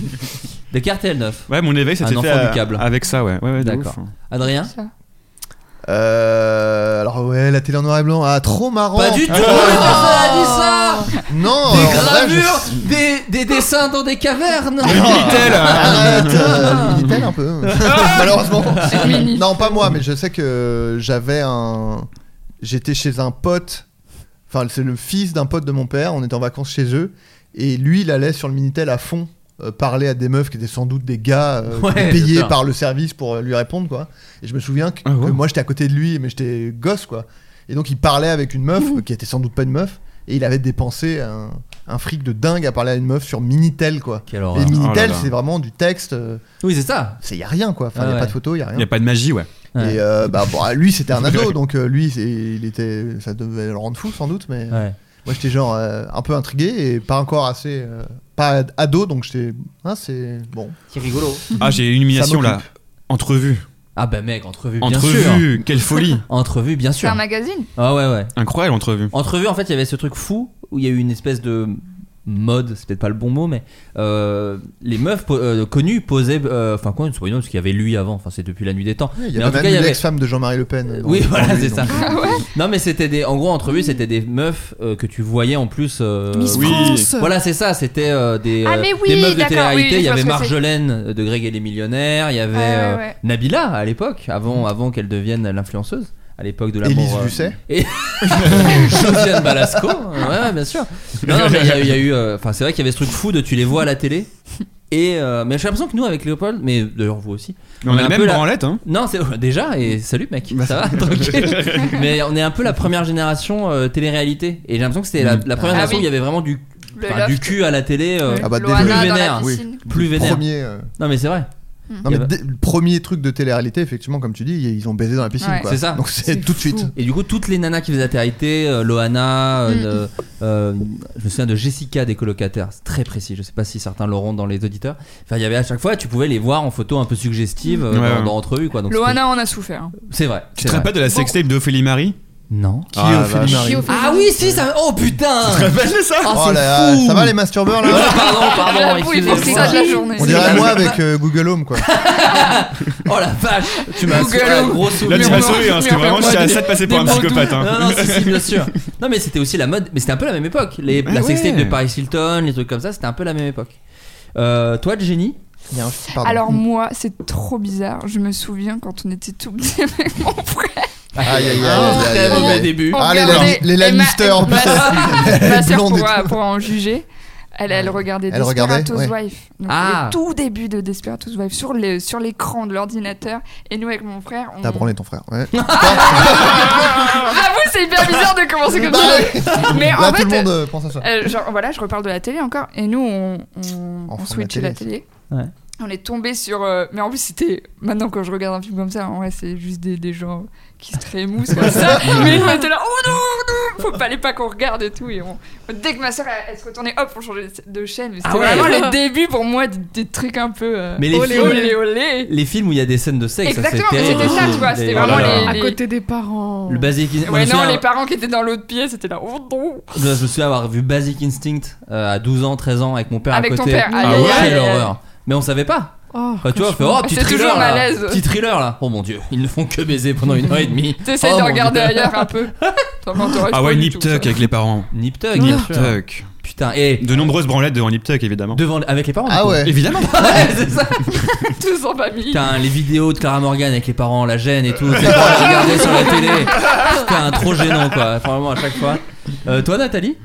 Des cartels 9. Ouais, mon éveil, ça Un s'est enfant fait à- du câble. avec ça, ouais. ouais, ouais de D'accord. ouf. Adrien Ça. Euh, alors ouais, la télé en noir et blanc, ah trop marrant. Pas du tout Ah, personne a dit ça Non. Des alors là, Oh, je- gravures, des, des dessins dans des cavernes Ah Minitel, Ah, Arrête, euh, Minitel un peu. (laughs) Malheureusement. non, pas moi, mais je sais que j'avais un. J'étais chez un pote. Enfin, c'est le fils d'un pote de mon père. On était en vacances chez eux. Et lui, il allait sur le Minitel à fond. euh, parler à des meufs qui étaient sans doute des gars euh, qui Ouais, bien étaient payés sûr. par le service pour euh, lui répondre quoi et je me souviens que, Ah ouais. que moi j'étais à côté de lui mais j'étais gosse quoi et donc il parlait avec une meuf euh, qui était sans doute pas une meuf et il avait dépensé un, un fric de dingue à parler à une meuf sur Minitel quoi Quelle et horreur. Minitel, Oh là là. c'est vraiment du texte. Oui, c'est ça. Il y a rien, quoi. Enfin, Ah il y a ouais. pas de photo, il y a Il n'y a rien. pas de magie, ouais. Ouais. Et euh, bah, bon, lui, c'était (laughs) un ado, donc euh, lui, c'est- il était, ça devait le rendre fou sans doute, mais Ouais. moi j'étais genre euh, un peu intrigué et pas encore assez, euh, pas ado, donc j'étais, ah, c'est bon. C'est rigolo. Ah, j'ai une humiliation Ça là. m'occupe. Entrevue. Ah bah mec, entrevue, bien sûr. Entrevue, quelle folie. Entrevue, bien C'est sûr. un magazine Ah ouais, ouais. Incroyable, entrevue. Entrevue, en fait, il y avait ce truc fou où il y a eu une espèce de mode, c'est peut-être pas le bon mot, mais euh, les meufs po- euh, connues posaient, euh, enfin quoi, une souriante, parce qu'il y avait lui avant, enfin c'est depuis la nuit des temps. Il y Mais avait en tout même cas, il y avait- l'ex-femme de Jean-Marie Le Pen. Euh, dans- oui, dans voilà, lui, c'est donc. ça. Ah Ah Non, mais c'était des, en gros, entrevue, c'était des meufs euh, que tu voyais en plus. euh, Miss oui. France. Voilà, c'est ça, c'était euh, des, Ah, euh, mais oui, des meufs de d'accord, télé-réalité. oui, je il y vois avait ce que Marjolaine de Greg et les millionnaires, il y avait Ouais, ouais, euh, ouais. Nabila à l'époque, avant, avant qu'elle devienne l'influenceuse, à l'époque de l'amour. Élise euh, Lucet. et (laughs) Josiane Balasco, ouais, ouais, bien sûr. Non, non, mais il y a- il y, a eu. euh, Enfin, c'est vrai qu'il y avait ce truc fou de tu les vois à la télé. Et euh, mais j'ai l'impression que nous avec Léopold, mais d'ailleurs vous aussi. Mais on est a un la même peu Bah, la- branlette, hein. Non, c'est (laughs) déjà et salut mec, ça (laughs) va tranquille. mais on est un peu la première génération euh, télé-réalité et j'ai l'impression que c'était la, la première Ah génération oui. où il y avait vraiment du Le enfin, du loft. cul à la télé euh, Ah bah, Loana désolé. dans Vénère, la oui. piscine. plus vénère. Premier, euh, Non mais c'est vrai. non, Il y mais a- dé- le premier truc de télé-réalité, effectivement, comme tu dis, ils ont baisé dans la piscine. Ouais. quoi. C'est ça. Donc c'est C'est tout de suite. fou. Et du coup, toutes les nanas qui faisaient la télé-réalité, euh, Loana, euh, Mm. de- euh, je me souviens de Jessica des colocataires, c'est très précis, je sais pas si certains l'auront dans les auditeurs. Enfin, il y avait à chaque fois, tu pouvais les voir en photo un peu suggestive euh, Ouais, dans, ouais. dans entrevue quoi. Donc Loana en a souffert. hein. c'était- C'est vrai. Tu c'est te vrai. rappelles de la sextape d'Ophélie Marie Non. Qui Ah, est Ophélie vache. Marie Qui est Ophélie Ah oui, si, ça. Oh putain Tu te rappelles de ça Ah, Oh c'est là, fou. ça va les masturbeurs là Ah, (laughs) Pardon, (laughs) pardon, La boule, il fait que ça de excusez-moi. la journée. On dirait moi avec euh, Google Home quoi. Oh la vache Tu m'as Google. assuré un gros Là, tu souvenir. m'as souri, hein, parce que Murmure. vraiment, j'étais à ça de passer pour un Des bandes psychopathe. hein. Non, non, si, si, (laughs) bien sûr. Non, mais c'était aussi la mode, mais c'était un peu la même époque. Les, Ah la sextape ouais. de Paris Hilton, les trucs comme ça, c'était un peu la même époque. Euh, toi, Jenny Il y a un- pardon. Alors moi, c'est trop bizarre. Je me souviens quand on était tout petit avec mon frère. Aïe, aïe, aïe, Un aïe, très aïe, aïe, mauvais aïe. début. Ah, les, Regardez, Lan- les Emma- Lannister, en plus. Ma sœur- ma (laughs) sœur Blonde et pourra, tout. pourra en juger. Elle, elle regardait Elle regardait, Desperados ouais. Wife. Donc, Ah. Le tout début de Desperados Wife sur le- sur l'écran de l'ordinateur. Et nous, avec mon frère, on. (laughs) T'as branlé ton frère. Ouais. J'avoue, c'est hyper bizarre de commencer comme Bah ça. Mais en Là, fait. tout le monde euh, pense à ça. euh, genre, voilà, je reparle de la télé encore. Et nous, on, on, Enfant on de la switchait télé, la ça. télé. Ouais. On est tombé sur. euh, mais en plus, c'était. Maintenant, quand je regarde un film comme ça, en vrai, c'est juste des, des gens qui se trémoussent comme (laughs) ça. mais on était là, oh non, non, faut fallait pas qu'on regarde et tout. Et on- dès que ma soeur, elle, elle se retournait, hop, on changeait de chaîne. Mais C'était Ah ouais. (laughs) vraiment le début pour moi des, des trucs un peu. euh, Mais les, olé, films, olé, olé. les films où il y a des scènes de sexe, ça, Exactement, c'est mais terrible. c'était ça, tu vois, Les- c'était Oh là vraiment là. les, À côté des parents. Le Basic Instinct. Ouais, je, non, me les souviens, parents qui étaient dans l'autre pied, c'était là, oh non. je me souviens avoir vu Basic Instinct euh, à 12 ans, 13 ans avec mon père Avec à ton côté. père, Ah aïe, aïe, ouais, aïe, quelle aïe. horreur. Mais on savait pas. Oh, Enfin, tu vois, on fait, cauchemar. oh, petit C'est thriller. toujours là. malaise. Petit thriller là. Oh mon dieu, ils ne font que baiser pendant une heure et demie. (laughs) T'essayes Oh, de mon regarder Dieu. ailleurs un peu. T'en t'aurais Ah ouais, pas du Nip tout, Tuck ça. avec les parents. Nip Tuck, Nip bien sûr. Tuck. Putain, et. De nombreuses branlettes devant Nip Tuck, évidemment. Devant, avec les parents. Ah du coup. ouais. Évidemment. (laughs) Ouais, c'est ça. (laughs) Tous en famille. Putain, les vidéos de Clara Morgan avec les parents, la gêne et tout, c'est quoi à regarder sur la télé. Putain, trop gênant quoi, vraiment à chaque fois. Euh, toi Nathalie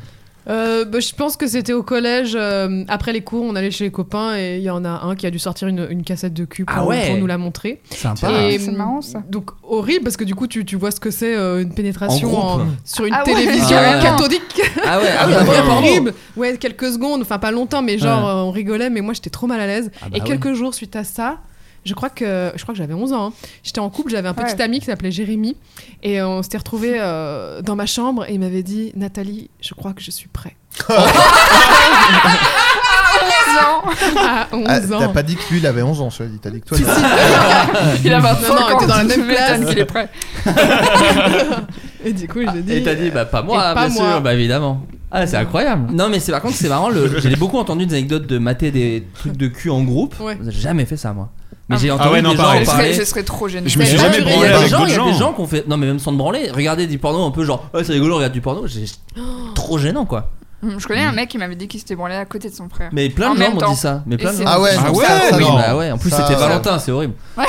Euh, bah, je pense que c'était au collège. euh, après les cours, on allait chez les copains et il y en a un qui a dû sortir une, une cassette de cul pour, Ah ouais. pour nous la montrer. Sympa. Et, Ah, C'est marrant, ça. Donc horrible parce que du coup tu, tu vois ce que c'est euh, une En pénétration groupe. sur une Ah ouais. télévision Ah ouais. cathodique. Ah ouais, ah oui, un vrai C'était porno. horrible. Ouais, quelques secondes, enfin pas longtemps, mais genre Ouais. euh, on rigolait, mais moi j'étais trop mal à l'aise. Ah bah et quelques jours suite à ça. Je crois que je crois que j'avais 11 ans. hein. J'étais en couple, j'avais un Ouais. petit ami qui s'appelait Jérémy et euh, on s'était retrouvé dans ma chambre et il m'avait dit Nathalie, je crois que je suis (laughs) prêt. Ah, à non. 11 Ah, ans. T'as pas dit que lui il avait 11 ans, je te l'ai dit. T'as dit que toi. t'avais- (laughs) Il a Non, 25 non, ans. on était dans la tu même m'étonnes classe. qu'il est prêt. (laughs) Et du coup, j'ai dit. Et t'as dit bah pas moi, Et pas bien moi. sûr, bah évidemment. Ah c'est incroyable. Non mais c'est par contre c'est marrant, le- j'ai beaucoup entendu des anecdotes de mater des trucs de cul en groupe. Ouais. J'ai jamais fait ça moi. Mais Ah. j'ai entendu Ah ouais, non, des gens pareil. en Ce serait, parler. ce serait trop gênant. Je me suis Mais là, jamais tu- Il y branlé a des avec gens, il d'autres y a des gens. gens qu'on fait. Non, mais même sans te branler, regarder du porno un peu genre, oh, c'est rigolo, regarde du porno, j'ai trop gênant quoi. Mm, Je connais un mec qui m'avait dit qu'il s'était branlé à côté de son frère. Mais plein En de gens même m'ont temps. dit ça. Mais Et plein de c'est- gens. Ah ouais, Ah non, ouais, ça, ça, Oui, non. bah ouais, en plus Ça, c'était ça. Valentin, c'est horrible. (laughs)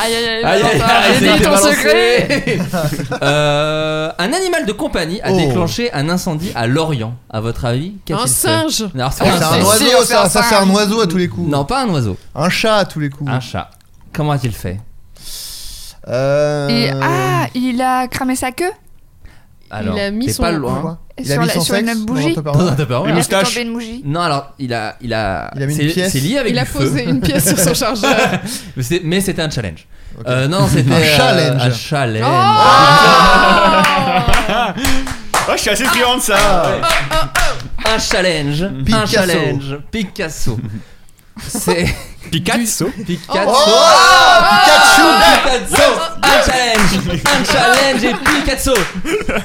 Aïe aïe Aïe, aï, aïe, Valentin, aïe, j'ai ça a dit été ton balancé. secret. (laughs) Euh, un animal de compagnie a Oh. déclenché un incendie à Lorient. À votre avis, qu'a-t-il Un fait singe. Non, c'est Oh, pas un C'est un singe. oiseau. oiseau, on fait ça, un ça, c'est un singe. oiseau à tous les coups. Non, pas un oiseau. Un chat à tous les coups. Un chat. Comment a-t-il fait Euh, Et ah, il a cramé sa queue Alors, a mis t'es son- pas loin. Il a sur mis la- son sur une sexe dans bougie. l'entrepôt. Dans un Tupperware. Une Il a fait moustache. tomber une bougie. Non, alors il a, il a, Il a mis une c'est- pièce. c'est lié avec Il du a feu. posé une pièce sur (laughs) son chargeur. Mais c'était- Mais c'était un challenge. Euh, non, c'était (laughs) Un euh, challenge. un challenge. Ah. Ah, je suis assez friand de ça. Un challenge. Un Oh Picasso. challenge. Picasso. (laughs) C'est Picasso. Oh Picasso. Pikachu Picasso. Un challenge. Un challenge et Picasso.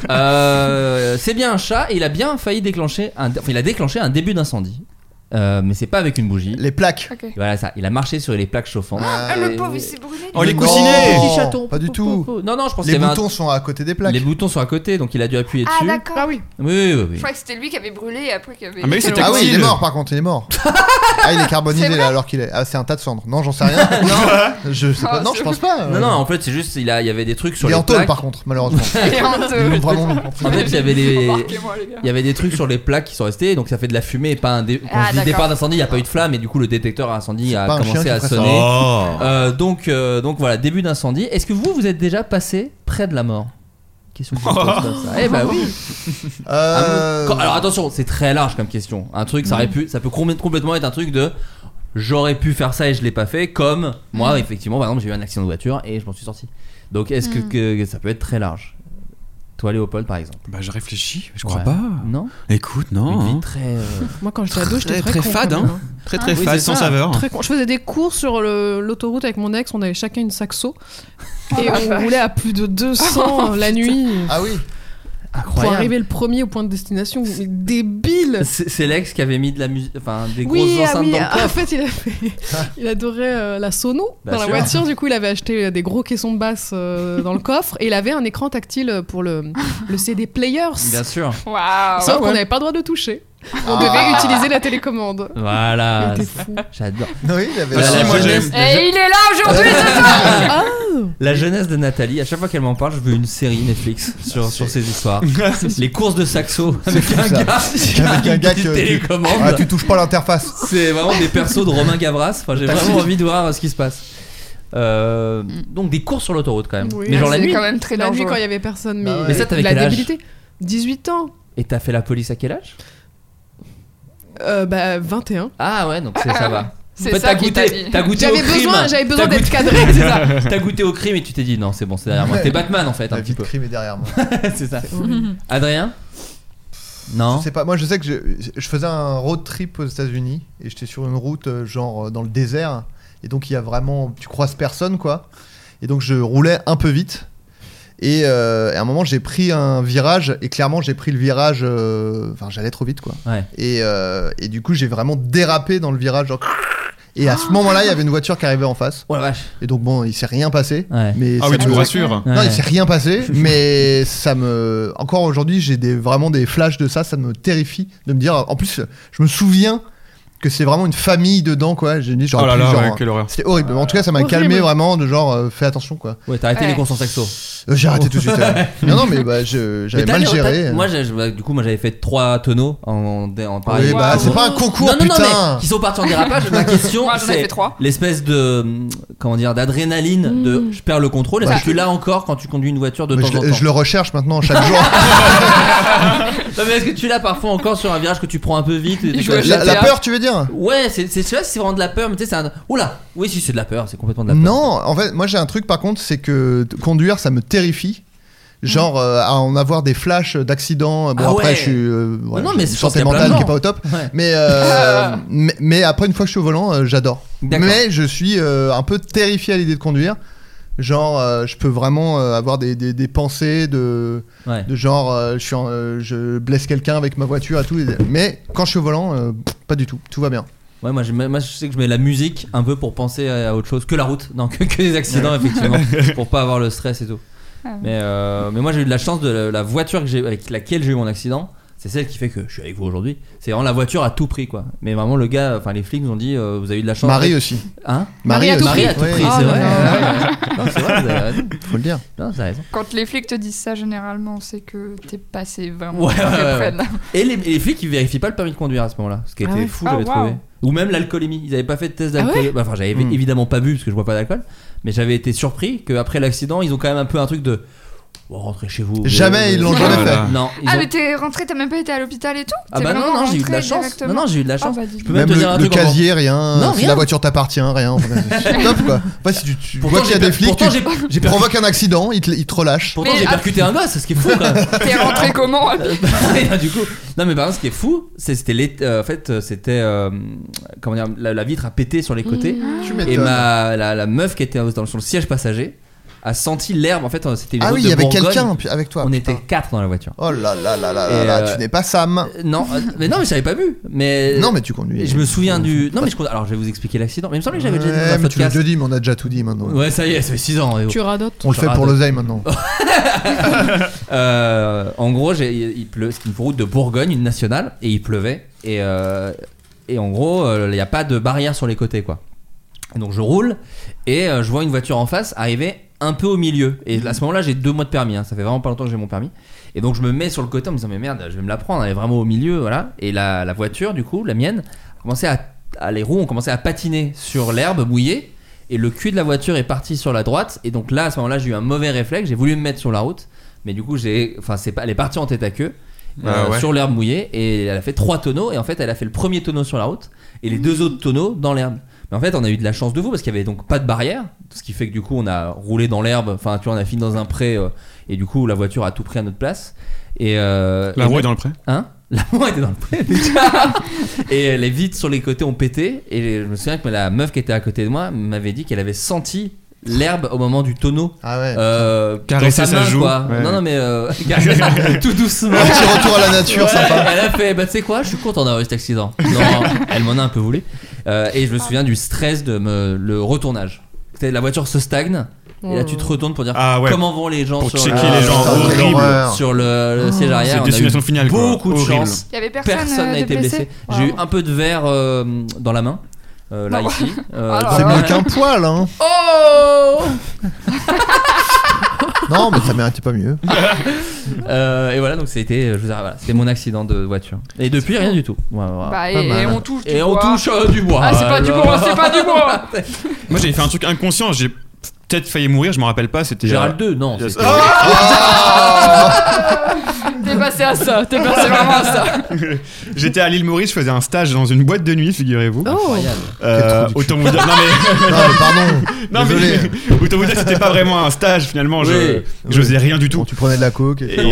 Euh, c'est bien un chat et il a bien failli déclencher un, enfin, il a déclenché un début d'incendie. Euh, mais c'est pas avec une bougie. Les plaques. Ok. Voilà ça. Il a marché sur les plaques chauffantes. Ah, le pauvre, il s'est brûlé. Oh, les Non, coussinets. Petit chaton. Pas du tout. Non non, je pense qu'il Les y avait un- boutons sont à côté des plaques. Les boutons sont à côté, donc il a dû appuyer Ah dessus. d'accord. Ah oui. oui, oui, oui. Je crois que c'était lui qui avait brûlé et après qui avait. Ah, mais oui, c'était- Ah oui, il est Tactile. mort par contre, il est mort. Ah, il est carbonisé C'est vrai là alors qu'il est. Ah, c'est un tas de cendres. Non, j'en sais rien. non, je sais pas. Ah, Non, je c'est- pense pas. euh. Non, non, en fait, c'est juste, il, a, il y avait des trucs sur Il est les en tôle plaques. par contre, (laughs) malheureusement. Et en (laughs) Ils l'ont deux. vraiment mis. En fait, il y avait des. euh, Embarquez-moi, les gars. Il y avait des trucs sur les plaques qui sont restés, donc ça fait de la fumée et pas un dé- quand Ah, je dis d'accord. départ d'incendie, il n'y a pas eu de flamme et du coup le détecteur à incendie a pas un chien commencé qui à ferait ça. sonner. Oh. Euh, donc, euh, donc voilà, début d'incendie. Est-ce que vous, vous êtes déjà passé près de la mort Question que je vous pose comme ça. Eh bah oui. Euh, Ah Quand- alors attention, c'est très large comme question. Un truc, Mm. ça aurait pu, ça peut com- complètement être un truc de j'aurais pu faire ça et je l'ai pas fait. Comme Mm. moi, effectivement, par exemple, j'ai eu un accident de voiture et je m'en suis sorti. Donc est-ce Mm. que- que, que ça peut être très large Toi, Léopold, par exemple. Bah, je réfléchis. Je crois Ouais. pas. Ah. Non. Écoute, Une vie Oh. non. hein. très. euh, Moi, quand j'étais ado, j'étais Très très, très con, fade, quand même, hein. Très très Ah oui, fade, c'est sans ça. saveur. Très con. Je faisais des cours sur le- l'autoroute avec mon ex. On avait chacun une saxo et Ah, la on vache. Oh, roulait à plus de (laughs) 200 la nuit Ah oui. (laughs) pour Incroyable. arriver le premier au point de destination. Mais débile. C'est c'est l'ex qui avait mis de la musique, enfin des grosses Oui, ah enceintes oui, dans le en coffre. fait il, a (laughs) fait- il adorait euh, la sono Bien dans la sûr. voiture, du coup il avait acheté euh, des gros caissons de basse euh, dans le coffre et il avait un écran tactile pour le, le CD Players. Bien sûr. Waouh. Sauf qu'on n'avait pas le droit de toucher. On Ah. devait utiliser la télécommande. Voilà. (laughs) Il était fou. J'adore. Oui, il avait. Ah, La- si, la moi, jeunesse- (laughs) Et il est là aujourd'hui, c'est ça Ah, La jeunesse de Nathalie, à chaque fois qu'elle m'en parle, je veux une série Netflix sur, sur ces (laughs) histoires. Les courses de saxo avec un gars, qui a Avec une un gars petite que- télécommande. Ah, tu touches pas l'interface. C'est vraiment des persos de Romain Gavras. Enfin, j'ai T'as vraiment vu envie de voir euh, ce qui se passe. Euh, donc des courses sur l'autoroute quand même. Oui. mais genre la C'est nuit. quand même très La nuit dangereux. quand il y avait personne, mais, Bah ouais. Mais ça, t'avais la quel âge débilité. 18 ans. Et t'as fait la police à quel âge Euh, bah 21. Ah ouais, donc (laughs) c'est- ça va. C'est En fait, ça t'as qui goûté, t'a dit. t'as goûté J'avais au crime. besoin- j'avais besoin T'as d'être goûté- cadré. (laughs) c'est ça. T'as goûté au crime et tu t'es dit non, c'est bon, c'est derrière moi. T'es Batman en fait, un petit peu. crime est derrière moi. (laughs) c'est ça. horrible. Adrien Hein Je sais pas. Moi, je sais que je, je faisais un road trip aux États-Unis et j'étais sur une route euh, genre euh, dans le désert et donc il y a vraiment tu croises personne quoi. Et donc je roulais un peu vite et euh, à un moment j'ai pris un virage et clairement j'ai pris le virage. euh, Enfin, j'allais trop vite quoi. Ouais. Et, euh, et du coup j'ai vraiment dérapé dans le virage genre. Et à ce moment-là, il y avait une voiture qui arrivait en face. Oh Et donc bon, il s'est rien passé. Mais (laughs) Ah ça oui, tu me- me rassures. Non, Ouais. il s'est rien passé, (laughs) mais ça me. Encore aujourd'hui, j'ai des, vraiment des flashs de ça, ça me terrifie de me dire. En plus, je me souviens que c'est vraiment une famille dedans, quoi. J'ai dit, genre, Oh là plus, là, genre, ouais, quelle horreur. C'était horrible. Mais En tout cas, ça m'a Horrible. calmé vraiment, de genre, euh, fais attention, quoi. Ouais, t'as arrêté les courses en saxo. Euh, j'ai arrêté tout de (laughs) suite, ouais. Non, non, mais bah, je- j'avais Mais t'as mal l'air- géré. euh. t'as- Moi, j'ai- bah, du coup, moi j'avais fait trois tonneaux en, en, en parallèle. bah, c'est pas un concours, non, non, non, putain. mais qui sont partis en dérapage. (laughs) Ma question, Moi, j'en ai c'est fait trois. Mm. l'espèce de hum, comment dire d'adrénaline, de je perds le contrôle. Est-ce Bah, que tu l'as encore quand tu conduis une voiture de Mais temps je, en le- temps je le recherche maintenant chaque (laughs) jour. Non, mais est-ce que tu l'as parfois encore sur un virage que tu prends un peu vite et des joue à trucs- La- la GTA. peur, tu veux dire Ouais, c'est c'est je sais pas si c'est vraiment de la peur, mais tu sais, c'est un. Oula Oui, si, c'est de la peur, c'est complètement de la peur. Non, en fait, moi j'ai un truc par contre, c'est que t- conduire, ça me terrifie. Genre euh, à en avoir des flashs d'accidents. Bon Mmh. Ah après, ouais. je suis euh, Mais voilà, non, j'ai mais une je pense santé qu'il y a plein de mentale qui est gens. pas au top. Ouais. Mais, (laughs) euh, mais mais après une fois que je suis au volant, euh, j'adore. D'accord. Mais je suis euh, un peu terrifié à l'idée de conduire. Genre, euh, je peux vraiment euh, avoir des, des- des pensées de, Ouais. de genre, euh, je, suis en- euh, je blesse quelqu'un avec ma voiture et tout. Mais quand je suis au volant, euh, pff, pas du tout, tout va bien. Ouais, moi je, mets- moi, je sais que je mets la musique un peu pour penser à, à autre chose que la route, (laughs) non, que, que les accidents, Ouais. (laughs) effectivement, pour pas avoir le stress et tout. Ah ouais. Mais, euh, mais moi, j'ai eu de la chance de la, la voiture que j'ai- avec laquelle j'ai eu mon accident. C'est celle qui fait que je suis avec vous aujourd'hui. C'est vraiment la voiture à tout prix, quoi. Mais vraiment, le gars, enfin, les flics nous ont dit euh, Vous avez eu de la chance. Marie aussi. Hein Marie à tout Marie prix. à tout Oui. prix, Ah, c'est non, vrai. non, Ouais, non. ouais. (laughs) Non, c'est vrai, vous avez raison. Faut le dire. Non, t'as raison. Quand les flics te disent ça, généralement, c'est que t'es passé vraiment Ouais, ouais, très ouais, près de ouais. là. Et les, et les flics ils vérifient pas le permis de conduire à ce moment-là, ce qui Ah était ouais. fou, Ah, j'avais waouh. trouvé. Ou même l'alcoolémie, ils avaient pas fait de test Ah ouais d'alcool. enfin, j'avais Hmm. évidemment pas bu parce que je bois pas d'alcool, mais j'avais été surpris qu'après l'accident, ils ont quand même un peu un truc de Bon, rentrez chez vous. Jamais, ils l'ont jamais Voilà. fait. Non, ils Ah, ont- mais t'es rentré, t'as même pas été à l'hôpital et tout Ah T'es bah non, vraiment non, j'ai eu de la rentré chance. directement Non, non, j'ai eu de la chance. Ah bah dis Je donc. même Même te le, dire un le truc en- casier, rien. Non, si rien. la voiture t'appartient, rien. Enfin, (laughs) c'est top quoi. Enfin, si tu, tu Pourtant, vois qu'il y a j'ai des per- flics, pourtant, tu j'ai- j'ai per- provoques un accident, ils te, ils te relâchent. Pourtant, Mais j'ai à- percuté un gosse, ce qui est fou (laughs) (laughs) quand même. T'es rentré comment Ouais, du coup. Non, mais par exemple, ce qui est fou, c'est- c'était l'ét- euh, en fait, euh, c'était euh, comment dire, la, la vitre a pété sur les côtés. Tu Et m'étonnes. ma la, la meuf qui était dans- sur le siège passager a senti l'herbe. En fait, euh, c'était une Ah route oui, de il y avait Bourgogne. quelqu'un puis avec toi. On putain. était quatre dans la voiture. Oh là là là là Et, là, là, euh, tu n'es pas Sam. Non, euh, mais non, mais j'avais pas vu. Mais Non, mais tu conduis. Et je me souviens du. Non, mais je. Alors, je vais vous expliquer l'accident. Mais il me semblait que j'avais déjà dit dans un mais tu l'as podcast. déjà dit, mais on a déjà tout dit maintenant. Ouais, ça y est, ça fait 6 ans. et- Tu radotes. On le Je fait pour radote. (laughs) l'oseille maintenant. Euh, en gros, j'ai- il pleut. C'est une route de Bourgogne, une nationale, et il pleuvait. Et, euh, et en gros, euh, il n'y a pas de barrière sur les côtés, quoi. Et donc je roule et euh, je vois une voiture en face arriver un peu au milieu. Et à ce moment-là, j'ai deux mois de permis. hein. Ça fait vraiment pas longtemps que j'ai mon permis. Et donc je me mets sur le côté en me disant mais merde, je vais me la prendre. Elle est vraiment au milieu, voilà. Et la, la voiture, du coup, la mienne, a commencé à, à- les roues ont commencé à patiner sur l'herbe mouillée. Et le cul de la voiture est parti sur la droite. Et donc là, à ce moment-là, j'ai eu un mauvais réflexe. J'ai voulu me mettre sur la route, mais du coup, j'ai, enfin, c'est pas, elle est partie en tête à queue. Ah euh, ouais. sur l'herbe mouillée et elle a fait trois tonneaux et en fait elle a fait le premier tonneau sur la route et les deux autres tonneaux dans l'herbe. Mais en fait on a eu de la chance de vous parce qu'il y avait donc pas de barrière, ce qui fait que du coup on a roulé dans l'herbe, enfin tu vois on a fini dans un pré euh, et du coup la voiture a tout pris à notre place. Et euh, La et roue le- est dans le pré Hein La roue était dans le pré. (laughs) et les vitres sur les côtés ont pété et je me souviens que la meuf qui était à côté de moi m'avait dit qu'elle avait senti l'herbe au moment du tonneau. Ah ouais. Euh, Caresser dans sa joue. quoi. Ouais. Non non (laughs) mais euh, (laughs) tout doucement. Un petit retour à la nature, Ouais, sympa. Elle a fait bah tu sais quoi, je suis content d'avoir eu cet accident. Non, elle m'en a un peu voulu. Euh, et je me souviens du stress de me- le retournage. C'était- La voiture se stagne. Et là, tu te Oh. retournes pour dire Ah ouais. comment vont les gens Pour sur checker le- les gens. sur le- Horrible. sur le, le siège arrière. C'est On a destination eu finale, quoi. Beaucoup de Horrible. chance. Il y avait Oh. personne, euh, n'a de été blessé. blessé. J'ai eu Wow. un peu de verre euh, dans la main. euh, là, Non. ici. Euh, Ah là C'est dans- mieux qu'un poil, hein. Oh non, mais ça méritait pas mieux. Euh, et voilà, donc c'était, je vous arrête, voilà, c'était mon accident de voiture. Et depuis, rien du tout. Voilà, voilà. Bah, et, et on touche du Et on bois. touche euh, du bois. Ah, c'est pas du bois, c'est pas du (laughs) bois Moi j'ai fait un truc inconscient, j'ai peut-être failli mourir, je m'en rappelle pas, c'était. Gérald 2, non. Ah c'était- Ah. T'es passé à ça, t'es passé vraiment à ça. euh, (laughs) J'étais à l'île Maurice, je faisais un stage dans une boîte de nuit, figurez-vous. Oh Euh, autant vous dire. Non mais. Non, mais pardon. Non, mais- Désolé. autant vous dire que c'était pas vraiment un stage finalement, je, Oui. je faisais rien du tout. Bon, tu prenais de la coke. Et... Et-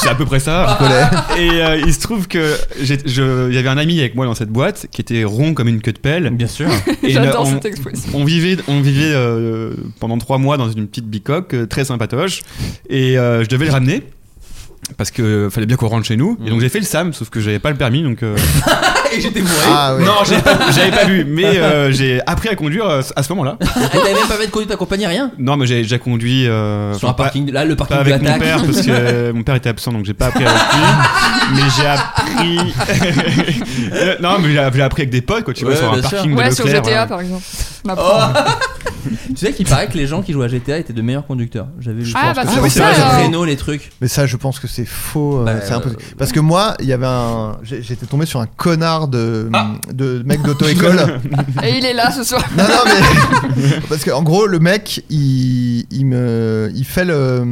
c'est à peu près ça. collais. Et euh, il se trouve que j'ai- je- il y avait un ami avec moi dans cette boîte qui était rond comme une queue de pelle. Bien sûr. Et on- J'adore cette expression. on vivait, on vivait euh, pendant trois mois dans une petite bicoque euh, très sympatoche et euh, je devais le ramener parce que euh, fallait bien qu'on rentre chez nous et donc j'ai fait le SAM sauf que j'avais pas le permis donc euh, Et j'étais bourré. Ah ouais. non j'avais pas- j'avais pas vu mais euh, j'ai appris à conduire euh, à ce moment-là Et t'avais même pas fait de conduite accompagnée, rien. non mais j'ai déjà conduit euh, Sur un pas- parking, là, le pas parking de avec mon père l'attaque. parce que (laughs) euh, mon père était absent donc j'ai pas appris avec lui mais j'ai appris (laughs) Euh, non mais j'ai j'ai appris avec des potes quoi tu Ouais, vois sur un bien sûr. parking Ouais, de sur Leclerc, GTA voilà. par exemple. On Oh. apprend. tu sais qu'il paraît que les gens qui jouent à GTA étaient de meilleurs conducteurs. J'avais vu Ah, je pense bah, que c'est c'est pour pour ça, ça, alors. les Renault, les trucs. Mais ça, je pense que c'est faux. euh, Bah, c'est impossible. euh, Parce que moi, il y avait un. j'ai- J'étais tombé sur un connard de, de mec d'auto-école. Et il est là ce soir. Non, non, mais. (laughs) Parce qu'en gros, le mec, il, il me. Il fait le.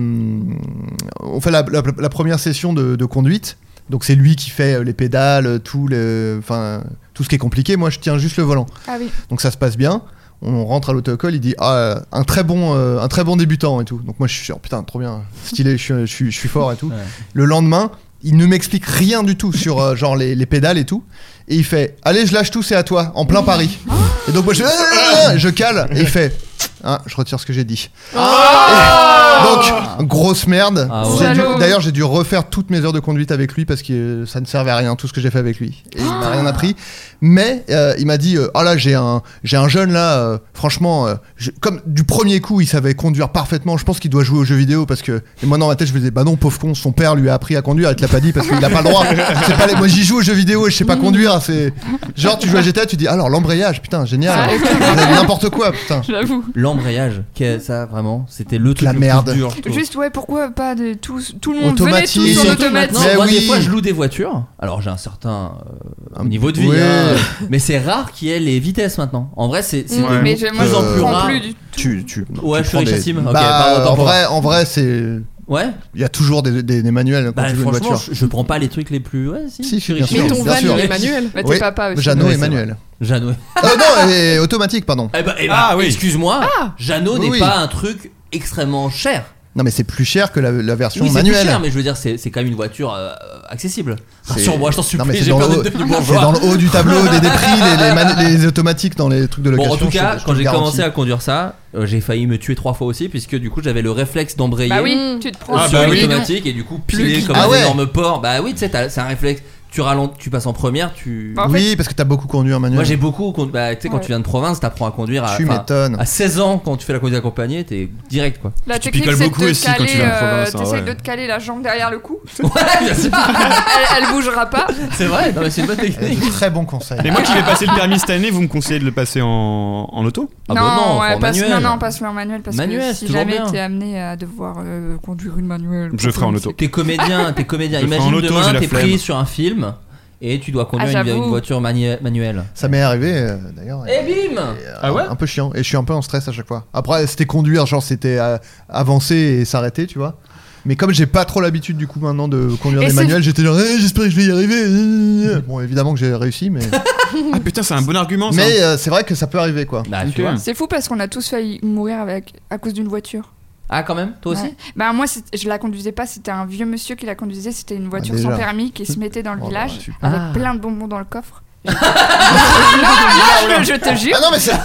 On fait la, la- la première session de, de conduite. Donc, c'est lui qui fait euh, les pédales, tout, le, enfin, tout ce qui est compliqué. Moi, je tiens juste le volant. Ah oui. Donc, ça se passe bien. On rentre à l'auto-école, il dit Ah, un très, bon, euh, un très bon débutant et tout. Donc, moi, je suis oh, putain, trop bien, stylé, je suis, je suis, je suis fort et tout. Ouais. Le lendemain, il ne m'explique rien du tout sur euh, genre les, les pédales et tout. Et il fait Allez, je lâche tout, c'est à toi, en plein Paris. Et donc moi je, Ah je cale et il fait Ah, je retire ce que j'ai dit. Donc grosse merde. Ah ouais. J'ai dû- Salaud. D'ailleurs j'ai dû refaire toutes mes heures de conduite avec lui parce que euh, ça ne servait à rien tout ce que j'ai fait avec lui. Et il m'a rien appris. Mais euh, il m'a dit euh, Ah là j'ai un j'ai un jeune là euh, franchement euh, je- comme du premier coup il savait conduire parfaitement. Je pense qu'il doit jouer aux jeux vidéo parce que et moi dans ma tête je me disais bah non pauvre con son père lui a appris à conduire il te l'a pas dit parce qu'il a pas le droit. C'est pas les- moi j'y joue aux jeux vidéo et je sais pas conduire c'est genre tu joues à GTA tu dis alors l'embrayage putain génial Ouais. Vous avez n'importe quoi putain. J'avoue. L'embrayage, qu'est- ça vraiment, c'était le truc La le plus merde. dur. je trouve. Juste, ouais, pourquoi pas de tous, tout le monde venait Automatique. tous Et sur en surtout automatique maintenant, Mais moi, des oui. fois, je loue des voitures. Alors, j'ai un certain euh, Un- niveau de vie, Ouais. hein. mais c'est rare qu'il y ait les vitesses maintenant. En vrai, c'est. c'est- Mm, Mais je- moi, Plus je en plus comprends rare. plus du tout. Tu, tu, non, Ouais, tu je suis prends riche des- à Sim. Ok, Bah, pardon, en pardon. vrai, en vrai, c'est. Ouais. Il y a toujours des, des, des manuels quand Bah, tu joues une franchement, voiture. je, je prends pas les trucs les plus. Ouais, si. Si, je suis bien riche. sûr, Mais ton bien van, sûr. il est manuel. Bah, t'es Oui. papa aussi. Jeannot Ouais, et c'est Manuel. Jeannot. Euh, non, et automatique, pardon. Eh ben, eh ben, Ah oui. excuse-moi, Jeannot Oui, n'est oui. pas un truc extrêmement cher. Non, mais c'est plus cher que la, la version Oui, c'est plus manuelle. cher, mais je veux dire, c'est c'est quand même une voiture euh, accessible. C'est- Rassure-moi, je t'en Non, supplie, mais c'est j'ai dans, peur le haut- d'être devenu c'est bourgeois. dans le haut du tableau des, des prix, les, les manu- les automatiques dans les trucs de Bon, location. en tout cas, je- je te quand le j'ai garantis. commencé à conduire ça, euh, j'ai failli me tuer trois fois aussi, puisque du coup, j'avais le réflexe d'embrayer. Bah oui, tu te prends Ah, sur bah le oui. guidon. l'automatique et du coup piler comme Ah un ouais. énorme porc. Bah oui, tu sais, t'as- c'est un réflexe. Tu ralentis, tu passes en première, tu. Bah, en Oui, parce que t'as beaucoup conduit en manuel. Moi j'ai beaucoup. con- Bah, tu sais, quand Ouais. tu viens de province, t'apprends à conduire à. Tu enfin, m'étonnes. (laughs) À 16 ans, quand tu fais la conduite accompagnée, t'es direct (laughs) quoi. La Tu technique, picoles c'est de beaucoup aussi te quand tu caler, vas en euh, province, hein, t'essayes ouais. de te caler la jambe derrière le cou. Ouais, bien sûr. elle, elle bougera pas. C'est vrai, non mais c'est une bonne Eh, technique. de Très bon conseil. mais moi qui vais passer le permis cette année vous me conseillez de le passer en, en auto Ah bah non, ouais, faut en passe- manuel. non, non, passe-le en manuel parce Manuel, que c'est si toujours jamais bien. t'es amené à devoir euh, conduire une manuelle. Je ferai en auto. T'es comédien, t'es comédien. Je le ferai en Imagine auto, demain, j'ai la t'es flemme. pris sur un film et tu dois conduire Ah, une, j'avoue. une voiture manie- manuelle. Ça m'est arrivé euh, d'ailleurs. Et bim euh, Ah ouais Un peu chiant. Et je suis un peu en stress à chaque fois. Après, c'était conduire, genre c'était euh, avancer et s'arrêter, tu vois. Mais comme j'ai pas trop l'habitude du coup maintenant de conduire Et des c'est- manuels, j'étais genre Eh, j'espère que je vais y arriver. (laughs) Bon, évidemment que j'ai (laughs) réussi, mais ah putain c'est un bon argument ça. mais euh, c'est vrai que ça peut arriver quoi. Bah, Ok. tu vois. C'est fou parce qu'on a tous failli mourir avec, à cause d'une voiture. Ah, quand même Toi aussi Ouais. Bah, moi, c'est- je la conduisais pas, c'était un vieux monsieur qui la conduisait, c'était une voiture Ah, déjà. sans permis qui se mettait dans le Oh, bah, village super. avec Ah. plein de bonbons dans le (laughs) coffre. non, non, je te jure. Ah non mais c'est. Non,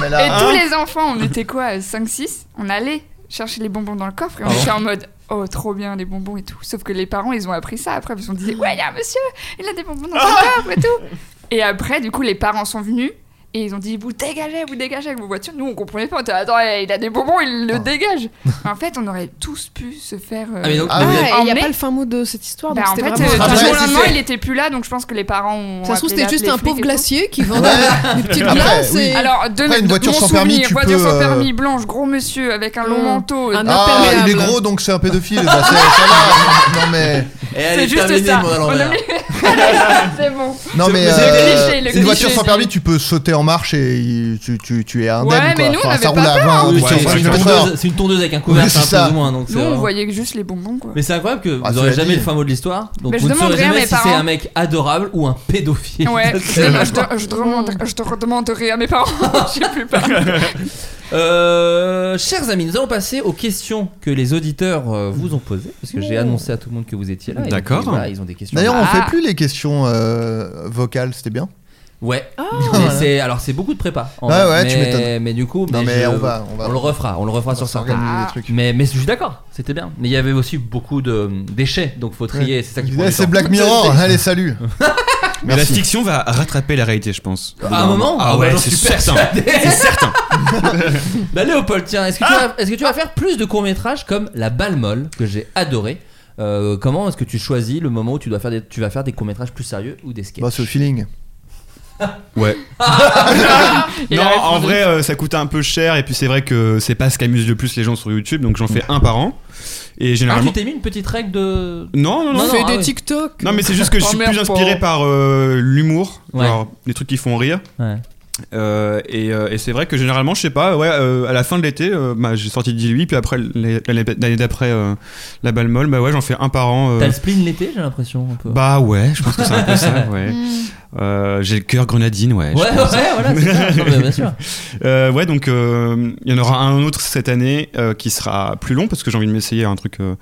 mais Et Oh là- tous les enfants, on était quoi 5-6 On allait chercher les bonbons dans le coffre et on Ah bon était en mode Oh, trop bien les bonbons et tout. Sauf que les parents, ils ont appris ça après, parce qu'on disait Ouais, il y a un monsieur, il a des bonbons dans son coffre et tout. Et après, du coup, les parents sont venus Et ils ont dit, vous dégagez, vous dégagez avec vos voitures. Nous, on comprenait pas. On était, attends, il a des bonbons, il le dégage. en fait, on aurait tous pu se faire. euh, Ah, mais donc, Ah, vous et êtes- il n'y a emmener. pas le fin mot de cette histoire. Bah, donc en c'était fait, vraiment- euh, Ah, du ouais, jour au c'est- lendemain, il était plus là, donc je pense que les parents ont. Ça se trouve, c'était appelé la- juste les un flics pauvre et tout. glacier qui vendait Ouais. des petites Après, glaces. oui. et- Alors, de, Après, une de voiture mon sans permis, souvenir, tu voiture peux, sans euh, permis, blanche, gros monsieur avec un long Hmm. manteau. Un euh, Ah, il est Imperméable. gros donc c'est un pédophile. bah, c'est- ça va. Non mais, Et elle C'est Ah, est juste terminée, ça. le monde à On a l'envers. mis- (laughs) C'est bon. non C'est- mais, mais c'est euh, le cliché, le une voiture cliché. sans permis, tu peux sauter en marche et il- tu, tu, tu es indemne. Ouais, mais quoi. nous, on Enfin, avait ça pas hein. roule à hein, 20 Oui, ou c'est- 35 c'est une km/h. tondeuse- c'est une tondeuse avec un Oui, couvert, c'est c'est ça. un peu moins. donc Nous, c'est on vraiment- voyait juste les bonbons, quoi. Mais c'est incroyable que Ah, vous tu n'aurez l'as jamais dit. le fin mot de l'histoire. Donc Mais je vous ne saurez demanderai à jamais mes si c'est parents. un mec adorable ou un pédophile. Ouais, (laughs) C'est je, dommage. je te- je te redemande- je te redemanderai à mes parents, (laughs) j'ai plus peur. Euh, chers amis, nous allons passer aux questions que les auditeurs euh, vous ont posées, parce que j'ai annoncé à tout le monde que vous étiez là. et donc, D'accord. voilà, ils ont des questions. D'ailleurs, on Ah. fait plus les questions euh, vocales, c'était bien. ouais. (laughs) Mais c'est alors c'est beaucoup de prépa. en Ah, Ouais, vrai. ouais, tu Mais- m'étonnes. Mais du coup, Non, mais mais je- on va- on va- le refera, on le refera sur ça. Organiser Ah. des trucs. Mais, mais je suis d'accord, c'était bien. Mais il y avait aussi beaucoup de euh, déchets, donc faut trier, c'est ça qui prend Eh, du C'est temps. Black (laughs) Mirror, allez salut. Mais Merci. la fiction va rattraper la réalité, je pense. À un moment Ah bah, ouais, j'en c'est suis (laughs) certain. persuadé. C'est certain. Ah Bah Léopold, tiens, est-ce que, tu vas- est-ce que tu vas faire plus de courts-métrages comme La balle molle, que j'ai adoré Euh, Comment est-ce que tu choisis le moment où tu, dois faire des, tu vas faire des courts-métrages plus sérieux ou des sketchs Bah, c'est (laughs) le feeling. Ouais. Il non, a en répondu. Ah, vrai, euh, ça coûte un peu cher et puis c'est vrai que c'est pas ce qui amuse le plus les gens sur YouTube, donc j'en fais un par an. Et Ah, tu généralement. t'es mis une petite règle de... Non, non, non. Non, Fais ah des oui. TikTok. Non, mais c'est juste que je suis Emmerde plus inspiré pas. par euh, l'humour, Ouais. genre les trucs qui font rire. Ouais. Euh, et euh, et c'est vrai que généralement, je sais pas, ouais, euh, à la fin de l'été, euh, bah, j'ai sorti 18, puis après l'année l'année d'après euh, la balle molle, bah ouais, j'en fais un par an. euh, T'as le spleen l'été, j'ai l'impression, un peu. bah ouais, je pense que c'est un peu (laughs) ça, ouais. Euh, j'ai le cœur grenadine, ouais. je ouais, ouais, pense. voilà, c'est (laughs) ça. Non, mais bien sûr. Euh, ouais, donc euh, il y en aura un autre cette année euh, qui sera plus long parce que j'ai envie de m'essayer un truc euh,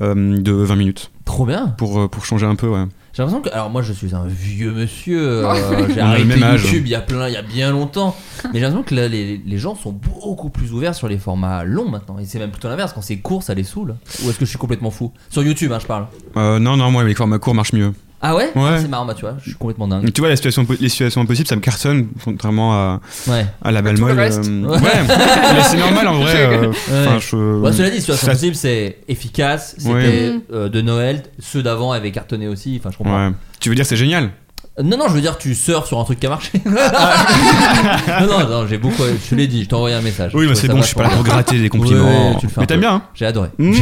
euh, de 20 minutes Trop bien. pour, euh, pour changer un peu, ouais. J'ai l'impression que... Alors moi, je suis un vieux (laughs) monsieur. euh, On a le j'ai arrêté même âge. YouTube il y a plein, il y a bien longtemps. Mais j'ai l'impression que là, les, les gens sont beaucoup plus ouverts sur les formats longs maintenant. Et c'est même plutôt l'inverse. Quand c'est court, ça les saoule. Ou est-ce que je suis complètement fou Sur YouTube, hein, je parle. Euh, non, non, moi, les formats courts marchent mieux. Ah ouais, Ouais. C'est marrant, bah, tu vois, je suis complètement dingue. Mais tu vois, la situation, impo- les situations impossibles, ça me cartonne, contrairement à, Ouais. à la balle tout le molle. reste. euh, ouais, mais c'est normal en vrai. euh, enfin, je- Ouais, Bah, cela dit, Situation ça- Impossible, c'est efficace, c'était Ouais. euh, de Noël, ceux d'avant avaient cartonné aussi, enfin je comprends. ouais. Tu veux dire, c'est génial Euh, Non, non, je veux dire, tu sors sur un truc qui a marché. (laughs) non, non, non, j'ai beaucoup, je te l'ai dit, je t'ai envoyé un message. Ah. Oui, mais mais c'est bon, je suis pas là pour gratter des compliments. bah, Ouais, tu le fais un mais t'aimes peu. bien, (laughs) hein (laughs) J'ai adoré. Mmh.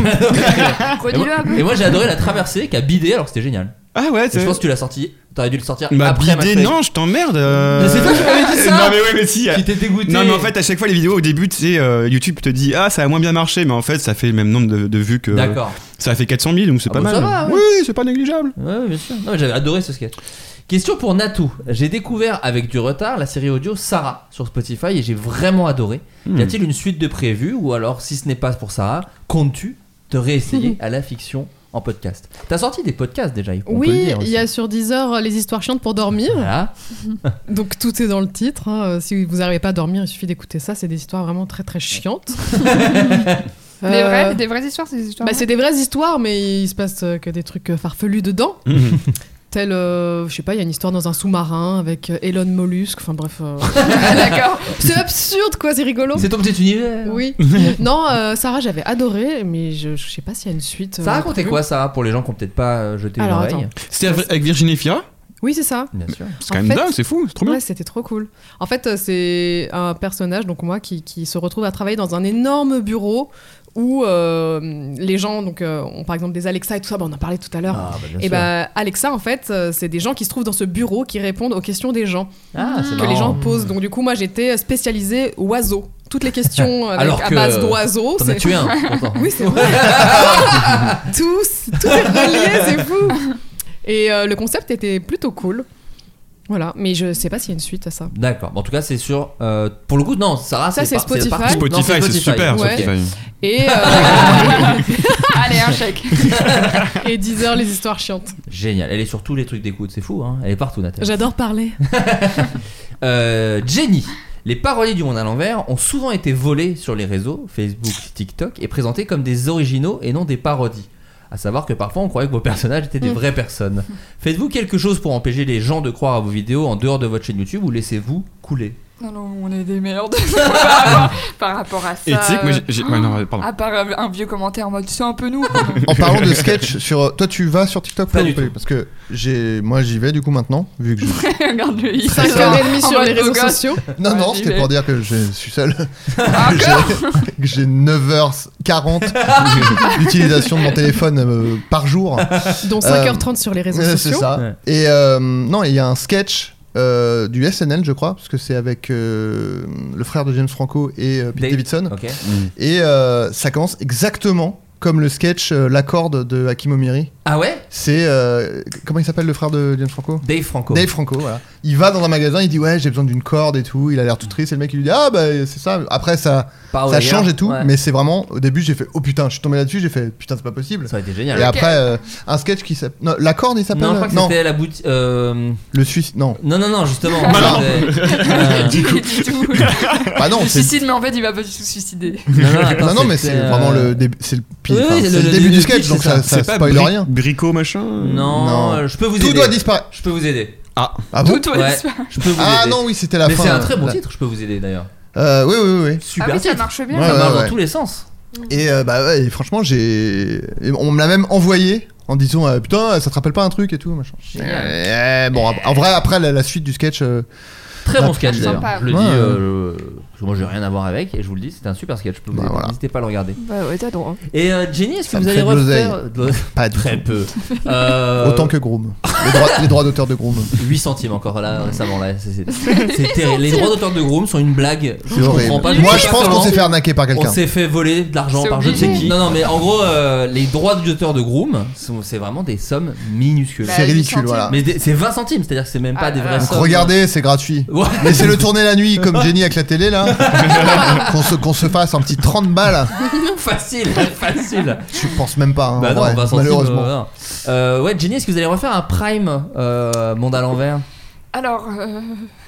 Redis-le un peu. Et moi j'ai adoré la traversée qui a bidé alors que c'était génial. Ah ouais, Et je c'est. pense que tu l'as sorti, t'aurais dû le sortir Bah, après bidé, Match Play. non, je t'emmerde. euh. Mais c'est toi qui m'avais dit ça Non, mais ouais, mais si. Qui t'es dégoûté. Non mais en fait à chaque fois les vidéos au début tu sais euh, YouTube te dit ah ça a moins bien marché mais en fait ça fait le même nombre de, de vues que D'accord. ça a fait 400 000 donc c'est Ah pas bah, mal ça va, ouais. oui c'est pas négligeable Ouais, bien sûr. Non, mais j'avais adoré ce sketch. Question pour Natou. J'ai découvert avec du retard la série audio Sarah sur Spotify et j'ai vraiment adoré. Hmm. Y a-t-il une suite de prévue ou alors si ce n'est pas pour Sarah, comptes-tu (laughs) te réessayer à la fiction en podcast T'as sorti des podcasts déjà, on peut Oui, le dire. il aussi. y a sur Deezer euh, les histoires chiantes pour dormir. Voilà. Donc tout est dans le titre. hein. Euh, Si vous n'arrivez pas à dormir, il suffit d'écouter ça. C'est des histoires vraiment très très (laughs) chiantes. Des, Euh, vraies, des vraies histoires, ces (laughs) histoires. bah, c'est des vraies histoires, mais il se passe euh, que des trucs euh, farfelus dedans. (laughs) Tel, euh, je sais pas, il y a une histoire dans un sous-marin avec euh, Elon Mollusque. Enfin bref, (laughs) euh, Ah, D'accord. c'est absurde quoi, c'est rigolo. C'est ton petit univers. (laughs) (laughs) Oui. non, euh, Sarah, j'avais adoré, mais je, je sais pas s'il y a une suite. euh, Ça racontait prévue. quoi Sarah pour les gens qui ont peut-être pas euh, jeté Alors, une oreille attends. c'était avec Virginie Fira Oui, c'est ça. Bien sûr. c'est quand En même fait- dingue c'est fou c'est trop bien Ouais, c'était trop cool. En fait, euh, c'est un personnage, donc moi, qui, qui se retrouve à travailler dans un énorme bureau où euh, les gens donc, euh, ont par exemple des Alexa et tout ça, bah, on en parlait tout à l'heure. Ah, bah, bien et sûr. bah, Alexa, en fait, euh, c'est des gens qui se trouvent dans ce bureau qui répondent aux questions des gens, Ah, c'est que les gens marrant. posent. Donc, du coup, moi, j'étais spécialisée oiseau. Toutes les questions (laughs) avec, Alors à que- base d'oiseau, T'en as c'est (laughs) tué un, pourtant. Oui, (laughs) c'est vrai. tous, tout est relié, c'est fou. Et euh, le concept était plutôt cool. Voilà, mais je sais pas s'il y a une suite à ça. D'accord. Bon, en tout cas, c'est sur. euh, pour le coup, non, Sarah, Ça, c'est par- Spotify. parti- non, Spotify c'est super Ouais. Spotify Et, (laughs) euh, Allez, un chèque. et 10 heures, les histoires chiantes. Génial. Elle est sur tous les trucs d'écoute, c'est fou, hein. Elle est partout, Nathalie. J'adore parler. Euh, Jenny. Les paroliers du monde à l'envers ont souvent été volés sur les réseaux, Facebook, TikTok, et présentés comme des originaux et non des parodies. à savoir que parfois on croyait que vos personnages étaient Hmm. des vraies personnes. Faites-vous quelque chose pour empêcher les gens de croire à vos vidéos en dehors de votre chaîne YouTube ou laissez-vous couler Non, non, on est des merdes (laughs) par, rapport, par rapport à ça. Éthique, moi, j'ai- j'ai- ouais, non, oh, pardon. À part un vieux commentaire en mode c'est un (laughs) peu nous. (laughs) En parlant de sketch sur euh, toi tu vas sur TikTok Pas Flo, du ou parce que j'ai moi j'y vais du coup maintenant vu (laughs) que je... Regarde le i. Cinq heures et demie sur les réseaux sociaux. Non Ouais, non, j'y c'était vais. pour dire que je suis seul. Ah. Que (laughs) j'ai- que j'ai (laughs) 9h40 d'utilisation de mon téléphone euh, par jour. Dont Euh, 5h30 sur les réseaux Euh, sociaux. C'est ça. Ouais. Et euh, non, il y a un sketch euh, du SNL, je crois, parce que c'est avec euh, le frère de James Franco et euh, Pete Dave. Ah. Davidson. Ok. Et euh, ça commence exactement comme le sketch euh, La corde de Hakim Omiri. Ah ouais C'est. euh, comment il s'appelle le frère de James Franco Dave Franco. Dave Franco, voilà. Il va dans un magasin, il dit ouais, j'ai besoin d'une corde et tout. Il a l'air tout triste. Et le mec il lui dit ah bah c'est ça. Après ça, Par ça ailleurs, change et tout. Ah ouais. Mais c'est vraiment au début j'ai fait oh putain, je suis tombé là-dessus, j'ai fait putain c'est pas possible. Ça aurait été Et génial. après euh, un sketch qui s'appelle non, la corde il s'appelle Non, je crois que non c'était la boutique. euh, le (laughs) suicide non Non, non, non, justement. Bah non. (laughs) c'était- euh, Du tout. bah non Il c'est suicide, mais en fait, il va pas du tout se suicider. non, non, attends, non non mais c'est euh, vraiment le début c'est le pire Oui, oui, enfin, le- c'est le, le- début le- du le sketch pitch, donc c'est ça, ça. ça C'est pas spoil Bri- rien Brico machin Non, Non. euh, je peux vous tout aider. doit disparaître Je peux vous aider. Ah, ah bon Tout doit Ouais, disparaître. Je peux vous ah aider. non oui c'était la Mais fin c'est un très bon la- titre, je peux vous aider d'ailleurs. euh, oui oui oui, oui. Ah Super oui, ça titre. marche bien. Ouais, Ça ouais, marche ouais. dans tous les sens. Et euh, bah ouais, et franchement, j'ai. et On me l'a même envoyé en disant euh, Putain, ça te rappelle pas un truc et tout, machin. Eh, bon, en vrai, après la, la suite du sketch. euh, Très Bah, bon sketch je d'ailleurs. sens pas. Je le Ouais, dis, ouais. euh, le- parce que moi j'ai rien à voir avec et je vous le dis, c'était un super sketch. Je peux vous Bah, aider. voilà. N'hésitez pas à le regarder. Bah ouais, t'as droit. Et euh, Jenny, est-ce que Ça vous me allez fait de l'oseille. refaire (laughs) de- Pas du Bah, Très tout. peu. Euh, Autant que Groom. Les droits, les droits d'auteur de Groom. 8 centimes encore là récemment là. c'est- c'est- (laughs) c'est hein. terrible. Les droits d'auteur de Groom sont une blague. C'est Je horrible. comprends pas. Moi, je comprends pense pas qu'on s'est comment. fait arnaquer hein. par On quelqu'un. s'est fait voler de l'argent C'est par je ne sais obligé. qui. Non, non, mais en gros, euh, les droits d'auteur de Groom, sont- c'est vraiment des sommes minuscules. C'est Bah, ridicule, du voilà. Mais des- c'est 20 centimes, c'est-à-dire que c'est même pas Ah, des vraies ah, sommes. Regardez, c'est gratuit. (laughs) Ouais. Laissez-le tourner la nuit (laughs) comme Jenny avec la télé là. qu'on se, qu'on se fasse un petit 30 balles. facile, (laughs) facile. Je pense même pas, hein, en Bah non, vrai, 20 centimes, malheureusement. euh, non. Euh, ouais, Jenny, est-ce que vous allez refaire un Prime euh, Monde à l'envers Alors, euh,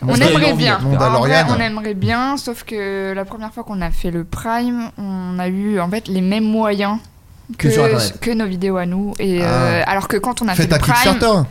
Parce on qu'il y a aimerait l'envie, bien. en tout cas. En vrai, Mandalorian. on aimerait bien, sauf que la première fois qu'on a fait le Prime, on a eu en fait les mêmes moyens Que que, sur Internet. que nos vidéos à nous. Et euh, alors que quand on a fait Faites le un Prime, Kickstarter.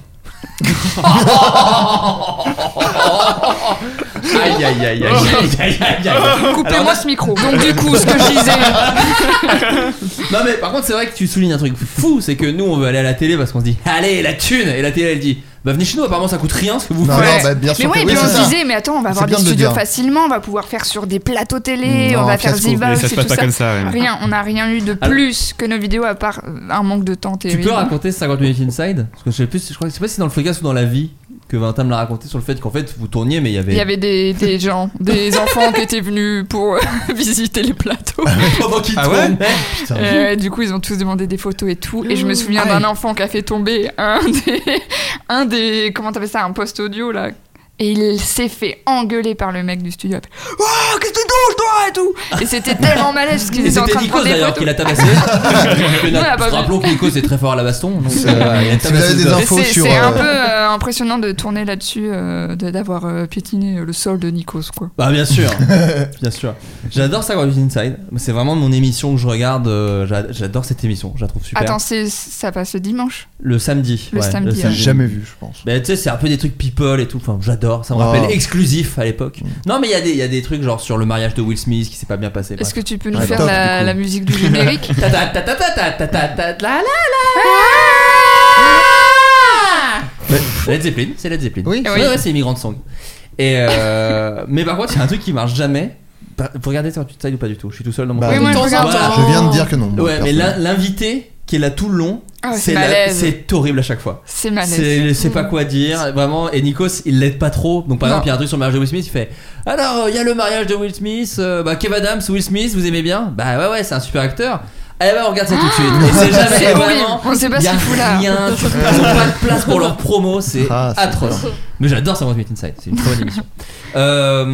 Aïe aïe aïe aïe aïe aïe aïe aïe. coupez-moi ce micro. Donc du coup, ce que je disais, Non mais par contre c'est vrai que tu soulignes un truc fou, c'est que nous on veut aller à la télé parce qu'on se dit allez la thune et la télé elle dit bah venez chez nous apparemment ça coûte rien ce que vous Non, faites. non, bah, bien mais sûr. ouais, que- et puis oui, on c'est se ça. disait, mais attends, on va C'est avoir des bien de le studios dire. facilement, on va pouvoir faire sur des plateaux télé, Non, on va faire fiasco. Ziva, Et ça se c'est passe tout pas ça. comme ça. ouais. Rien, on n'a rien eu de Alors- plus que nos vidéos à part euh, un manque de temps Tu terrible. peux raconter 50 minutes inside Parce que je sais plus, je crois que je sais pas si c'est dans le focus ou dans la vie que Vintin me l'a raconté sur le fait qu'en fait vous tourniez mais il y avait. Il y avait des, des gens, des enfants qui étaient venus pour (laughs) euh, visiter les plateaux. (laughs) pendant qu'ils Ah ouais tournaient. Putain. Euh, du coup, ils ont tous demandé des photos et tout. Et je me souviens Aïe. d'un enfant qui a fait tomber un (laughs) des, un des, comment t'appelles ça, un poste audio là. Et il s'est fait engueuler par le mec du studio. Il a fait, Ouah, qu'est-ce que tu touches toi et tout. Et c'était tellement malaise parce qu'ils Et étaient en c'était train de Nikos prendre des d'ailleurs qui photos. l'a tabassé. (laughs) Et Ouais, là, bah, Rappelons que Nikos est très fort à la baston. donc, C'est- euh, il a Si vous tabassé avez le des gosse. infos C'est sur. c'est un euh, peu euh, impressionnant de tourner là-dessus, euh, de- d'avoir euh, piétiné le sol de Nikos quoi. Bah bien sûr, (laughs) bien sûr. J'adore ça quand Inside. C'est vraiment mon émission que je regarde. euh, j'a- J'adore cette émission, je la trouve super. Attends, c'est ça passe le dimanche. le samedi. le samedi, ouais. J'ai jamais vu, je pense. Bah, tu sais, c'est un peu des trucs people et tout. Enfin, j'adore. Ça me Oh. Mm. rappelle exclusif à l'époque. Non, mais il y, a des- il y a des trucs genre sur le mariage de Will Smith qui s'est pas bien passé. Est-ce que tu peux nous Ouais, faire top, du la, coup. la musique du générique (laughs) Ta ta ta ta ta ta ta ta ta la la la Ouais, Led Zeppelin, c'est Led Zeppelin. Oui. ouais, ouais, c'est Immigrant Song. Et (laughs) euh, mais par contre, il y a un truc qui marche jamais. Bah, Vous regardez sur Twitter ou pas du tout Je suis tout seul dans mon Bah, coin. Oui, moi, je regarde. Voilà. Je viens de dire que non. Ouais, mais l'in- l'invité qui est là tout le long, Ah ouais, c'est c'est la- malaise. c'est horrible à chaque fois. Ah, C'est malaise. C'est c'est pas quoi dire, vraiment. Et Nikos, il l'aide pas trop. Donc, par Non. exemple, il y a un truc sur le mariage de Will Smith, il fait Alors, il y a le mariage de Will Smith, euh, bah, Kev Adams, Will Smith, vous aimez bien Bah, ouais, ouais, c'est un super acteur. Eh ben, on regarde ça tout de suite. Et c'est jamais Ah, C'est et horrible. vraiment, On sait pas y ce a qu'il fout là. (laughs) rien, tu- ils ont pas de place pour leur promo, c'est Ah, c'est atroce. Mais j'adore Savoir Smith Inside, c'est une très bonne émission. Euh,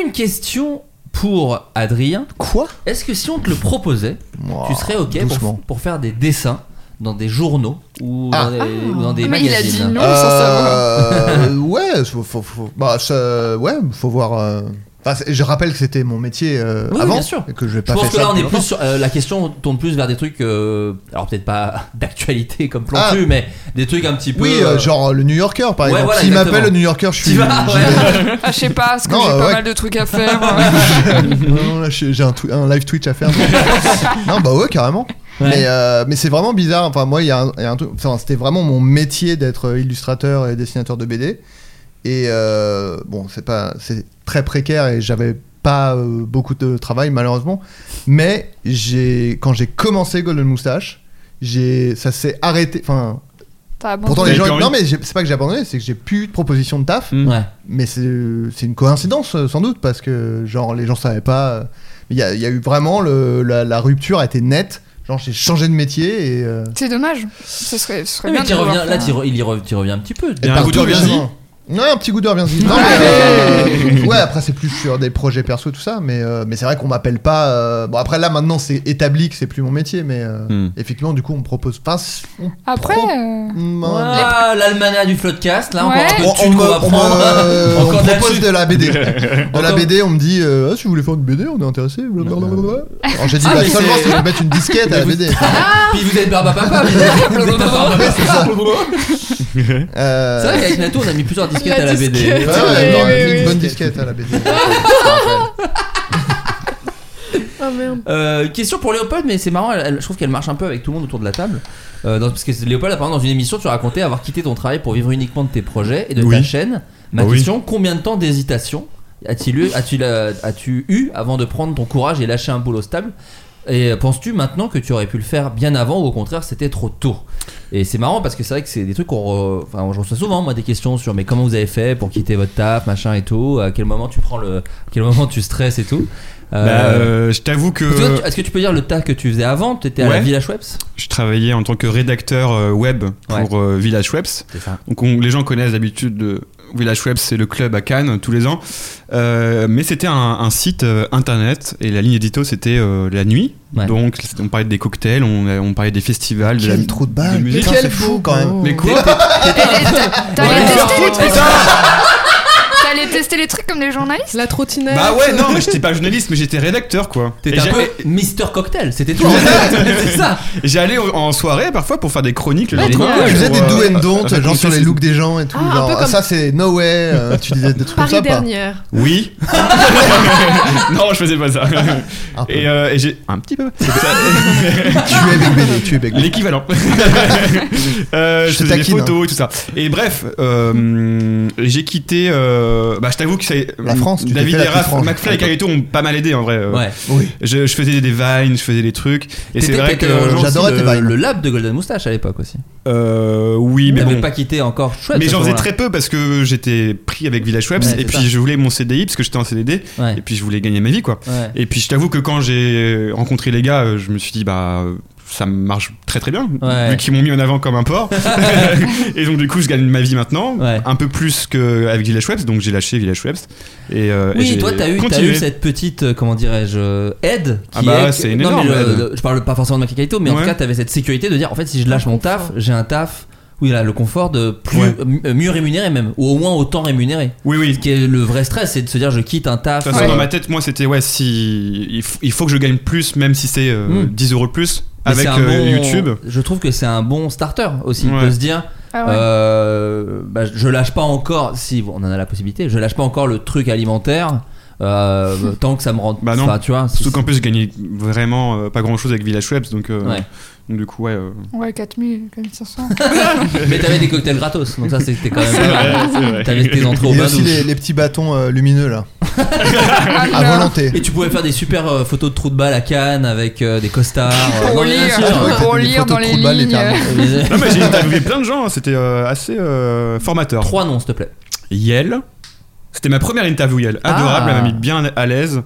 une question pour Adrien Quoi Est-ce que si on te le proposait, tu serais ok Oh, doucement. pour, pour faire des dessins dans des journaux ou dans Ah. des, ou dans des Mais il a dit magazines non sans savoir. Euh, ouais, faut, faut- faut- bah, ça- ouais, faut voir. euh, Enfin, c'est- je rappelle que c'était mon métier euh, Oui, oui, avant, bien sûr. et que je vais Je pas pense fait que ça là, on est depuis plus sur- euh, la question tourne plus vers des trucs, euh, alors peut-être pas (laughs) d'actualité comme plan Ah. cul, mais des trucs un petit peu. Oui, euh, euh, genre le New Yorker par Ouais, exemple. voilà, S'il exactement. m'appelle le New Yorker, je T'y suis. vas, j'y ouais. vais. Ah, je sais pas, parce que Non, j'ai euh, pas ouais. mal de trucs à (laughs) faire. Non, là, j'ai j'ai un, twi- un live Twitch à faire. non, bah ouais, carrément. Ouais. (laughs) Mais, euh, mais c'est vraiment bizarre. Enfin, moi, il y a un, il y a un truc. enfin, c'était vraiment mon métier d'être euh, illustrateur et dessinateur de BD. Et euh, bon, c'est pas, c'est très précaire et j'avais pas euh, beaucoup de travail malheureusement. Mais j'ai, quand j'ai commencé Golden Moustache, j'ai, ça s'est arrêté. Enfin, T'as abandonné. pourtant les gens, envie non mais j'ai- c'est pas que j'ai abandonné, c'est que j'ai plus eu de proposition de taf. Ouais. Mais c'est c'est une coïncidence euh, sans doute parce que genre les gens savaient pas. euh, Il y, a- il y a eu vraiment le, la, la rupture a été nette. Genre j'ai changé de métier et. euh, C'est dommage. Ce serait, ce serait Ah Oui, bien mais t'y de reviens, pouvoir là, faire. t'y re- il y re- t'y reviens un petit peu. et un partout, goût de reviens-y. justement. Ouais, un petit goût de reviens-y. Non, mais, euh, ouais, après c'est plus sur des projets perso tout ça, mais euh, mais c'est vrai qu'on m'appelle pas. euh, Bon après là maintenant c'est établi que c'est plus mon métier, mais euh, Hmm. effectivement du coup on me propose pas. on Après, pro- euh, Hmm, euh, Ah, l'almanach du Floodcast, là, Ouais. encore un peu On, de on thune me, qu'on va on prendre. me- euh, (laughs) on Encore me de la propose thune. de la BD. De la Encore- BD, on me dit euh, Ah, si vous voulez faire une BD, on est intéressé. blablabla. Alors j'ai dit Ah, bah, mais seulement c'est- si je peux mettre une disquette (laughs) à la BD. Puis vous êtes barbapapa. Vous êtes barbapapa. c'est ça. Euh, C'est vrai qu'avec Nato, on a mis plusieurs disquettes La à la BD. disquette. ouais, ouais, Oui, on aurait oui, mis oui. une bonne disquette à (laughs) la BD. Ah merde. Euh, question pour Léopold, mais c'est marrant, elle- elle- je trouve qu'elle marche un peu avec tout le monde autour de la table. Euh, dans- parce que c'est- Léopold, apparemment, dans une émission, tu racontais avoir quitté ton travail pour vivre uniquement de tes projets et de ta Oui. chaîne. Ma Bah oui. question, combien de temps d'hésitation as-tu eu, as -tu eu avant de prendre ton courage et lâcher un boulot stable et penses-tu maintenant que tu aurais pu le faire bien avant ou au contraire c'était trop tôt Et c'est marrant parce que c'est vrai que c'est des trucs qu'on re- enfin, je reçois souvent moi des questions sur mais comment vous avez fait pour quitter votre taf, machin et tout, à quel moment tu prends le à quel moment tu stresses et tout. Euh, Bah, euh, je t'avoue que. parce que toi, tu- Est-ce que tu peux dire le tas que tu faisais avant T'étais à la Ouais. Villa Schweppes Je travaillais en tant que rédacteur euh, web pour euh, Village Webs. C'est ça. Donc on- les gens connaissent d'habitude euh, Village Webs, c'est le club à Cannes tous les ans. Euh, mais c'était un, un site euh, internet et la ligne édito c'était euh, la nuit. Ouais. Donc on parlait des cocktails, on, euh, on parlait des festivals, de la- Quel trou de balle. de musique. Putain, c'est fou quand même. Mais quoi Ah, T'allais Ouais. tester, les Surtout, trucs- putain t'allais tester les trucs comme les journalistes La trottinette. Bah ouais, non, mais j'étais pas journaliste, mais j'étais rédacteur quoi. Et T'étais un j'ai- peu Mister Cocktail, c'était toi en fait. (laughs) C'est ça et J'allais en- en soirée parfois pour faire des chroniques. le Ouais, lendemain, trop cool. Tu faisais des pour, do euh, and don't, raconter genre sur les ces- looks des gens et tout. Ah, un peu genre, comme- ça c'est no way. euh, tu disais des trucs comme Paris ça. pas dernière. Oui. (laughs) non, je faisais pas ça. Un peu. Et, euh, et j'ai un petit peu. Ah, Tu es Big BD, tu es Big BD. (laughs) L'équivalent. Euh, Je je te faisais des taquine, hein. photos et tout ça. Et bref, euh, j'ai quitté. euh, bah, je t'avoue que c'est. La France, tu David t'es et fait la petite Raph, France. McFly et Carito ont pas mal aidé en vrai. Euh, Ouais. Oui. Je, je faisais des vines, je faisais des trucs. Et c'est T'étais- vrai que. t'étais rejoint aussi j'adorais le- tes vibes. Le lab de Golden Moustache à l'époque aussi. Euh, oui, mais T'avais bon. pas quitté encore chouette. mais à ce j'en faisais moment-là. très peu parce que j'étais pris avec Village Webs Ouais, c'est et puis ça. je voulais mon CDI parce que j'étais en CDD Ouais. et puis je voulais gagner ma vie quoi. Ouais. Et puis je t'avoue que quand j'ai rencontré les gars, euh, je me suis dit bah euh, ça marche très très bien Ouais. vu qu'ils m'ont mis en avant comme un (laughs) porc. (laughs) et donc du coup je gagne ma vie maintenant, Ouais. un peu plus qu'avec Village Webs, donc j'ai lâché Village Webs. Et, euh, et Oui, j'ai toi, t'as eu, t'as continué. eu cette petite, euh, comment dirais-je, euh, aide qui Ah bah, est. c'est une non, mais énorme je, je parle pas forcément de Maquia Kaito, mais en Ouais. tout cas, t'avais cette sécurité de dire, en fait, si je lâche Le mon confort. taf, j'ai un taf. Oui, là, le confort de plus, Ouais. euh, mieux rémunéré même, ou au moins autant rémunéré. Oui oui. Ce qui est le vrai stress, c'est de se dire je quitte un De taf. toute façon, Ouais. dans ma tête, moi, c'était ouais, si il faut, il faut que je gagne plus, même si c'est euh, Mm. 10 euros de plus Mais avec c'est un euh, bon- YouTube. Je trouve que c'est un bon starter aussi Ouais. de se dire Ah ouais. euh, bah, je lâche pas encore si bon, on en a la possibilité, je lâche pas encore le truc alimentaire (laughs) euh, tant que ça me rend. Bah non. enfin, tu vois. Surtout c'est- qu'en plus, je gagnais vraiment euh, pas grand chose avec Village Webs, donc, euh, Ouais. donc du coup, ouais. euh, Ouais, 4000, 4500. Mais t'avais des cocktails gratos, donc ça (laughs) c'était quand même. pas mal. T'avais tes entrées au Il y bain a aussi douche. les, les petits bâtons euh, lumineux là, Ah, à non. volonté. Et tu pouvais faire des super euh, photos de trous de balle à Cannes avec euh, des costards. euh, Pour non, mais bien lire, sûr. Ah, ouais, pour des lire photos dans de les trous de balles, lignes. littéralement. Les- (laughs) Non, mais j'ai interviewé plein de gens, hein, c'était euh, assez euh, formateur. Trois noms s'il te plaît. Yel. C'était ma première interview Yel. Adorable, Ah. elle m'a mis bien à l'aise.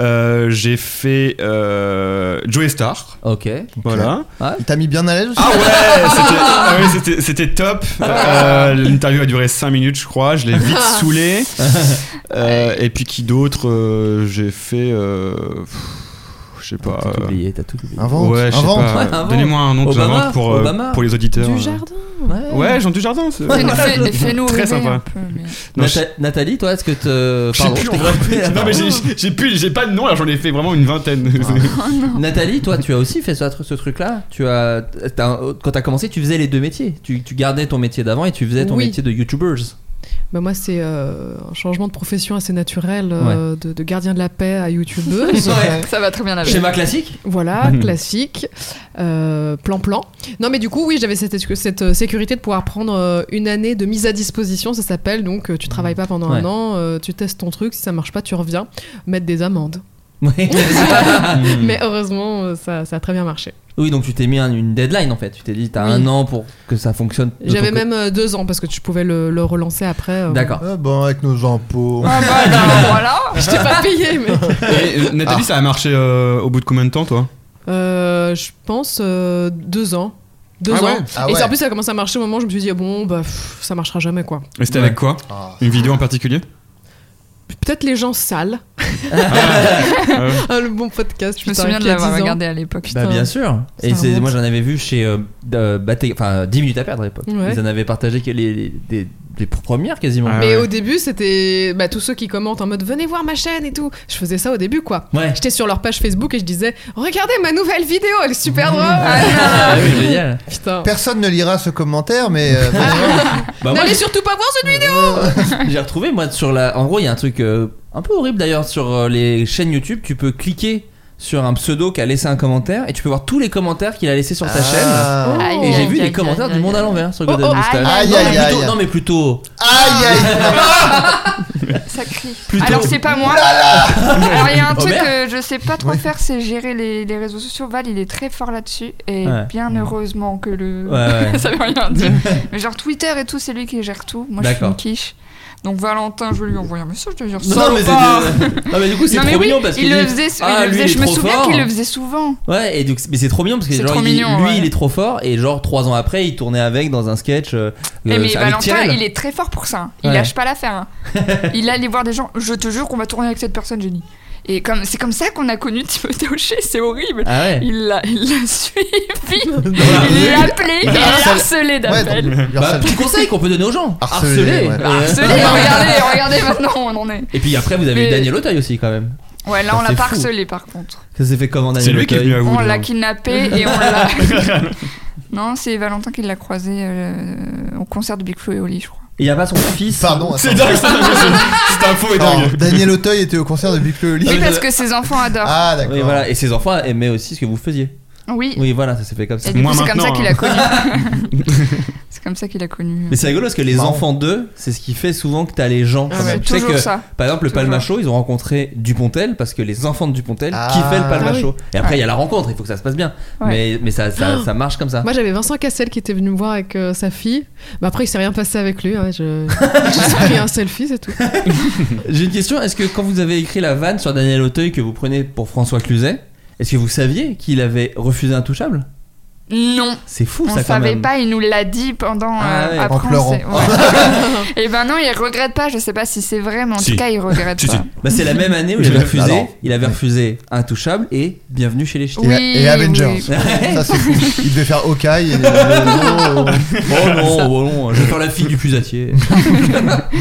Euh, j'ai fait euh, Joey Star. Ok. Voilà. Il t'a mis bien à l'aise aussi Ah ouais, c'était, ah ouais, c'était, c'était top. Euh, l'interview a duré 5 minutes, je crois. Je l'ai vite saoulé. Euh, et puis qui d'autre Euh, J'ai fait. euh, je sais pas. T'as tout euh, oublié, t'as tout oublié. Invente, ouais, je sais invente. pas. Ouais, invente. Donnez-moi un nom que Obama, j'invente pour, euh, Obama. pour les auditeurs. Du jardin. Ouais, Jean du Jardin. c'est- Fais- fais- Fais-nous Très rêver sympa. un peu, mais- Non, Nata- Nathalie, toi, est-ce que te. Je sais Pardon, plus, je en t'ai coupé la vrai. Non, mais j'ai- parole. j'ai plus, j'ai pas de nom, alors j'en ai fait vraiment une vingtaine. Nathalie, toi, tu as aussi fait ça- ce truc-là. Tu as, t'as un- euh, quand t'as commencé, tu faisais les deux métiers. Tu, tu gardais ton métier d'avant et tu faisais ton Oui. métier de YouTubers. Bah moi, c'est euh, un changement de profession assez naturel euh, de, de gardien de la paix à (laughs) youtubeuse. Ouais, ça va très bien avec. (laughs) Schéma classique. (laughs) Voilà, Mhm. classique, euh, plan-plan. non, mais du coup, oui, j'avais cette, cette, euh, sécurité de pouvoir prendre euh, une année de mise à disposition, ça s'appelle. Donc, euh, tu travailles pas pendant un Ouais. an, euh, tu testes ton truc, si ça marche pas, tu reviens, mettre des amendes. Ouais. Hmm. Mais heureusement, euh, ça, ça a très bien marché. oui, donc tu t'es mis un- une deadline en fait. Tu t'es dit, t'as Oui. un an pour que ça fonctionne. de J'avais ton côté. même euh, deux ans parce que tu pouvais le, le relancer après. euh, D'accord. Ah bon, avec nos impôts. Ah bah alors, (laughs) voilà. Je t'ai pas payé, mais. (laughs) Et, euh, Nathalie, ça a marché euh, au bout de combien de temps, toi Euh, je pense euh, deux ans. Deux Ah ans. ouais Ah et ouais. ça, en plus, ça a commencé à marcher au moment où je me suis dit, ah bon, bah, pff, ça marchera jamais, quoi. Et c'était Ouais. avec quoi Ah. Une vidéo en (laughs) particulier Ah. Peut-être les gens sales. (laughs) Euh, Ah, le bon podcast, Je me putain, souviens de qui a 10 l'avoir ans. regardé à l'époque. Bah, bien sûr. Et Ça c'est- remonte. moi j'en avais vu chez euh, euh, Baté- enfin 10 minutes à perdre à l'époque. Ouais. Ils en avaient partagé que les, les- des, des premières quasiment. Ah Mais ouais. au début, c'était bah, tous ceux qui commentent en mode venez voir ma chaîne et tout. Je faisais ça au début, quoi. Ouais. J'étais sur leur page Facebook et je disais regardez ma nouvelle vidéo, elle est super drôle. (laughs) Ah oui, génial. Putain. Personne ne lira ce commentaire, mais. euh, mais voilà. Bah, moi, N'allez surtout pas voir cette vidéo. (laughs) J'ai retrouvé moi sur la. En gros, il y a un truc euh, un peu horrible d'ailleurs sur euh, les chaînes YouTube. Tu peux cliquer sur un pseudo qui a laissé un commentaire et tu peux voir tous les commentaires qu'il a laissé sur sa chaîne. Ah. Aïe, Et aïe, j'ai vu aïe, les aïe, commentaires aïe, du aïe, monde à aïe. l'envers sur Golden Oh, oh, Moustache. aïe, Non, mais aïe, aïe, plutôt- aïe. Non mais plutôt. Aïe aïe Ça crie. Plutôt- Oh Alors c'est pas moi. Alors il y a un truc merde. que je sais pas trop Ouais. faire, c'est gérer les, les réseaux sociaux. Val, il est très fort là-dessus et Ouais. bien heureusement que le Ouais, ouais. (laughs) ça veut (laughs) rien dire. Mais genre Twitter et tout, c'est lui qui gère tout. Moi je suis D'accord. une quiche. Donc Valentin, je vais lui envoyer un message de dire Non mais, salopard. c'est- (laughs) non, mais du coup c'est hein. Non, trop mais oui, mignon parce il qu'il le dit, faisait, ah, il le lui, il faisait- est je me trop souviens fort. qu'il le faisait souvent. Ouais, et donc, mais c'est trop mignon parce que C'est genre, trop il- mignon, lui ouais. il est trop fort et genre trois ans après il tournait avec dans un sketch. euh, Eh, euh, mais avec Valentin, Tyrell. il est très fort pour ça. Il Ouais. lâche pas l'affaire. (laughs) hein. il allait voir des gens. Je te jure qu'on va tourner avec cette personne, Jenny. Et comme c'est comme ça qu'on a connu Timothée Hochet, c'est horrible. Ah ouais. Il l'a, il l'a (laughs) suivi, (laughs) la il l'a appelé, il l'a l'a harcelé. harcelé Ouais, d'appel. donc, Bah, personne- petit conseil qu'on peut donner aux gens. Harceler, ouais. Euh, (laughs) Harcelé, regardez, regardez maintenant où on en est. Et puis après, vous avez eu Mais- Daniel Auteuil aussi, quand même. Ouais, là Ça, on l'a Ah, c'est pas fou. Ah harcelé par contre. Ça s'est fait comment, C'est Daniel lui qui est venu Auteuil à vous. on l'a d'ailleurs. kidnappé (laughs) et on l'a. non, c'est Valentin qui l'a croisé euh, au concert de Big Flo et Oli, je crois. Il y a pas son fils. Pardon, (laughs) C'est attends. dingue, c'est dingue, c'est- cette info est Attends, dingue. Daniel Auteuil était au concert de Big Flo et Euh, Oli. Oui, parce que ses enfants adorent. Ah, d'accord. Oui, voilà. Et ses enfants aimaient aussi ce que vous faisiez. Oui. Oui, voilà, ça s'est fait comme ça. Et du Moi, coup, c'est comme ça maintenant, qu'il a hein. (laughs) connu. c'est comme ça qu'il a connu. Mais c'est rigolo parce que les Marrant. enfants d'eux, c'est ce qui fait souvent que t'as les gens. Ah quand ouais. même. Tu sais toujours que, ça. par exemple, le Toujours. Palma Show, ils ont rencontré Dupontel parce que les enfants de Dupontel Ah. kiffaient le Palma Ah oui. Show. Et après, il y a la rencontre, il faut que ça se passe bien. Ouais. Oh Mais, mais ça, ça, ça marche comme ça. Moi j'avais Vincent Cassel qui était venu me voir avec euh, sa fille. Bah après il s'est rien passé avec lui. hein, je... J'ai pris un selfie c'est tout. J'ai une question. Est-ce que quand vous avez écrit la vanne sur Daniel Auteuil que vous prenez pour François Cluzet, est-ce que vous saviez qu'il avait refusé Intouchable Non. C'est fou, On ça, quand savait même. pas, il nous l'a dit pendant Ah euh, ouais. après, En on pleurant. s'est- (laughs) Et ben non, il regrette pas, je sais pas si c'est vrai, mais en Si. tout cas, il regrette Si, pas. si. Bah, c'est la même année où il avait refusé, Alors. il avait refusé Intouchable et Bienvenue chez les Ch'tis. Et, Oui, et Avengers. oui. Ça, c'est cool. Il devait faire Hawkeye. Et... Oh, oh. (laughs) Oh non, oh non, je vais faire la fille du (laughs) pusatier. Non, mais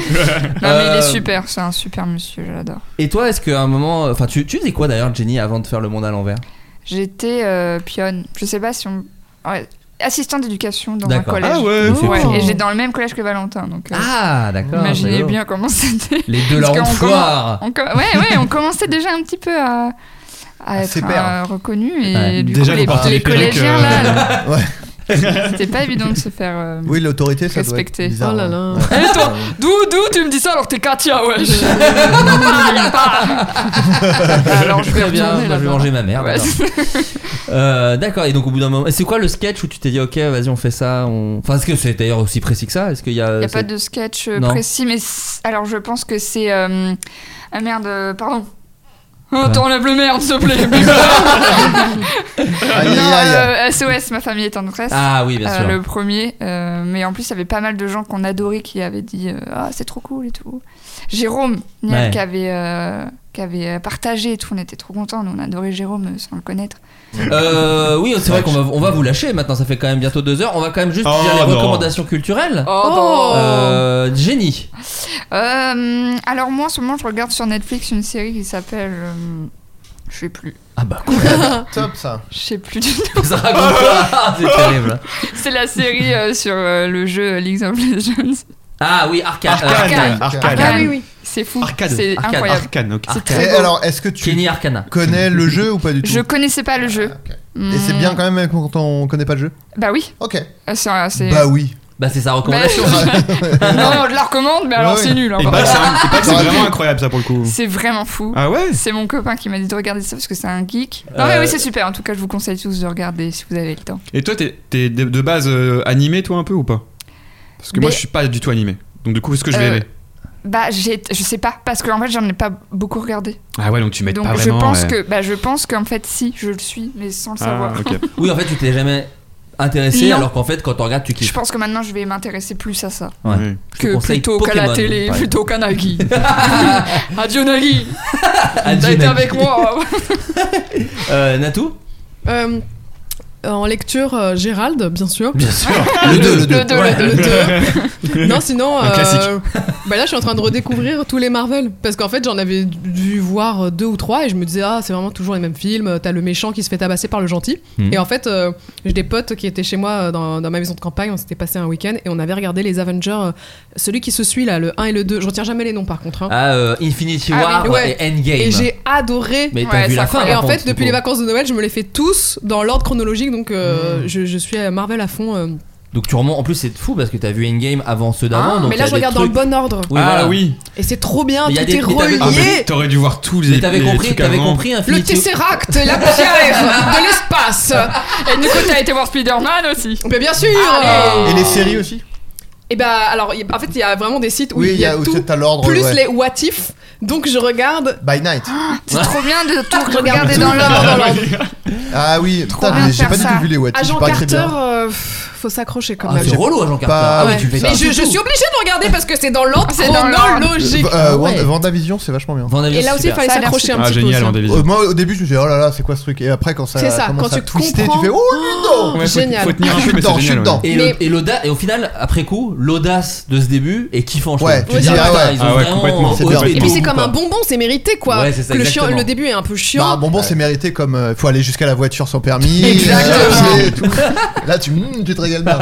il Euh, est super, c'est un super monsieur, je l'adore. Et toi, est-ce qu'à un moment. Enfin, tu, tu faisais quoi d'ailleurs, Jenny, avant de faire le monde à l'envers J'étais euh, pionne, je sais pas si on. ouais, Assistant d'éducation dans un D'accord. collège. Ah ouais, c'est cool. Et j'ai dans le même collège que Valentin, donc. euh, Ah, d'accord. Imaginez d'accord. bien comment (laughs) c'était. Les deux Parce larrons de qu'on foire. On com- ouais, ouais, on commençait déjà un petit peu à, à À être ses pairs. euh, reconnu et Ouais. du Déjà, coup, vous les, portez les des perruques, collégiens euh, là, Ouais. c'était pas évident de se faire. euh, Oui, l'autorité, ça Respecter. doit être bizarre. hein. Oh là là. Eh, toi, d'où, d'où tu me dis ça alors que t'es Katia, wesh Alors je vais Très bien, retourner bah, je vais là-bas. manger ma mère. Ouais. d'accord. Euh, D'accord, et donc au bout d'un moment. et C'est quoi le sketch où tu t'es dit, ok, vas-y, on fait ça on... Enfin, est-ce que c'est d'ailleurs aussi précis que ça Est-ce qu'il y a. Il n'y a pas cette- de sketch euh, Non. précis, mais c'est- alors je pense que c'est. euh, Ah merde, euh, pardon. Quoi Oh, t'enlèves le merde, s'il te plaît. Aïe, aïe, non, aïe. euh, SOS, ma famille est en détresse. Ah oui, bien Euh, sûr. le premier, euh, mais en plus il y avait pas mal de gens qu'on adorait qui avaient dit euh, ah c'est trop cool et tout. Jérôme Niel Ouais. qui, avait, euh, qui avait partagé et tout. On était trop contents. Nous, on adorait Jérôme euh, sans le connaître. Euh, oui, c'est vrai qu'on va, on va vous lâcher maintenant. Ça fait quand même bientôt deux heures. On va quand même juste Oh, dire les non. recommandations culturelles. Oh, non. Euh, Jenny. Euh, alors, moi, en ce moment, je regarde sur Netflix une série qui s'appelle. euh, je sais plus. Ah bah, Top ça. Je sais plus (laughs) du tout. Ça raconte pas. C'est terrible. C'est la série euh, sur euh, le jeu League of Legends. Ah oui, Arcane. Arcane. euh, Arcane. Ah oui, oui. C'est fou. Arcade. C'est Arcade. incroyable. Arcane, ok. C'est Et très beau. alors, est-ce que tu Kenny Arcana. connais le jeu ou pas du tout Ah, Je Mm. connaissais pas le jeu. Hmm. Et c'est bien quand même quand on connaît pas le jeu Bah oui. Ok. Euh, c'est- c'est- (laughs) Bah oui. Bah, c'est sa Bah, recommandation. non, on la recommande, mais alors Ouais, c'est ouais. nul. hein, Et par bah, contre. c'est un- et bah, c'est vraiment incroyable ça pour le coup. C'est vraiment fou. Ah ouais C'est mon copain qui m'a dit de regarder ça parce que c'est un geek. Non, mais Euh, oui, c'est super. En tout cas, je vous conseille tous de regarder si vous avez le temps. Et toi, t'es t'es de de base euh, animé, toi, un peu ou pas Parce que moi, Mais- je suis pas du tout animé. Donc, du coup, est-ce que je vais Euh, aimer Bah, j'ai- je sais pas, parce que en fait, j'en ai pas beaucoup regardé. Ah ouais, donc tu m'aides Donc, pas je vraiment. pense ouais. que, bah, je pense qu'en fait, si, je le suis, mais sans le Ah, savoir. ok. Oui, en fait, tu t'es jamais intéressé, Non. alors qu'en fait, quand on regarde, tu Je kiffes. pense que maintenant, je vais m'intéresser plus à ça Ouais. Oui. Je te que conseille plutôt qu'à la Pokémon, télé, par exemple. plutôt qu'à Nagui. (laughs) Adieu Nagui, t'as été Nagui. avec moi. Euh, Natou Euh, en lecture, euh, Gérald, bien sûr. Bien sûr. Le 2, le (laughs) 2. Le deux, Ouais. Le deux. non, sinon. Un classique. bah là, je suis en train de redécouvrir tous les Marvel. Parce qu'en fait, j'en avais dû voir deux ou trois et je me disais, ah, c'est vraiment toujours les mêmes films. T'as le méchant qui se fait tabasser par le gentil. Mhm. Et en fait, euh, j'ai des potes qui étaient chez moi euh, dans, dans ma maison de campagne. On s'était passé un week-end et on avait regardé les Avengers. euh, celui qui se suit là, le 1 et le 2. Je retiens jamais les noms par contre. hein. Ah, euh, Infinity Ah War oui, ouais. et Endgame. et j'ai adoré. Mais t'as Ouais, vu la c'est fin incroyable. Et par en contre, fait, depuis les du coup. vacances de Noël, je me les fais tous dans l'ordre chronologique, donc euh, Hmm. je, je suis à Marvel à fond. euh. Donc tu remontes. En plus, c'est fou parce que t'as vu Endgame avant ceux d'avant. donc mais y a là, je des regarde trucs- dans le bon ordre. Oui, ah voilà. oui Et c'est trop bien, Mais y a tout des- est mais t'avais- relié. Ah, mais t'aurais dû voir tous les. Mais t'avais les compris, trucs t'avais avant. compris Le Infinity Tesseract, la pierre de (laughs) l'espace. Et du coup, t'as été voir Spider-Man aussi. Mais bien sûr. Ah Et les séries aussi Et bah alors, y- en fait, il y a vraiment des sites où Oui, il y a, tout, à l'ordre. plus ouais. les what if. Donc je regarde. By Night. C'est trop bien de (laughs) tout regarder Tout dans vraiment dans l'ordre. l'ordre. Ah oui, putain, bien mais de j'ai faire pas du ça. tout vu les What If, Agent pas très Carter, bien. euh, pff, faut s'accrocher quand Ah, même. c'est relou, Agent Carter. Pas- Ah ouais, Ouais. tu fais Mais ça. je, je suis obligée de regarder parce que c'est dans l'ordre C'est dans l'ordre. chronologique. Euh, Ah ouais. Wanda- WandaVision, c'est vachement bien. Vendavision, Et là aussi, il super. fallait Ça a l'air s'accrocher un Ah petit peu. génial, aussi. Vendavision. Euh, moi au début je me disais oh là là c'est quoi ce truc et après quand ça C'est ça, commence quand à tu twister comprends- tu fais (gasps) oh Ouais, non faut- Génial. Faut tenir un Je peu, suis mais dedans, c'est je suis génial. dedans. Mais- Et, l'auda- et l'auda- et au final, après coup, l'audace de ce début est kiffant. je Ouais, trouve. tu dis, dis, ah putain, ouais. ils ont Ah ouais, vraiment complètement, c'est osé bien. et Et tout, puis c'est comme quoi. un bonbon, c'est mérité quoi. Bah. Ouais, c'est ça, le, chiant- exactement. le début est un peu chiant. Bah, bon bon c'est mérité comme il faut aller jusqu'à la voiture (laughs) sans permis Exactement. euh, c'est tout. là tu hum, tu te régales bien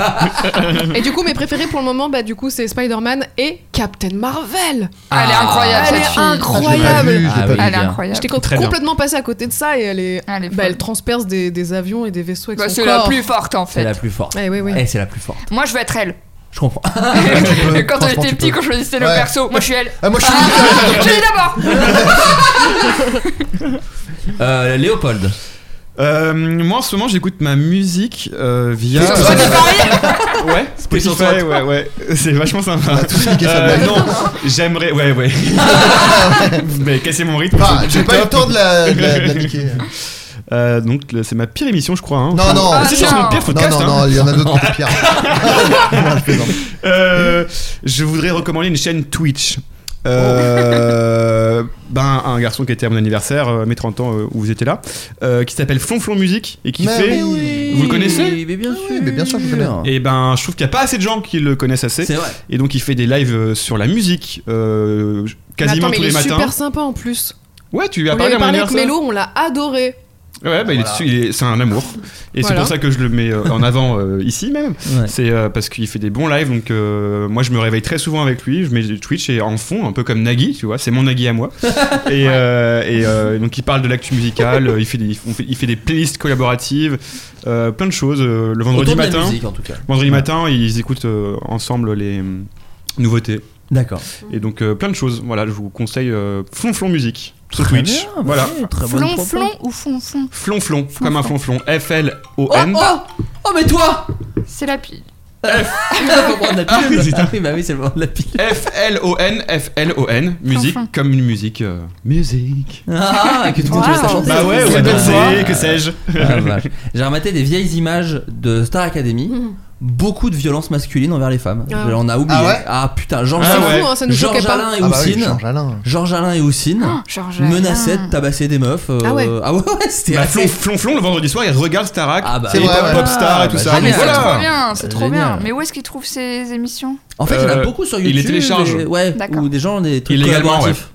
Et du coup, mes préférés pour le moment, bah du coup, c'est Spider-Man et Captain Marvel. Ah, Elle est incroyable, elle cette est fille. Ah, incroyable. Je l'ai pas vu, je l'ai Ah pas oui. vu. Elle est bien. incroyable. J'étais co- Très bien. complètement passée à côté de ça et elle est, Elle est bah, folle. elle transperce des, des avions et des vaisseaux avec Bah, son c'est corps. la plus forte en C'est la fait. plus forte. Eh oui, oui. Eh, c'est la plus forte. Moi, je veux être elle. Je comprends. peux, Et quand on franchement, était tu petit, peux. quand je choisissais le Ouais. perso, moi je suis elle. Ah, moi je suis (laughs) Je suis d'abord. Euh, Léopold. Euh, moi en ce moment j'écoute ma musique euh, via. Sur Spotify (laughs) ouais, Spotify. Spotify, ouais, ouais. C'est vachement On sympa. a tous niqué sa Euh, blague. non, j'aimerais. Ouais, (laughs) ouais. Mais casser mon rythme. Enfin, c'est Bah, j'ai pas eu le top. temps de la, de la, de (laughs) la niquer. Euh, donc le- c'est ma pire émission, je crois. hein. Non, non. C'est sur Ah, mon non. pire Non, podcast. non, hein. non, il y en (laughs) a d'autres qui étaient pires. (laughs) Non, je plaisante. Euh, je voudrais recommander une chaîne Twitch. Euh, Oh. ben un garçon qui était à mon anniversaire, euh, mes 30 ans euh, où vous étiez là, euh, qui s'appelle Flonflon Musique et qui Mais fait. oui. Vous le connaissez Mais bien Oui, mais bien sûr, je le connais. Et ben je trouve qu'il n'y a pas assez de gens qui le connaissent assez. C'est vrai. Et donc il fait des lives euh, sur la musique euh, Mais quasiment attends, mais tous les il est matins. super sympa en plus. Ouais, tu lui as On lui parlé avait à mon parlé avec anniversaire. Mélo, on l'a adoré. Ouais, bah, il est Voilà. dessus, il est- c'est un amour. Et c'est Voilà. pour ça que je le mets euh, en avant euh, ici même. Ouais. C'est euh, parce qu'il fait des bons lives, donc euh, moi je me réveille très souvent avec lui, je mets du Twitch et en fond, un peu comme Nagui, tu vois, c'est mon Nagui à (laughs) moi. et euh, et, euh, donc il parle de l'actu musicale, euh, il fait, des, on fait- il fait des playlists collaboratives, euh, plein de choses. euh, le vendredi Autour de la matin, musique, en tout cas. vendredi matin, ils écoutent euh, ensemble les hum, nouveautés. D'accord. Et donc euh, plein de choses, voilà, je vous conseille euh, Flonflon Musique sur Très Twitch. bien, voilà. ouais, très bonne Flon, propos. flon ou fond, fond. Flonflon, comme un flonflon, Oh, F-L-O-N. oh, oh, mais toi C'est la pile. Faut prendre la pilule. Ah, putain. Ah oui, bah oui, c'est le moment de la pilule. F-L-O-N, F-L-O-N, musique Flonflon. comme une musique. euh, musique. Ah, que tout le monde Wow. va chanter. Bah ouais, C'est ouais, bon. danser, que sais-je. Ah, vache. J'ai rematé des vieilles images de Star Academy beaucoup de violence masculine envers les femmes. Ah. On a oublié. Ah ouais putain, Georges Ah Alain, ouais. C'est fou, hein, ça nous Georges choquait pas. Alain et Ah bah oui, Houssine. Georges Alain. Georges Alain et Houssine Ah, Georges Alain. menaçaient de tabasser des meufs. euh, Ah ouais. c'était (laughs) Bah, Flonflon, assez- Flonflon, le vendredi soir, il regarde Starac, bah c'est oui. vrai, Ah, Popstar et tout bah, ça. génial. Donc voilà. C'est (laughs) Trop bien, c'est trop Génial. bien. Mais où est-ce qu'ils trouvent ces émissions En fait, il y en a Euh, beaucoup sur il les YouTube. télécharge. et- Ouais, D'accord. ou des gens, des trucs Illégalement, collaboratifs.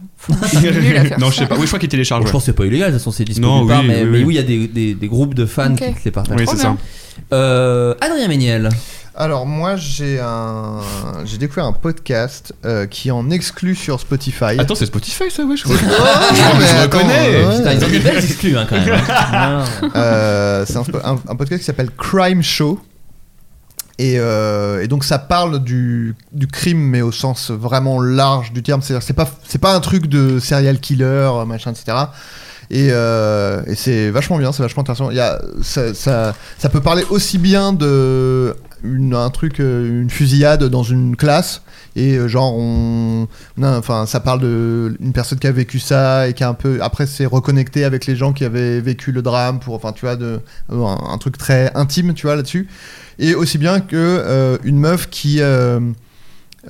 Nul à faire non, je ça. sais pas. Oui, je crois qu'il Ah télécharge. Bon, je ouais. pense que c'est pas illégal, de toute façon c'est dispo Non, nulle part, oui, mais, oui, mais oui. il y a des, des- des groupes de fans Ok. qui les partagent. Oui, c'est ça. Euh, Adrien Méniel. Alors moi j'ai un j'ai découvert un podcast euh, qui en exclut sur Spotify. Attends, c'est Spotify ça, ouais, (laughs) je crois. Oh, non, mais je attends, reconnais. ouais. Putain, ils ont des belles exclus hein, quand même. (laughs) hein. Euh, c'est un, spo- un- un podcast qui s'appelle Crime Show. Et, euh, et donc ça parle du, du crime, mais au sens vraiment large du terme. C'est-à-dire, c'est pas, c'est pas un truc de serial killer, euh, machin, etc. Et, euh, et c'est vachement bien, c'est vachement intéressant. Il y a, ça, ça, ça peut parler aussi bien de une, un truc, euh, une fusillade dans une classe, et euh, genre on, on a- enfin ça parle de une personne qui a vécu ça et qui a un peu après c'est reconnecté avec les gens qui avaient vécu le drame pour, enfin tu vois, de, un, un truc très intime, tu vois là-dessus. Et aussi bien que euh, une meuf qui euh,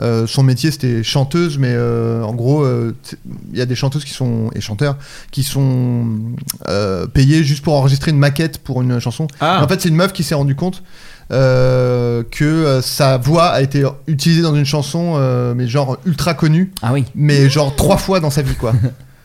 euh, son métier c'était chanteuse, mais euh, en gros, euh, t- il y a des chanteuses qui sont et chanteurs qui sont euh, payés juste pour enregistrer une maquette pour une chanson. Ah. Et En fait, c'est une meuf qui s'est rendue compte euh, que euh, sa voix a été utilisée dans une chanson, euh, mais genre ultra connue, Ah oui. mais genre trois fois dans sa (laughs) vie, quoi.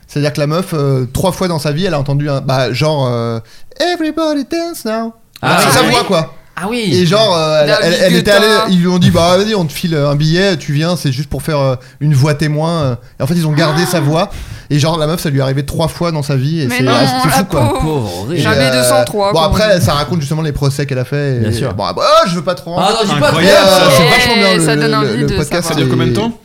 C'est-à-dire que la meuf, euh, trois fois dans sa vie, elle a entendu un, bah, genre euh, Everybody dance now. Ah, c'est sa oui. voix, quoi. Ah oui. Et genre, euh, elle, La elle- vie elle que était t'as. allée- ils lui ont dit bah vas-y, on te file un billet, tu viens, c'est juste pour faire euh, une voix témoin. euh. Et en fait, ils ont gardé sa voix. Et genre, la meuf, ça lui est arrivé trois fois dans sa vie. Et Mais c'est non, ah, c'est la fou quoi. pauvre. Pauvre Et, euh, horrible. Jamais 203, Bon, comme on après, dit. ça raconte justement les procès qu'elle a fait. et- Bien sûr. Bon, ah, bah, oh, je veux pas trop. en Ah dire. non, dis pas trop. Mais, Incroyable. euh, ça. c'est Eh, vachement bien le, ça donne le- envie le de podcast. Ça savoir. c'est- dure combien de temps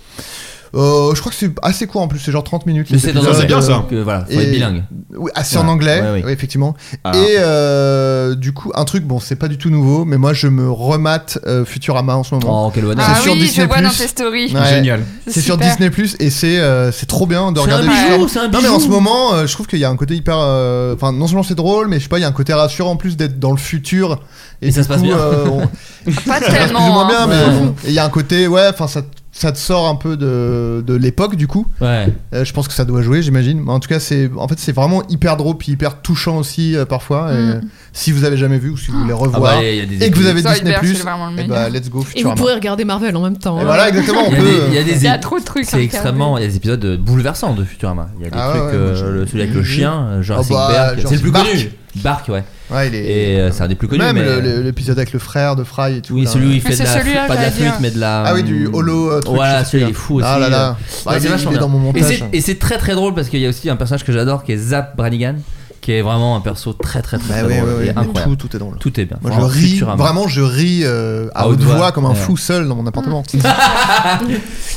Euh, Je crois que c'est assez court en plus, c'est genre 30 minutes. Mais c'est dans l'épisode. C'est bien, ça. Que, voilà, faut Et- être bilingue. Oui, ah, c'est en Ouais, anglais, ouais, ouais. oui, effectivement. Ah. Et euh, du coup, un truc, bon, c'est pas du tout nouveau, mais moi je me remate euh, Futurama en ce moment. Oh, quel bonheur. Ah, Ah c'est sur oui, je Disney+. vois dans tes Oh, stories. Ouais. Génial. C'est sur super. Disney Plus et c'est euh, c'est trop bien de C'est un regarder bijou, Futurama. c'est un Non mais en bijou. ce moment, euh, je trouve qu'il y a un côté hyper, euh, enfin non seulement c'est drôle, mais je sais pas, il y a un côté rassurant en plus d'être dans le futur. Et ça du se passe coup, bien. euh, on- Pas ça se passe plus ou tellement. moins bien, hein. mais bon. Et il y a un côté, ouais, enfin ça, ça te sort un peu de, de l'époque du coup. Ouais. Euh, je pense que ça doit jouer, j'imagine. Mais en tout cas, c'est en fait c'est vraiment hyper drôle puis hyper touchant aussi euh, parfois. Et, Mm. euh, Si vous avez jamais vu ou si vous voulez Ah revoir bah, il y a des et que vous épisodes. avez Zoidberg, Disney c'est Plus, vraiment le et meilleur. bah let's go Et vous Futurama. pourrez regarder Marvel en même temps. Et hein. voilà, exactement. On Il y a peut. des- il y a des Il y a ép- trop de trucs. à C'est regarder. extrêmement. Il y a des épisodes euh, bouleversants de Futurama. Il y a des Ah trucs. ouais, euh, moi, j'ai- le- celui avec le chien, euh, Jurassic Ah bah, Park. C'est le Jurassic plus Park. connu. Bark, ouais. euh, ouais, il est- Et euh, c'est un des plus connus. Même mais- le- le- l'épisode avec le frère de Fry et tout. Oui, là. celui où il fait Mais de c'est la, celui-là, pas de la j'allais flûte, dire. mais de la. hum, Ah oui, du holo euh, truc. Voilà, je sais plus, celui-là, hein. il est fou aussi. euh. Ah là là. Bah, Ouais, il, c'est il vachement est bien. dans mon Et montage. c'est- Et c'est très très drôle parce qu'il y a aussi un personnage que j'adore qui est Zap Brannigan, qui est vraiment un perso très très très, Bah très oui, drôle oui, oui. et incroyable. Tout, tout est drôle. Tout est bien. Moi, je Vraiment, ris, Futurama. vraiment, je ris euh, à À haute haute voix voix, comme un ouais. Mm. fou seul dans mon appartement. (laughs)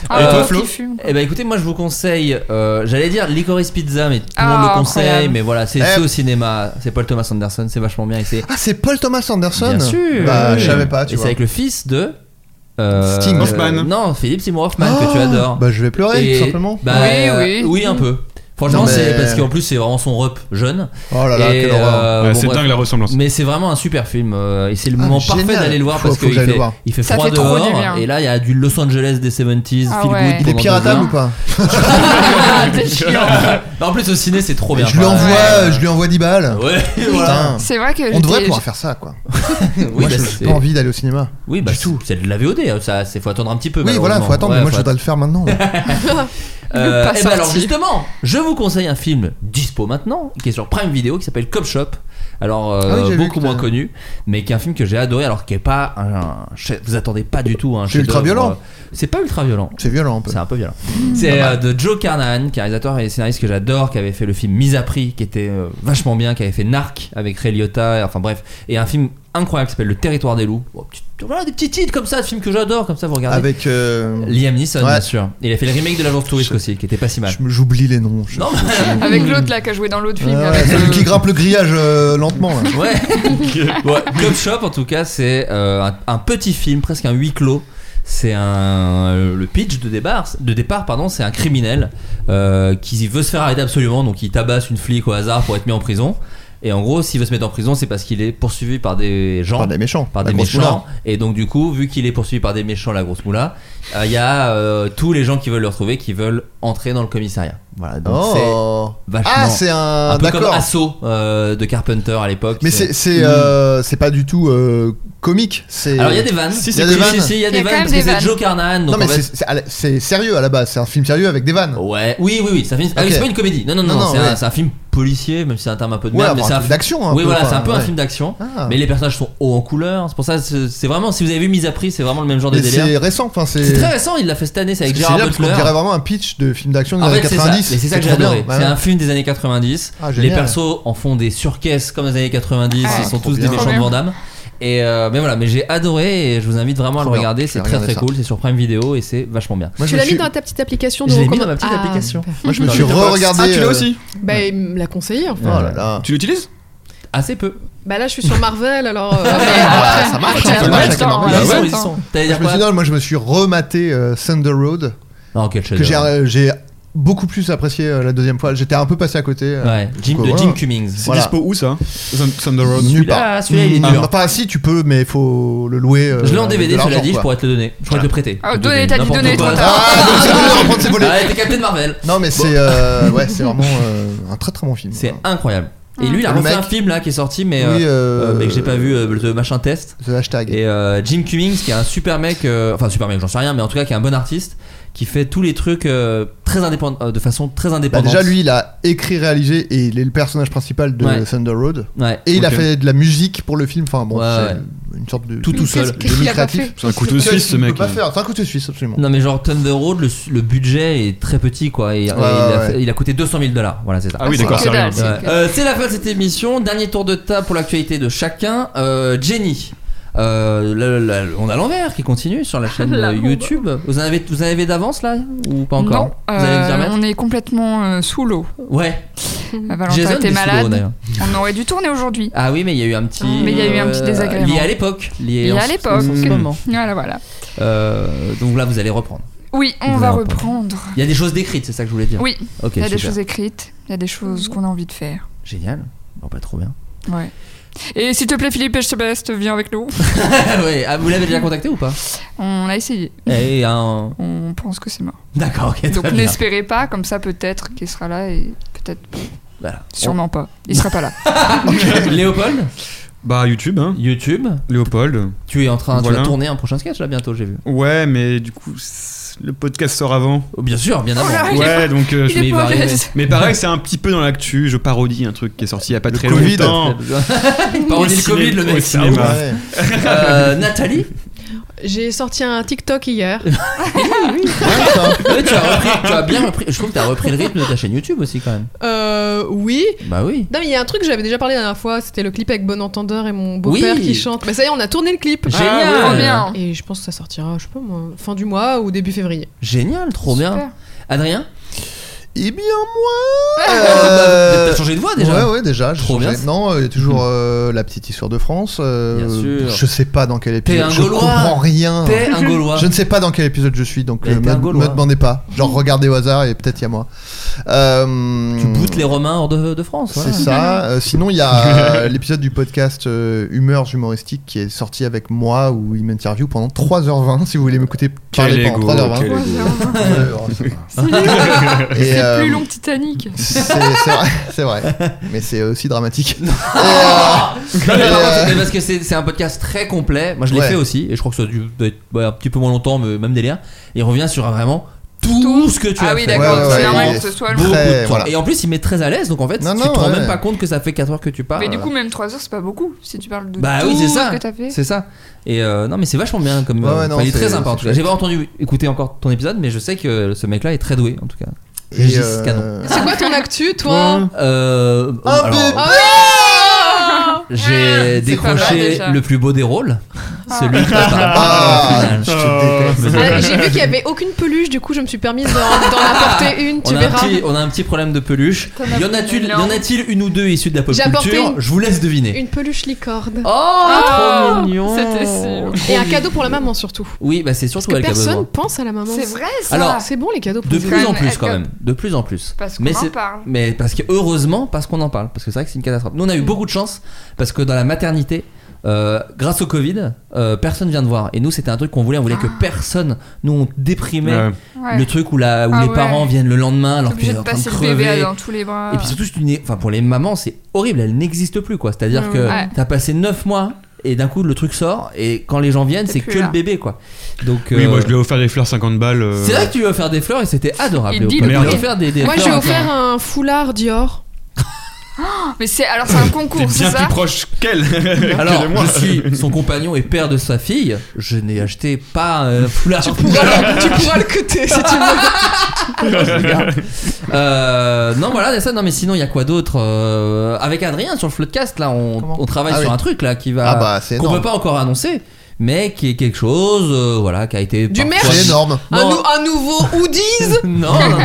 Ah, Et le toi, pauvre Flo qui fume. Eh ben écoutez, moi je vous conseille, euh, j'allais dire Licorice Pizza, mais tout le Ah, monde le conseille, incroyable. mais voilà, c'est Eh. c'est au cinéma, c'est Paul Thomas Anderson, c'est vachement bien, et c'est Ah, c'est Paul Thomas Anderson bien sûr. Bah, Oui. je savais pas, tu Et c'est vois. avec le fils de euh, Sting. Hoffman. non, Philippe Seymour Hoffman Ah, que tu adores. Bah, je vais pleurer, Et- tout simplement. bah, Oui, euh, oui. un peu. Franchement, Non, mais- c'est parce qu'en plus c'est vraiment son rep jeune. Oh là là, Et, quelle horreur. euh, Ouais, bon, C'est bref. dingue la ressemblance. (laughs) Mais c'est vraiment un super film euh, et c'est le Ah, moment mais parfait génial. d'aller le voir Faut- parce faut que qu'il j'aille le fait, voir. il fait Ça froid fait trop dehors du bien. et là il y a du Los Angeles des 70s, Ah feel ouais. good. Il est pendant deux piratable (laughs) heures. ou pas (laughs) T'es chiant. Non, Bah, En plus au ciné c'est trop bien. Je lui Enfin, envoie, euh, ouais. je lui envoie 10 balles. Ouais, (laughs) voilà. Putain. C'est vrai que. On devrait j'étais- pouvoir faire ça, quoi. Oui, Moi, bah, j'ai c'est- pas envie d'aller au cinéma. Oui, bah, du tout. c'est c'est de la VOD, hein, ça, c'est faut attendre un petit peu. Oui, voilà, malheureusement. faut attendre, Ouais, mais moi, je faut dois le (laughs) faire maintenant. là. Euh, Le pas eh ben alors sorti. justement, je vous conseille un film dispo maintenant qui est sur Prime Video qui s'appelle Cop Shop. Alors euh, Ah oui, j'ai vu beaucoup que moins t'as- connu, mais qui est un film que j'ai adoré alors qui est pas un, un chef- vous attendez pas du tout un C'est ultra chef-d'œuvre. euh, violent. Hmm. C'est pas ultra violent. C'est violent un peu. C'est un peu violent. C'est euh, de Joe Carnahan, qui est réalisateur et scénariste que j'adore, qui avait fait le film Mise à prix, qui était euh, vachement bien, qui avait fait Narc avec Ray Liotta, et enfin bref, et un film incroyable qui s'appelle Le Territoire des loups. Oh, petit- voilà des petits titres comme ça, de films que j'adore, comme ça vous regardez. Avec. euh, Liam Neeson, Ouais. bien sûr. Il a fait le remake de l'agence touriste aussi, qui était pas si mal. je- J'oublie les noms. je- Non, Avec l'autre là qui a joué dans l'autre film. Ouais, avec, celui euh, qui grimpe le grillage euh, lentement. Là. Ouais. ouais. Club Shop, en tout cas, c'est euh, un, un petit film, presque un huis clos. C'est un euh, le pitch de départ, de départ pardon, c'est un criminel euh, qui veut se faire arrêter absolument, donc il tabasse une flic au hasard pour être mis en prison. Et en gros, s'il veut se mettre en prison, c'est parce qu'il est poursuivi par des gens. Par des méchants. Par La des grosse méchants. moula. Et donc, du coup, vu qu'il est poursuivi par des méchants, la grosse moula, euh, il y a euh, tous les gens qui veulent le retrouver, qui veulent entrer dans le commissariat. Voilà. Donc, Oh. c'est vachement. Ah, c'est un- peu comme d'accord. Assaut euh, de Carpenter à l'époque. Mm. Mais c'est c'est euh, c'est pas du tout euh, comique. c'est- Alors, il y a des vannes. Si, si, Il y a si, des vannes. si, si, il y a Il y a des quand vannes, même parce des que c'est vannes. Joe Carnahan, donc Non mais en fait- c'est- c'est à la- c'est sérieux à la base. C'est un film sérieux avec des vannes. Ouais. Oui, oui, oui. Ça finit... ah oui, Ok. c'est pas une comédie. Non, non, non, Non, non, non, c'est, ouais. un, c'est un film policier, même si c'est un terme un peu de Ouais, merde. avoir mais un c'est truc d'action, hein, un Oui, peu, voilà, enfin, c'est un peu un ouais. film d'action. Ah. Mais les personnages sont hauts en couleur. C'est pour ça, c'est, c'est vraiment, si vous avez vu Mise à Prix, c'est vraiment le même genre de Mais délire. c'est récent, enfin, c'est- très récent, il l'a fait cette année, c'est avec C'est Gérard génial, parce qu'on Butler. dirait vraiment un pitch de film d'action des En années fait, c'est ça. 90. Mais c'est ça que j'ai trop bien. adoré. Ouais, c'est ouais. un film des années 90. Ah, les génial. persos en font des surcaisses comme dans les années 90. Ah, ils sont trop tous bien. des méchants Trop de bien. Van Damme. Et euh, mais voilà, mais j'ai adoré et je vous invite vraiment à le Trop bien. regarder. Je C'est vais très regarder très ça. cool. C'est sur Prime Vidéo et c'est vachement bien. tu l'as mis dans ta petite application de Je l'ai mis recommand- dans ma petite Ah, application. super. Moi, je me suis re-regardé. Ah, tu l'as euh, aussi Bah, il me l'a conseillé en fait. Oh là là. Tu l'utilises Assez peu. Bah là, je suis sur Marvel alors. (laughs) euh, après, Ah, après- ça marche, après, ça après, marche, après, ça marche. après, Bah ouais. après, ils sont. T'allais Je dire me suis quoi dit, non, moi je me suis rematé euh, Thunder Road Non, quel que j'ai chef-d'œuvre. euh, j'ai beaucoup plus apprécié euh, la deuxième fois. J'étais un peu passé à côté. euh, Ouais, Jim- donc, de euh, Jim Cummings. C'est Voilà. dispo où ça Thunder Road Nulle Celui-là, part. celui-là, il est Ah, dur. Enfin, si tu peux, mais il faut le louer. euh, Je l'ai en avec DVD, de cela l'argent, dit, je quoi. pourrais te le donner. Je pourrais te le prêter. Ah, Te donner, t'as dit n'importe donner, quoi. trop tard. Ah, donc, c'est bon, on va prendre ses volets. Ah, t'es Captain Marvel. Non, mais c'est euh, ouais, c'est vraiment euh, un très très bon film. C'est incroyable. Et lui, il a Le refait mec- un film là qui est sorti, mais, Oui, euh, euh, euh, mais que j'ai pas vu, euh, le machin test. The hashtag. Et euh, Jim Cummings, qui est un super mec, euh, enfin super mec, j'en sais rien, mais en tout cas qui est un bon artiste, qui fait tous les trucs euh, très indépendants, de façon très Bah, indépendante. déjà, lui, il a écrit, réalisé et il est le personnage principal de Ouais. Thunder Road. Ouais. Et il a Ok. fait de la musique pour le film. Enfin, bon, Ouais, c'est ouais. une sorte de. Tout tout seul. de génie créatif. C'est un couteau suisse ce Il peut mec. pas faire. C'est un couteau suisse, absolument. Non mais genre Thunder Road, le, le budget est très petit quoi. Et, et il, a ouais. fait- il a coûté 200 000 dollars. Voilà c'est ça. Ah oui, d'accord, que c'est rien. dalle, c'est Ouais. que- Euh, c'est la fin de cette émission. Dernier tour de table pour l'actualité de chacun. Euh, Jenny. euh, la- la- la- on a l'envers qui continue (laughs) sur la chaîne La euh, bombe. YouTube. Vous en avez, vous en avez d'avance là ou pas encore Vous Non, allez euh, vous y remettre on est complètement euh, sous l'eau. Ouais. Euh, Valentin Jason était est sous l'eau, malade. d'ailleurs. On aurait dû tourner aujourd'hui. Ah oui, mais il y a eu un petit. euh, Mais il y a eu un petit désagrément. Lié à l'époque. Lié Il y en- a à l'époque. en ce moment. Voilà, voilà. Euh, donc là, vous allez reprendre. Oui, on Vous va allez reprendre. reprendre. Il y a des choses décrites, c'est ça que je voulais dire. Oui, Ok, il y a des super. choses écrites, il y a des choses qu'on a envie de faire. Génial. Bon, pas trop bien. (laughs) Ouais. Et s'il te plaît, Philippe Echebest, viens (laughs) avec nous. ouais. ah, vous l'avez déjà contacté ou (laughs) pas Eh, On a essayé. Et un. On pense que c'est mort. D'accord, ok. très Donc bien. n'espérez pas, comme ça peut-être qu'il sera là et peut-être. Voilà. Sûrement pas. Il sera (laughs) pas là. Ah, Léopold, Bah, YouTube, hein. YouTube, Léopold. tu es en train tu Voilà. vas tourner un prochain sketch là bientôt, j'ai vu. Ouais, mais du coup, c'est- le podcast sort avant. Oh, bien sûr, bien avant. là, il est (laughs) Ouais, donc. euh, je- Ah Il mais est il pas va à l'aise. arriver. Mais pareil, c'est un petit peu dans l'actu. Je parodie un truc qui est sorti il y a pas très (laughs) Covid. longtemps. Parodie Au le Covid, ciné- le au mec. cinéma. Ouais. Euh, Nathalie, J'ai sorti un TikTok hier. (laughs) ouais, tu, as repris- tu as bien repris. Je trouve que tu as repris le rythme de ta chaîne YouTube aussi quand même. Euh, oui. Bah oui. Non, mais il y a un truc que j'avais déjà parlé la dernière fois, c'était le clip avec Bon Entendeur et mon beau-père Oui. qui chante. Mais ça y est, on a tourné le clip. Génial. Ah Trop bien. Et je pense que ça sortira, je sais pas moi, fin du mois ou début février. Génial, trop bien. Super. Adrien, Eh (laughs) bien, moi. bah, euh, t'as changé de voix déjà. Ouais, ouais, déjà. j'ai Trop changé. bien, ça. Non, euh, il y a toujours euh, la petite histoire de France. euh, Bien sûr. Je sais pas dans quel épisode. un je Gaulois. comprends rien. T'es un Gaulois. Je ne sais pas dans quel épisode je suis, donc Mais euh, t'es me, un Gaulois. me demandez pas. Genre, regardez au hasard et peut-être il y a moi. Euh, Tu boutes les Romains hors de, de France. C'est voilà. ça. Euh, sinon, il (laughs) y a euh, l'épisode du podcast euh, Humeurs humoristiques qui est sorti avec moi où il m'interview pendant 3h20. Si vous voulez m'écouter Quel parler ego, pendant 3h20. hein. quel ego. (laughs) Euh, oh, c'est C'est Et, euh, plus long que Titanic. c'est c'est vrai, c'est vrai. Mais c'est aussi dramatique. Et, Non, mais par euh, Et, contre, euh, mais parce que c'est c'est un podcast très complet. Moi, je l'ai Ouais. fait aussi, et je crois que ça a dû être ouais, un petit peu moins longtemps, mais même délire. Et il revient sur euh, vraiment tout, ce que tu ah as oui, fait. d'accord, Ouais, c'est ouais, normal ouais. que ce soit Bon. long. Beaucoup de Très, temps. voilà. Et en plus, il met très à l'aise, donc en fait, Non, tu non, te rends ouais. même pas compte que ça fait 4 heures que tu parles. Mais du coup, même 3 heures, c'est pas beaucoup si tu parles de bah tout oui, c'est ça. ce que t'as fait. C'est ça. Et euh, non, mais c'est vachement bien comme. Ouais, euh, ouais, non, enfin, il est c'est- très sympa en tout c'est cas. chouette. J'ai pas entendu écouter encore ton épisode, mais je sais que ce mec-là est très doué en tout cas. et, Régis euh, Canon. Ah, C'est quoi ton actu, toi Euh, Un alors, bébé Ah J'ai décroché le plus beau des rôles, celui que t'as pas. Ah, Au final, je te Ah, déteste. J'ai vu qu'il y avait aucune peluche, du coup je me suis permise d'en d'en (laughs) apporter une, tu on, a un verras. petit, on a un petit problème de peluche. T'en as Y en a-t-il une y en a-t-il une ou deux issues de la pop J'ai apporté culture une- Je vous laisse deviner. Une peluche licorne. Oh, trop oh, mignon. C'était sûr. Et un cadeau pour la maman surtout. Oui, bah c'est surtout Parce que elle qui a besoin. personne pense à la maman. C'est vrai, ça. Alors, c'est bon les cadeaux pour De les plus en enfants. plus quand même, de plus en plus. Parce qu'on en c'est- parle. Mais parce que heureusement, parce qu'on en parle, parce que c'est vrai que c'est une catastrophe. Nous on a eu Mm. beaucoup de chance parce que dans la maternité. euh, grâce au Covid, euh, personne vient de voir. Et nous, c'était un truc qu'on voulait. On voulait que Ah. personne. Nous, on déprimait Ouais. Ouais. le truc où, la, où Ah les ouais. parents viennent le lendemain alors qu'ils obligé sont de en train de passer le bébé crever. dans tous les bras. Et puis surtout, c'est une- enfin, pour les mamans, c'est horrible, elle n'existe plus quoi. C'est-à-dire Mm. que Ouais. t'as passé 9 mois et d'un coup le truc sort et quand les gens viennent, T'es c'est plus que là. le bébé quoi. Donc, Oui, euh, moi je lui ai offert des fleurs 50 balles. euh, c'est vrai que tu lui as offert des fleurs et c'était adorable. Il dit Léopold. le Tu lui as prix. offert des, des Moi je fleurs vais à offrir Florent. un foulard Dior. Ah, Mais c'est alors (laughs) c'est un concours, T'es c'est bien ça plus proche qu'elle que Alors, de moi. je suis son compagnon et père de sa fille. Je n'ai acheté pas un foulard. Tu (laughs) pourras, tu pourras le cuter si tu veux. Euh, non, voilà, c'est ça. Non, mais sinon, il y a quoi d'autre Euh, Avec Adrien sur le Floodcast, là, on, Comment on travaille Ah sur oui. un truc là qui va Ah bah, c'est qu'on énorme. peut pas encore annoncer, mais qui est quelque chose, euh, voilà, qui a été Du parfois- merch C'est énorme. Un, Non. nou- un nouveau hoodies. (laughs) Non, non, non.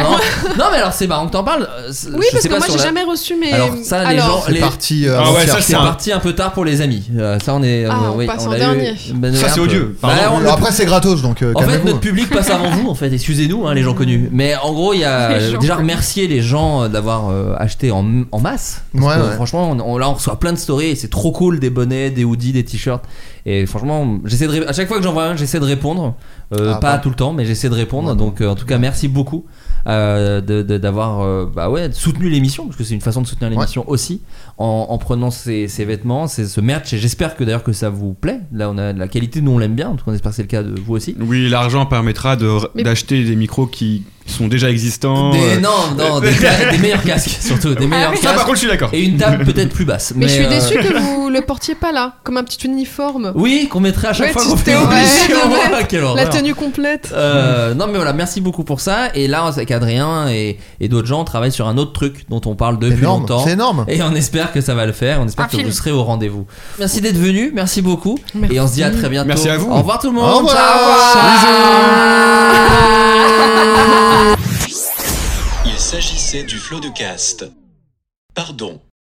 non, mais alors c'est marrant que t'en parles. euh, c'est- Oui je parce sais que pas moi sur j'ai la- jamais reçu mes. Alors, ça, les gens- C'est les- parti. euh, Ah ouais, avant-hier. ça, C'est un- parti un peu tard pour les amis. Euh, ça, on est. Ah, on oui, passe en l'a eu. dernier. Ben, Ça, ouais, un c'est peu. odieux. Bah, Pardon. on- Après, c'est gratos donc euh, En fait, calmez-vous. notre public passe avant vous, en fait, excusez-nous, hein, les gens connus. Mais en gros, il y a euh, Les gens déjà connus. remercier les gens euh, d'avoir euh, acheté en, en masse. Parce Ouais, que, ouais. Franchement, on, on- là, on reçoit plein de stories et c'est trop cool des bonnets, des hoodies, des t-shirts. Et franchement, j'essaie de ré- à chaque fois que j'en vois un, j'essaie de répondre. Euh, Ah, pas bah. tout le temps, mais j'essaie de répondre. Donc, euh, en tout cas, merci beaucoup euh, de- de- d'avoir euh, bah ouais, soutenu l'émission, parce que c'est une façon de soutenir l'émission aussi, en, en prenant ces, ces vêtements, ces- ce merch. Et j'espère que d'ailleurs que ça vous plaît. Là, on a de la qualité, nous on l'aime bien. En tout cas, on espère que c'est le cas de vous aussi. Oui, l'argent permettra de- Mais- d'acheter des micros qui sont déjà Ah existants. Des, euh, non, non, (laughs) des, des meilleurs casques surtout, des meilleurs Ah, Ça, par casques contre, je suis d'accord. et une table peut-être plus basse. Ah Mais, je suis euh, déçue que vous le portiez pas là, comme un petit uniforme, Oui, qu'on mettrait à chaque Ouais, fois tu qu'on t'es fait une obligé émission. de mettre Ah, quelle la horreur. tenue complète. Euh, non mais voilà, merci beaucoup pour ça. Et là, avec Adrien et, et d'autres gens, on travaille sur un autre truc dont on parle C'est depuis énorme. longtemps. C'est énorme. Et on espère que ça va le faire. On espère Un que film. vous serez au rendez-vous. Merci d'être venu. Merci beaucoup. Merci. Et on se dit à très bientôt. Merci à vous. Au revoir tout le monde. Au revoir. Il s'agissait du flot de caste. Pardon.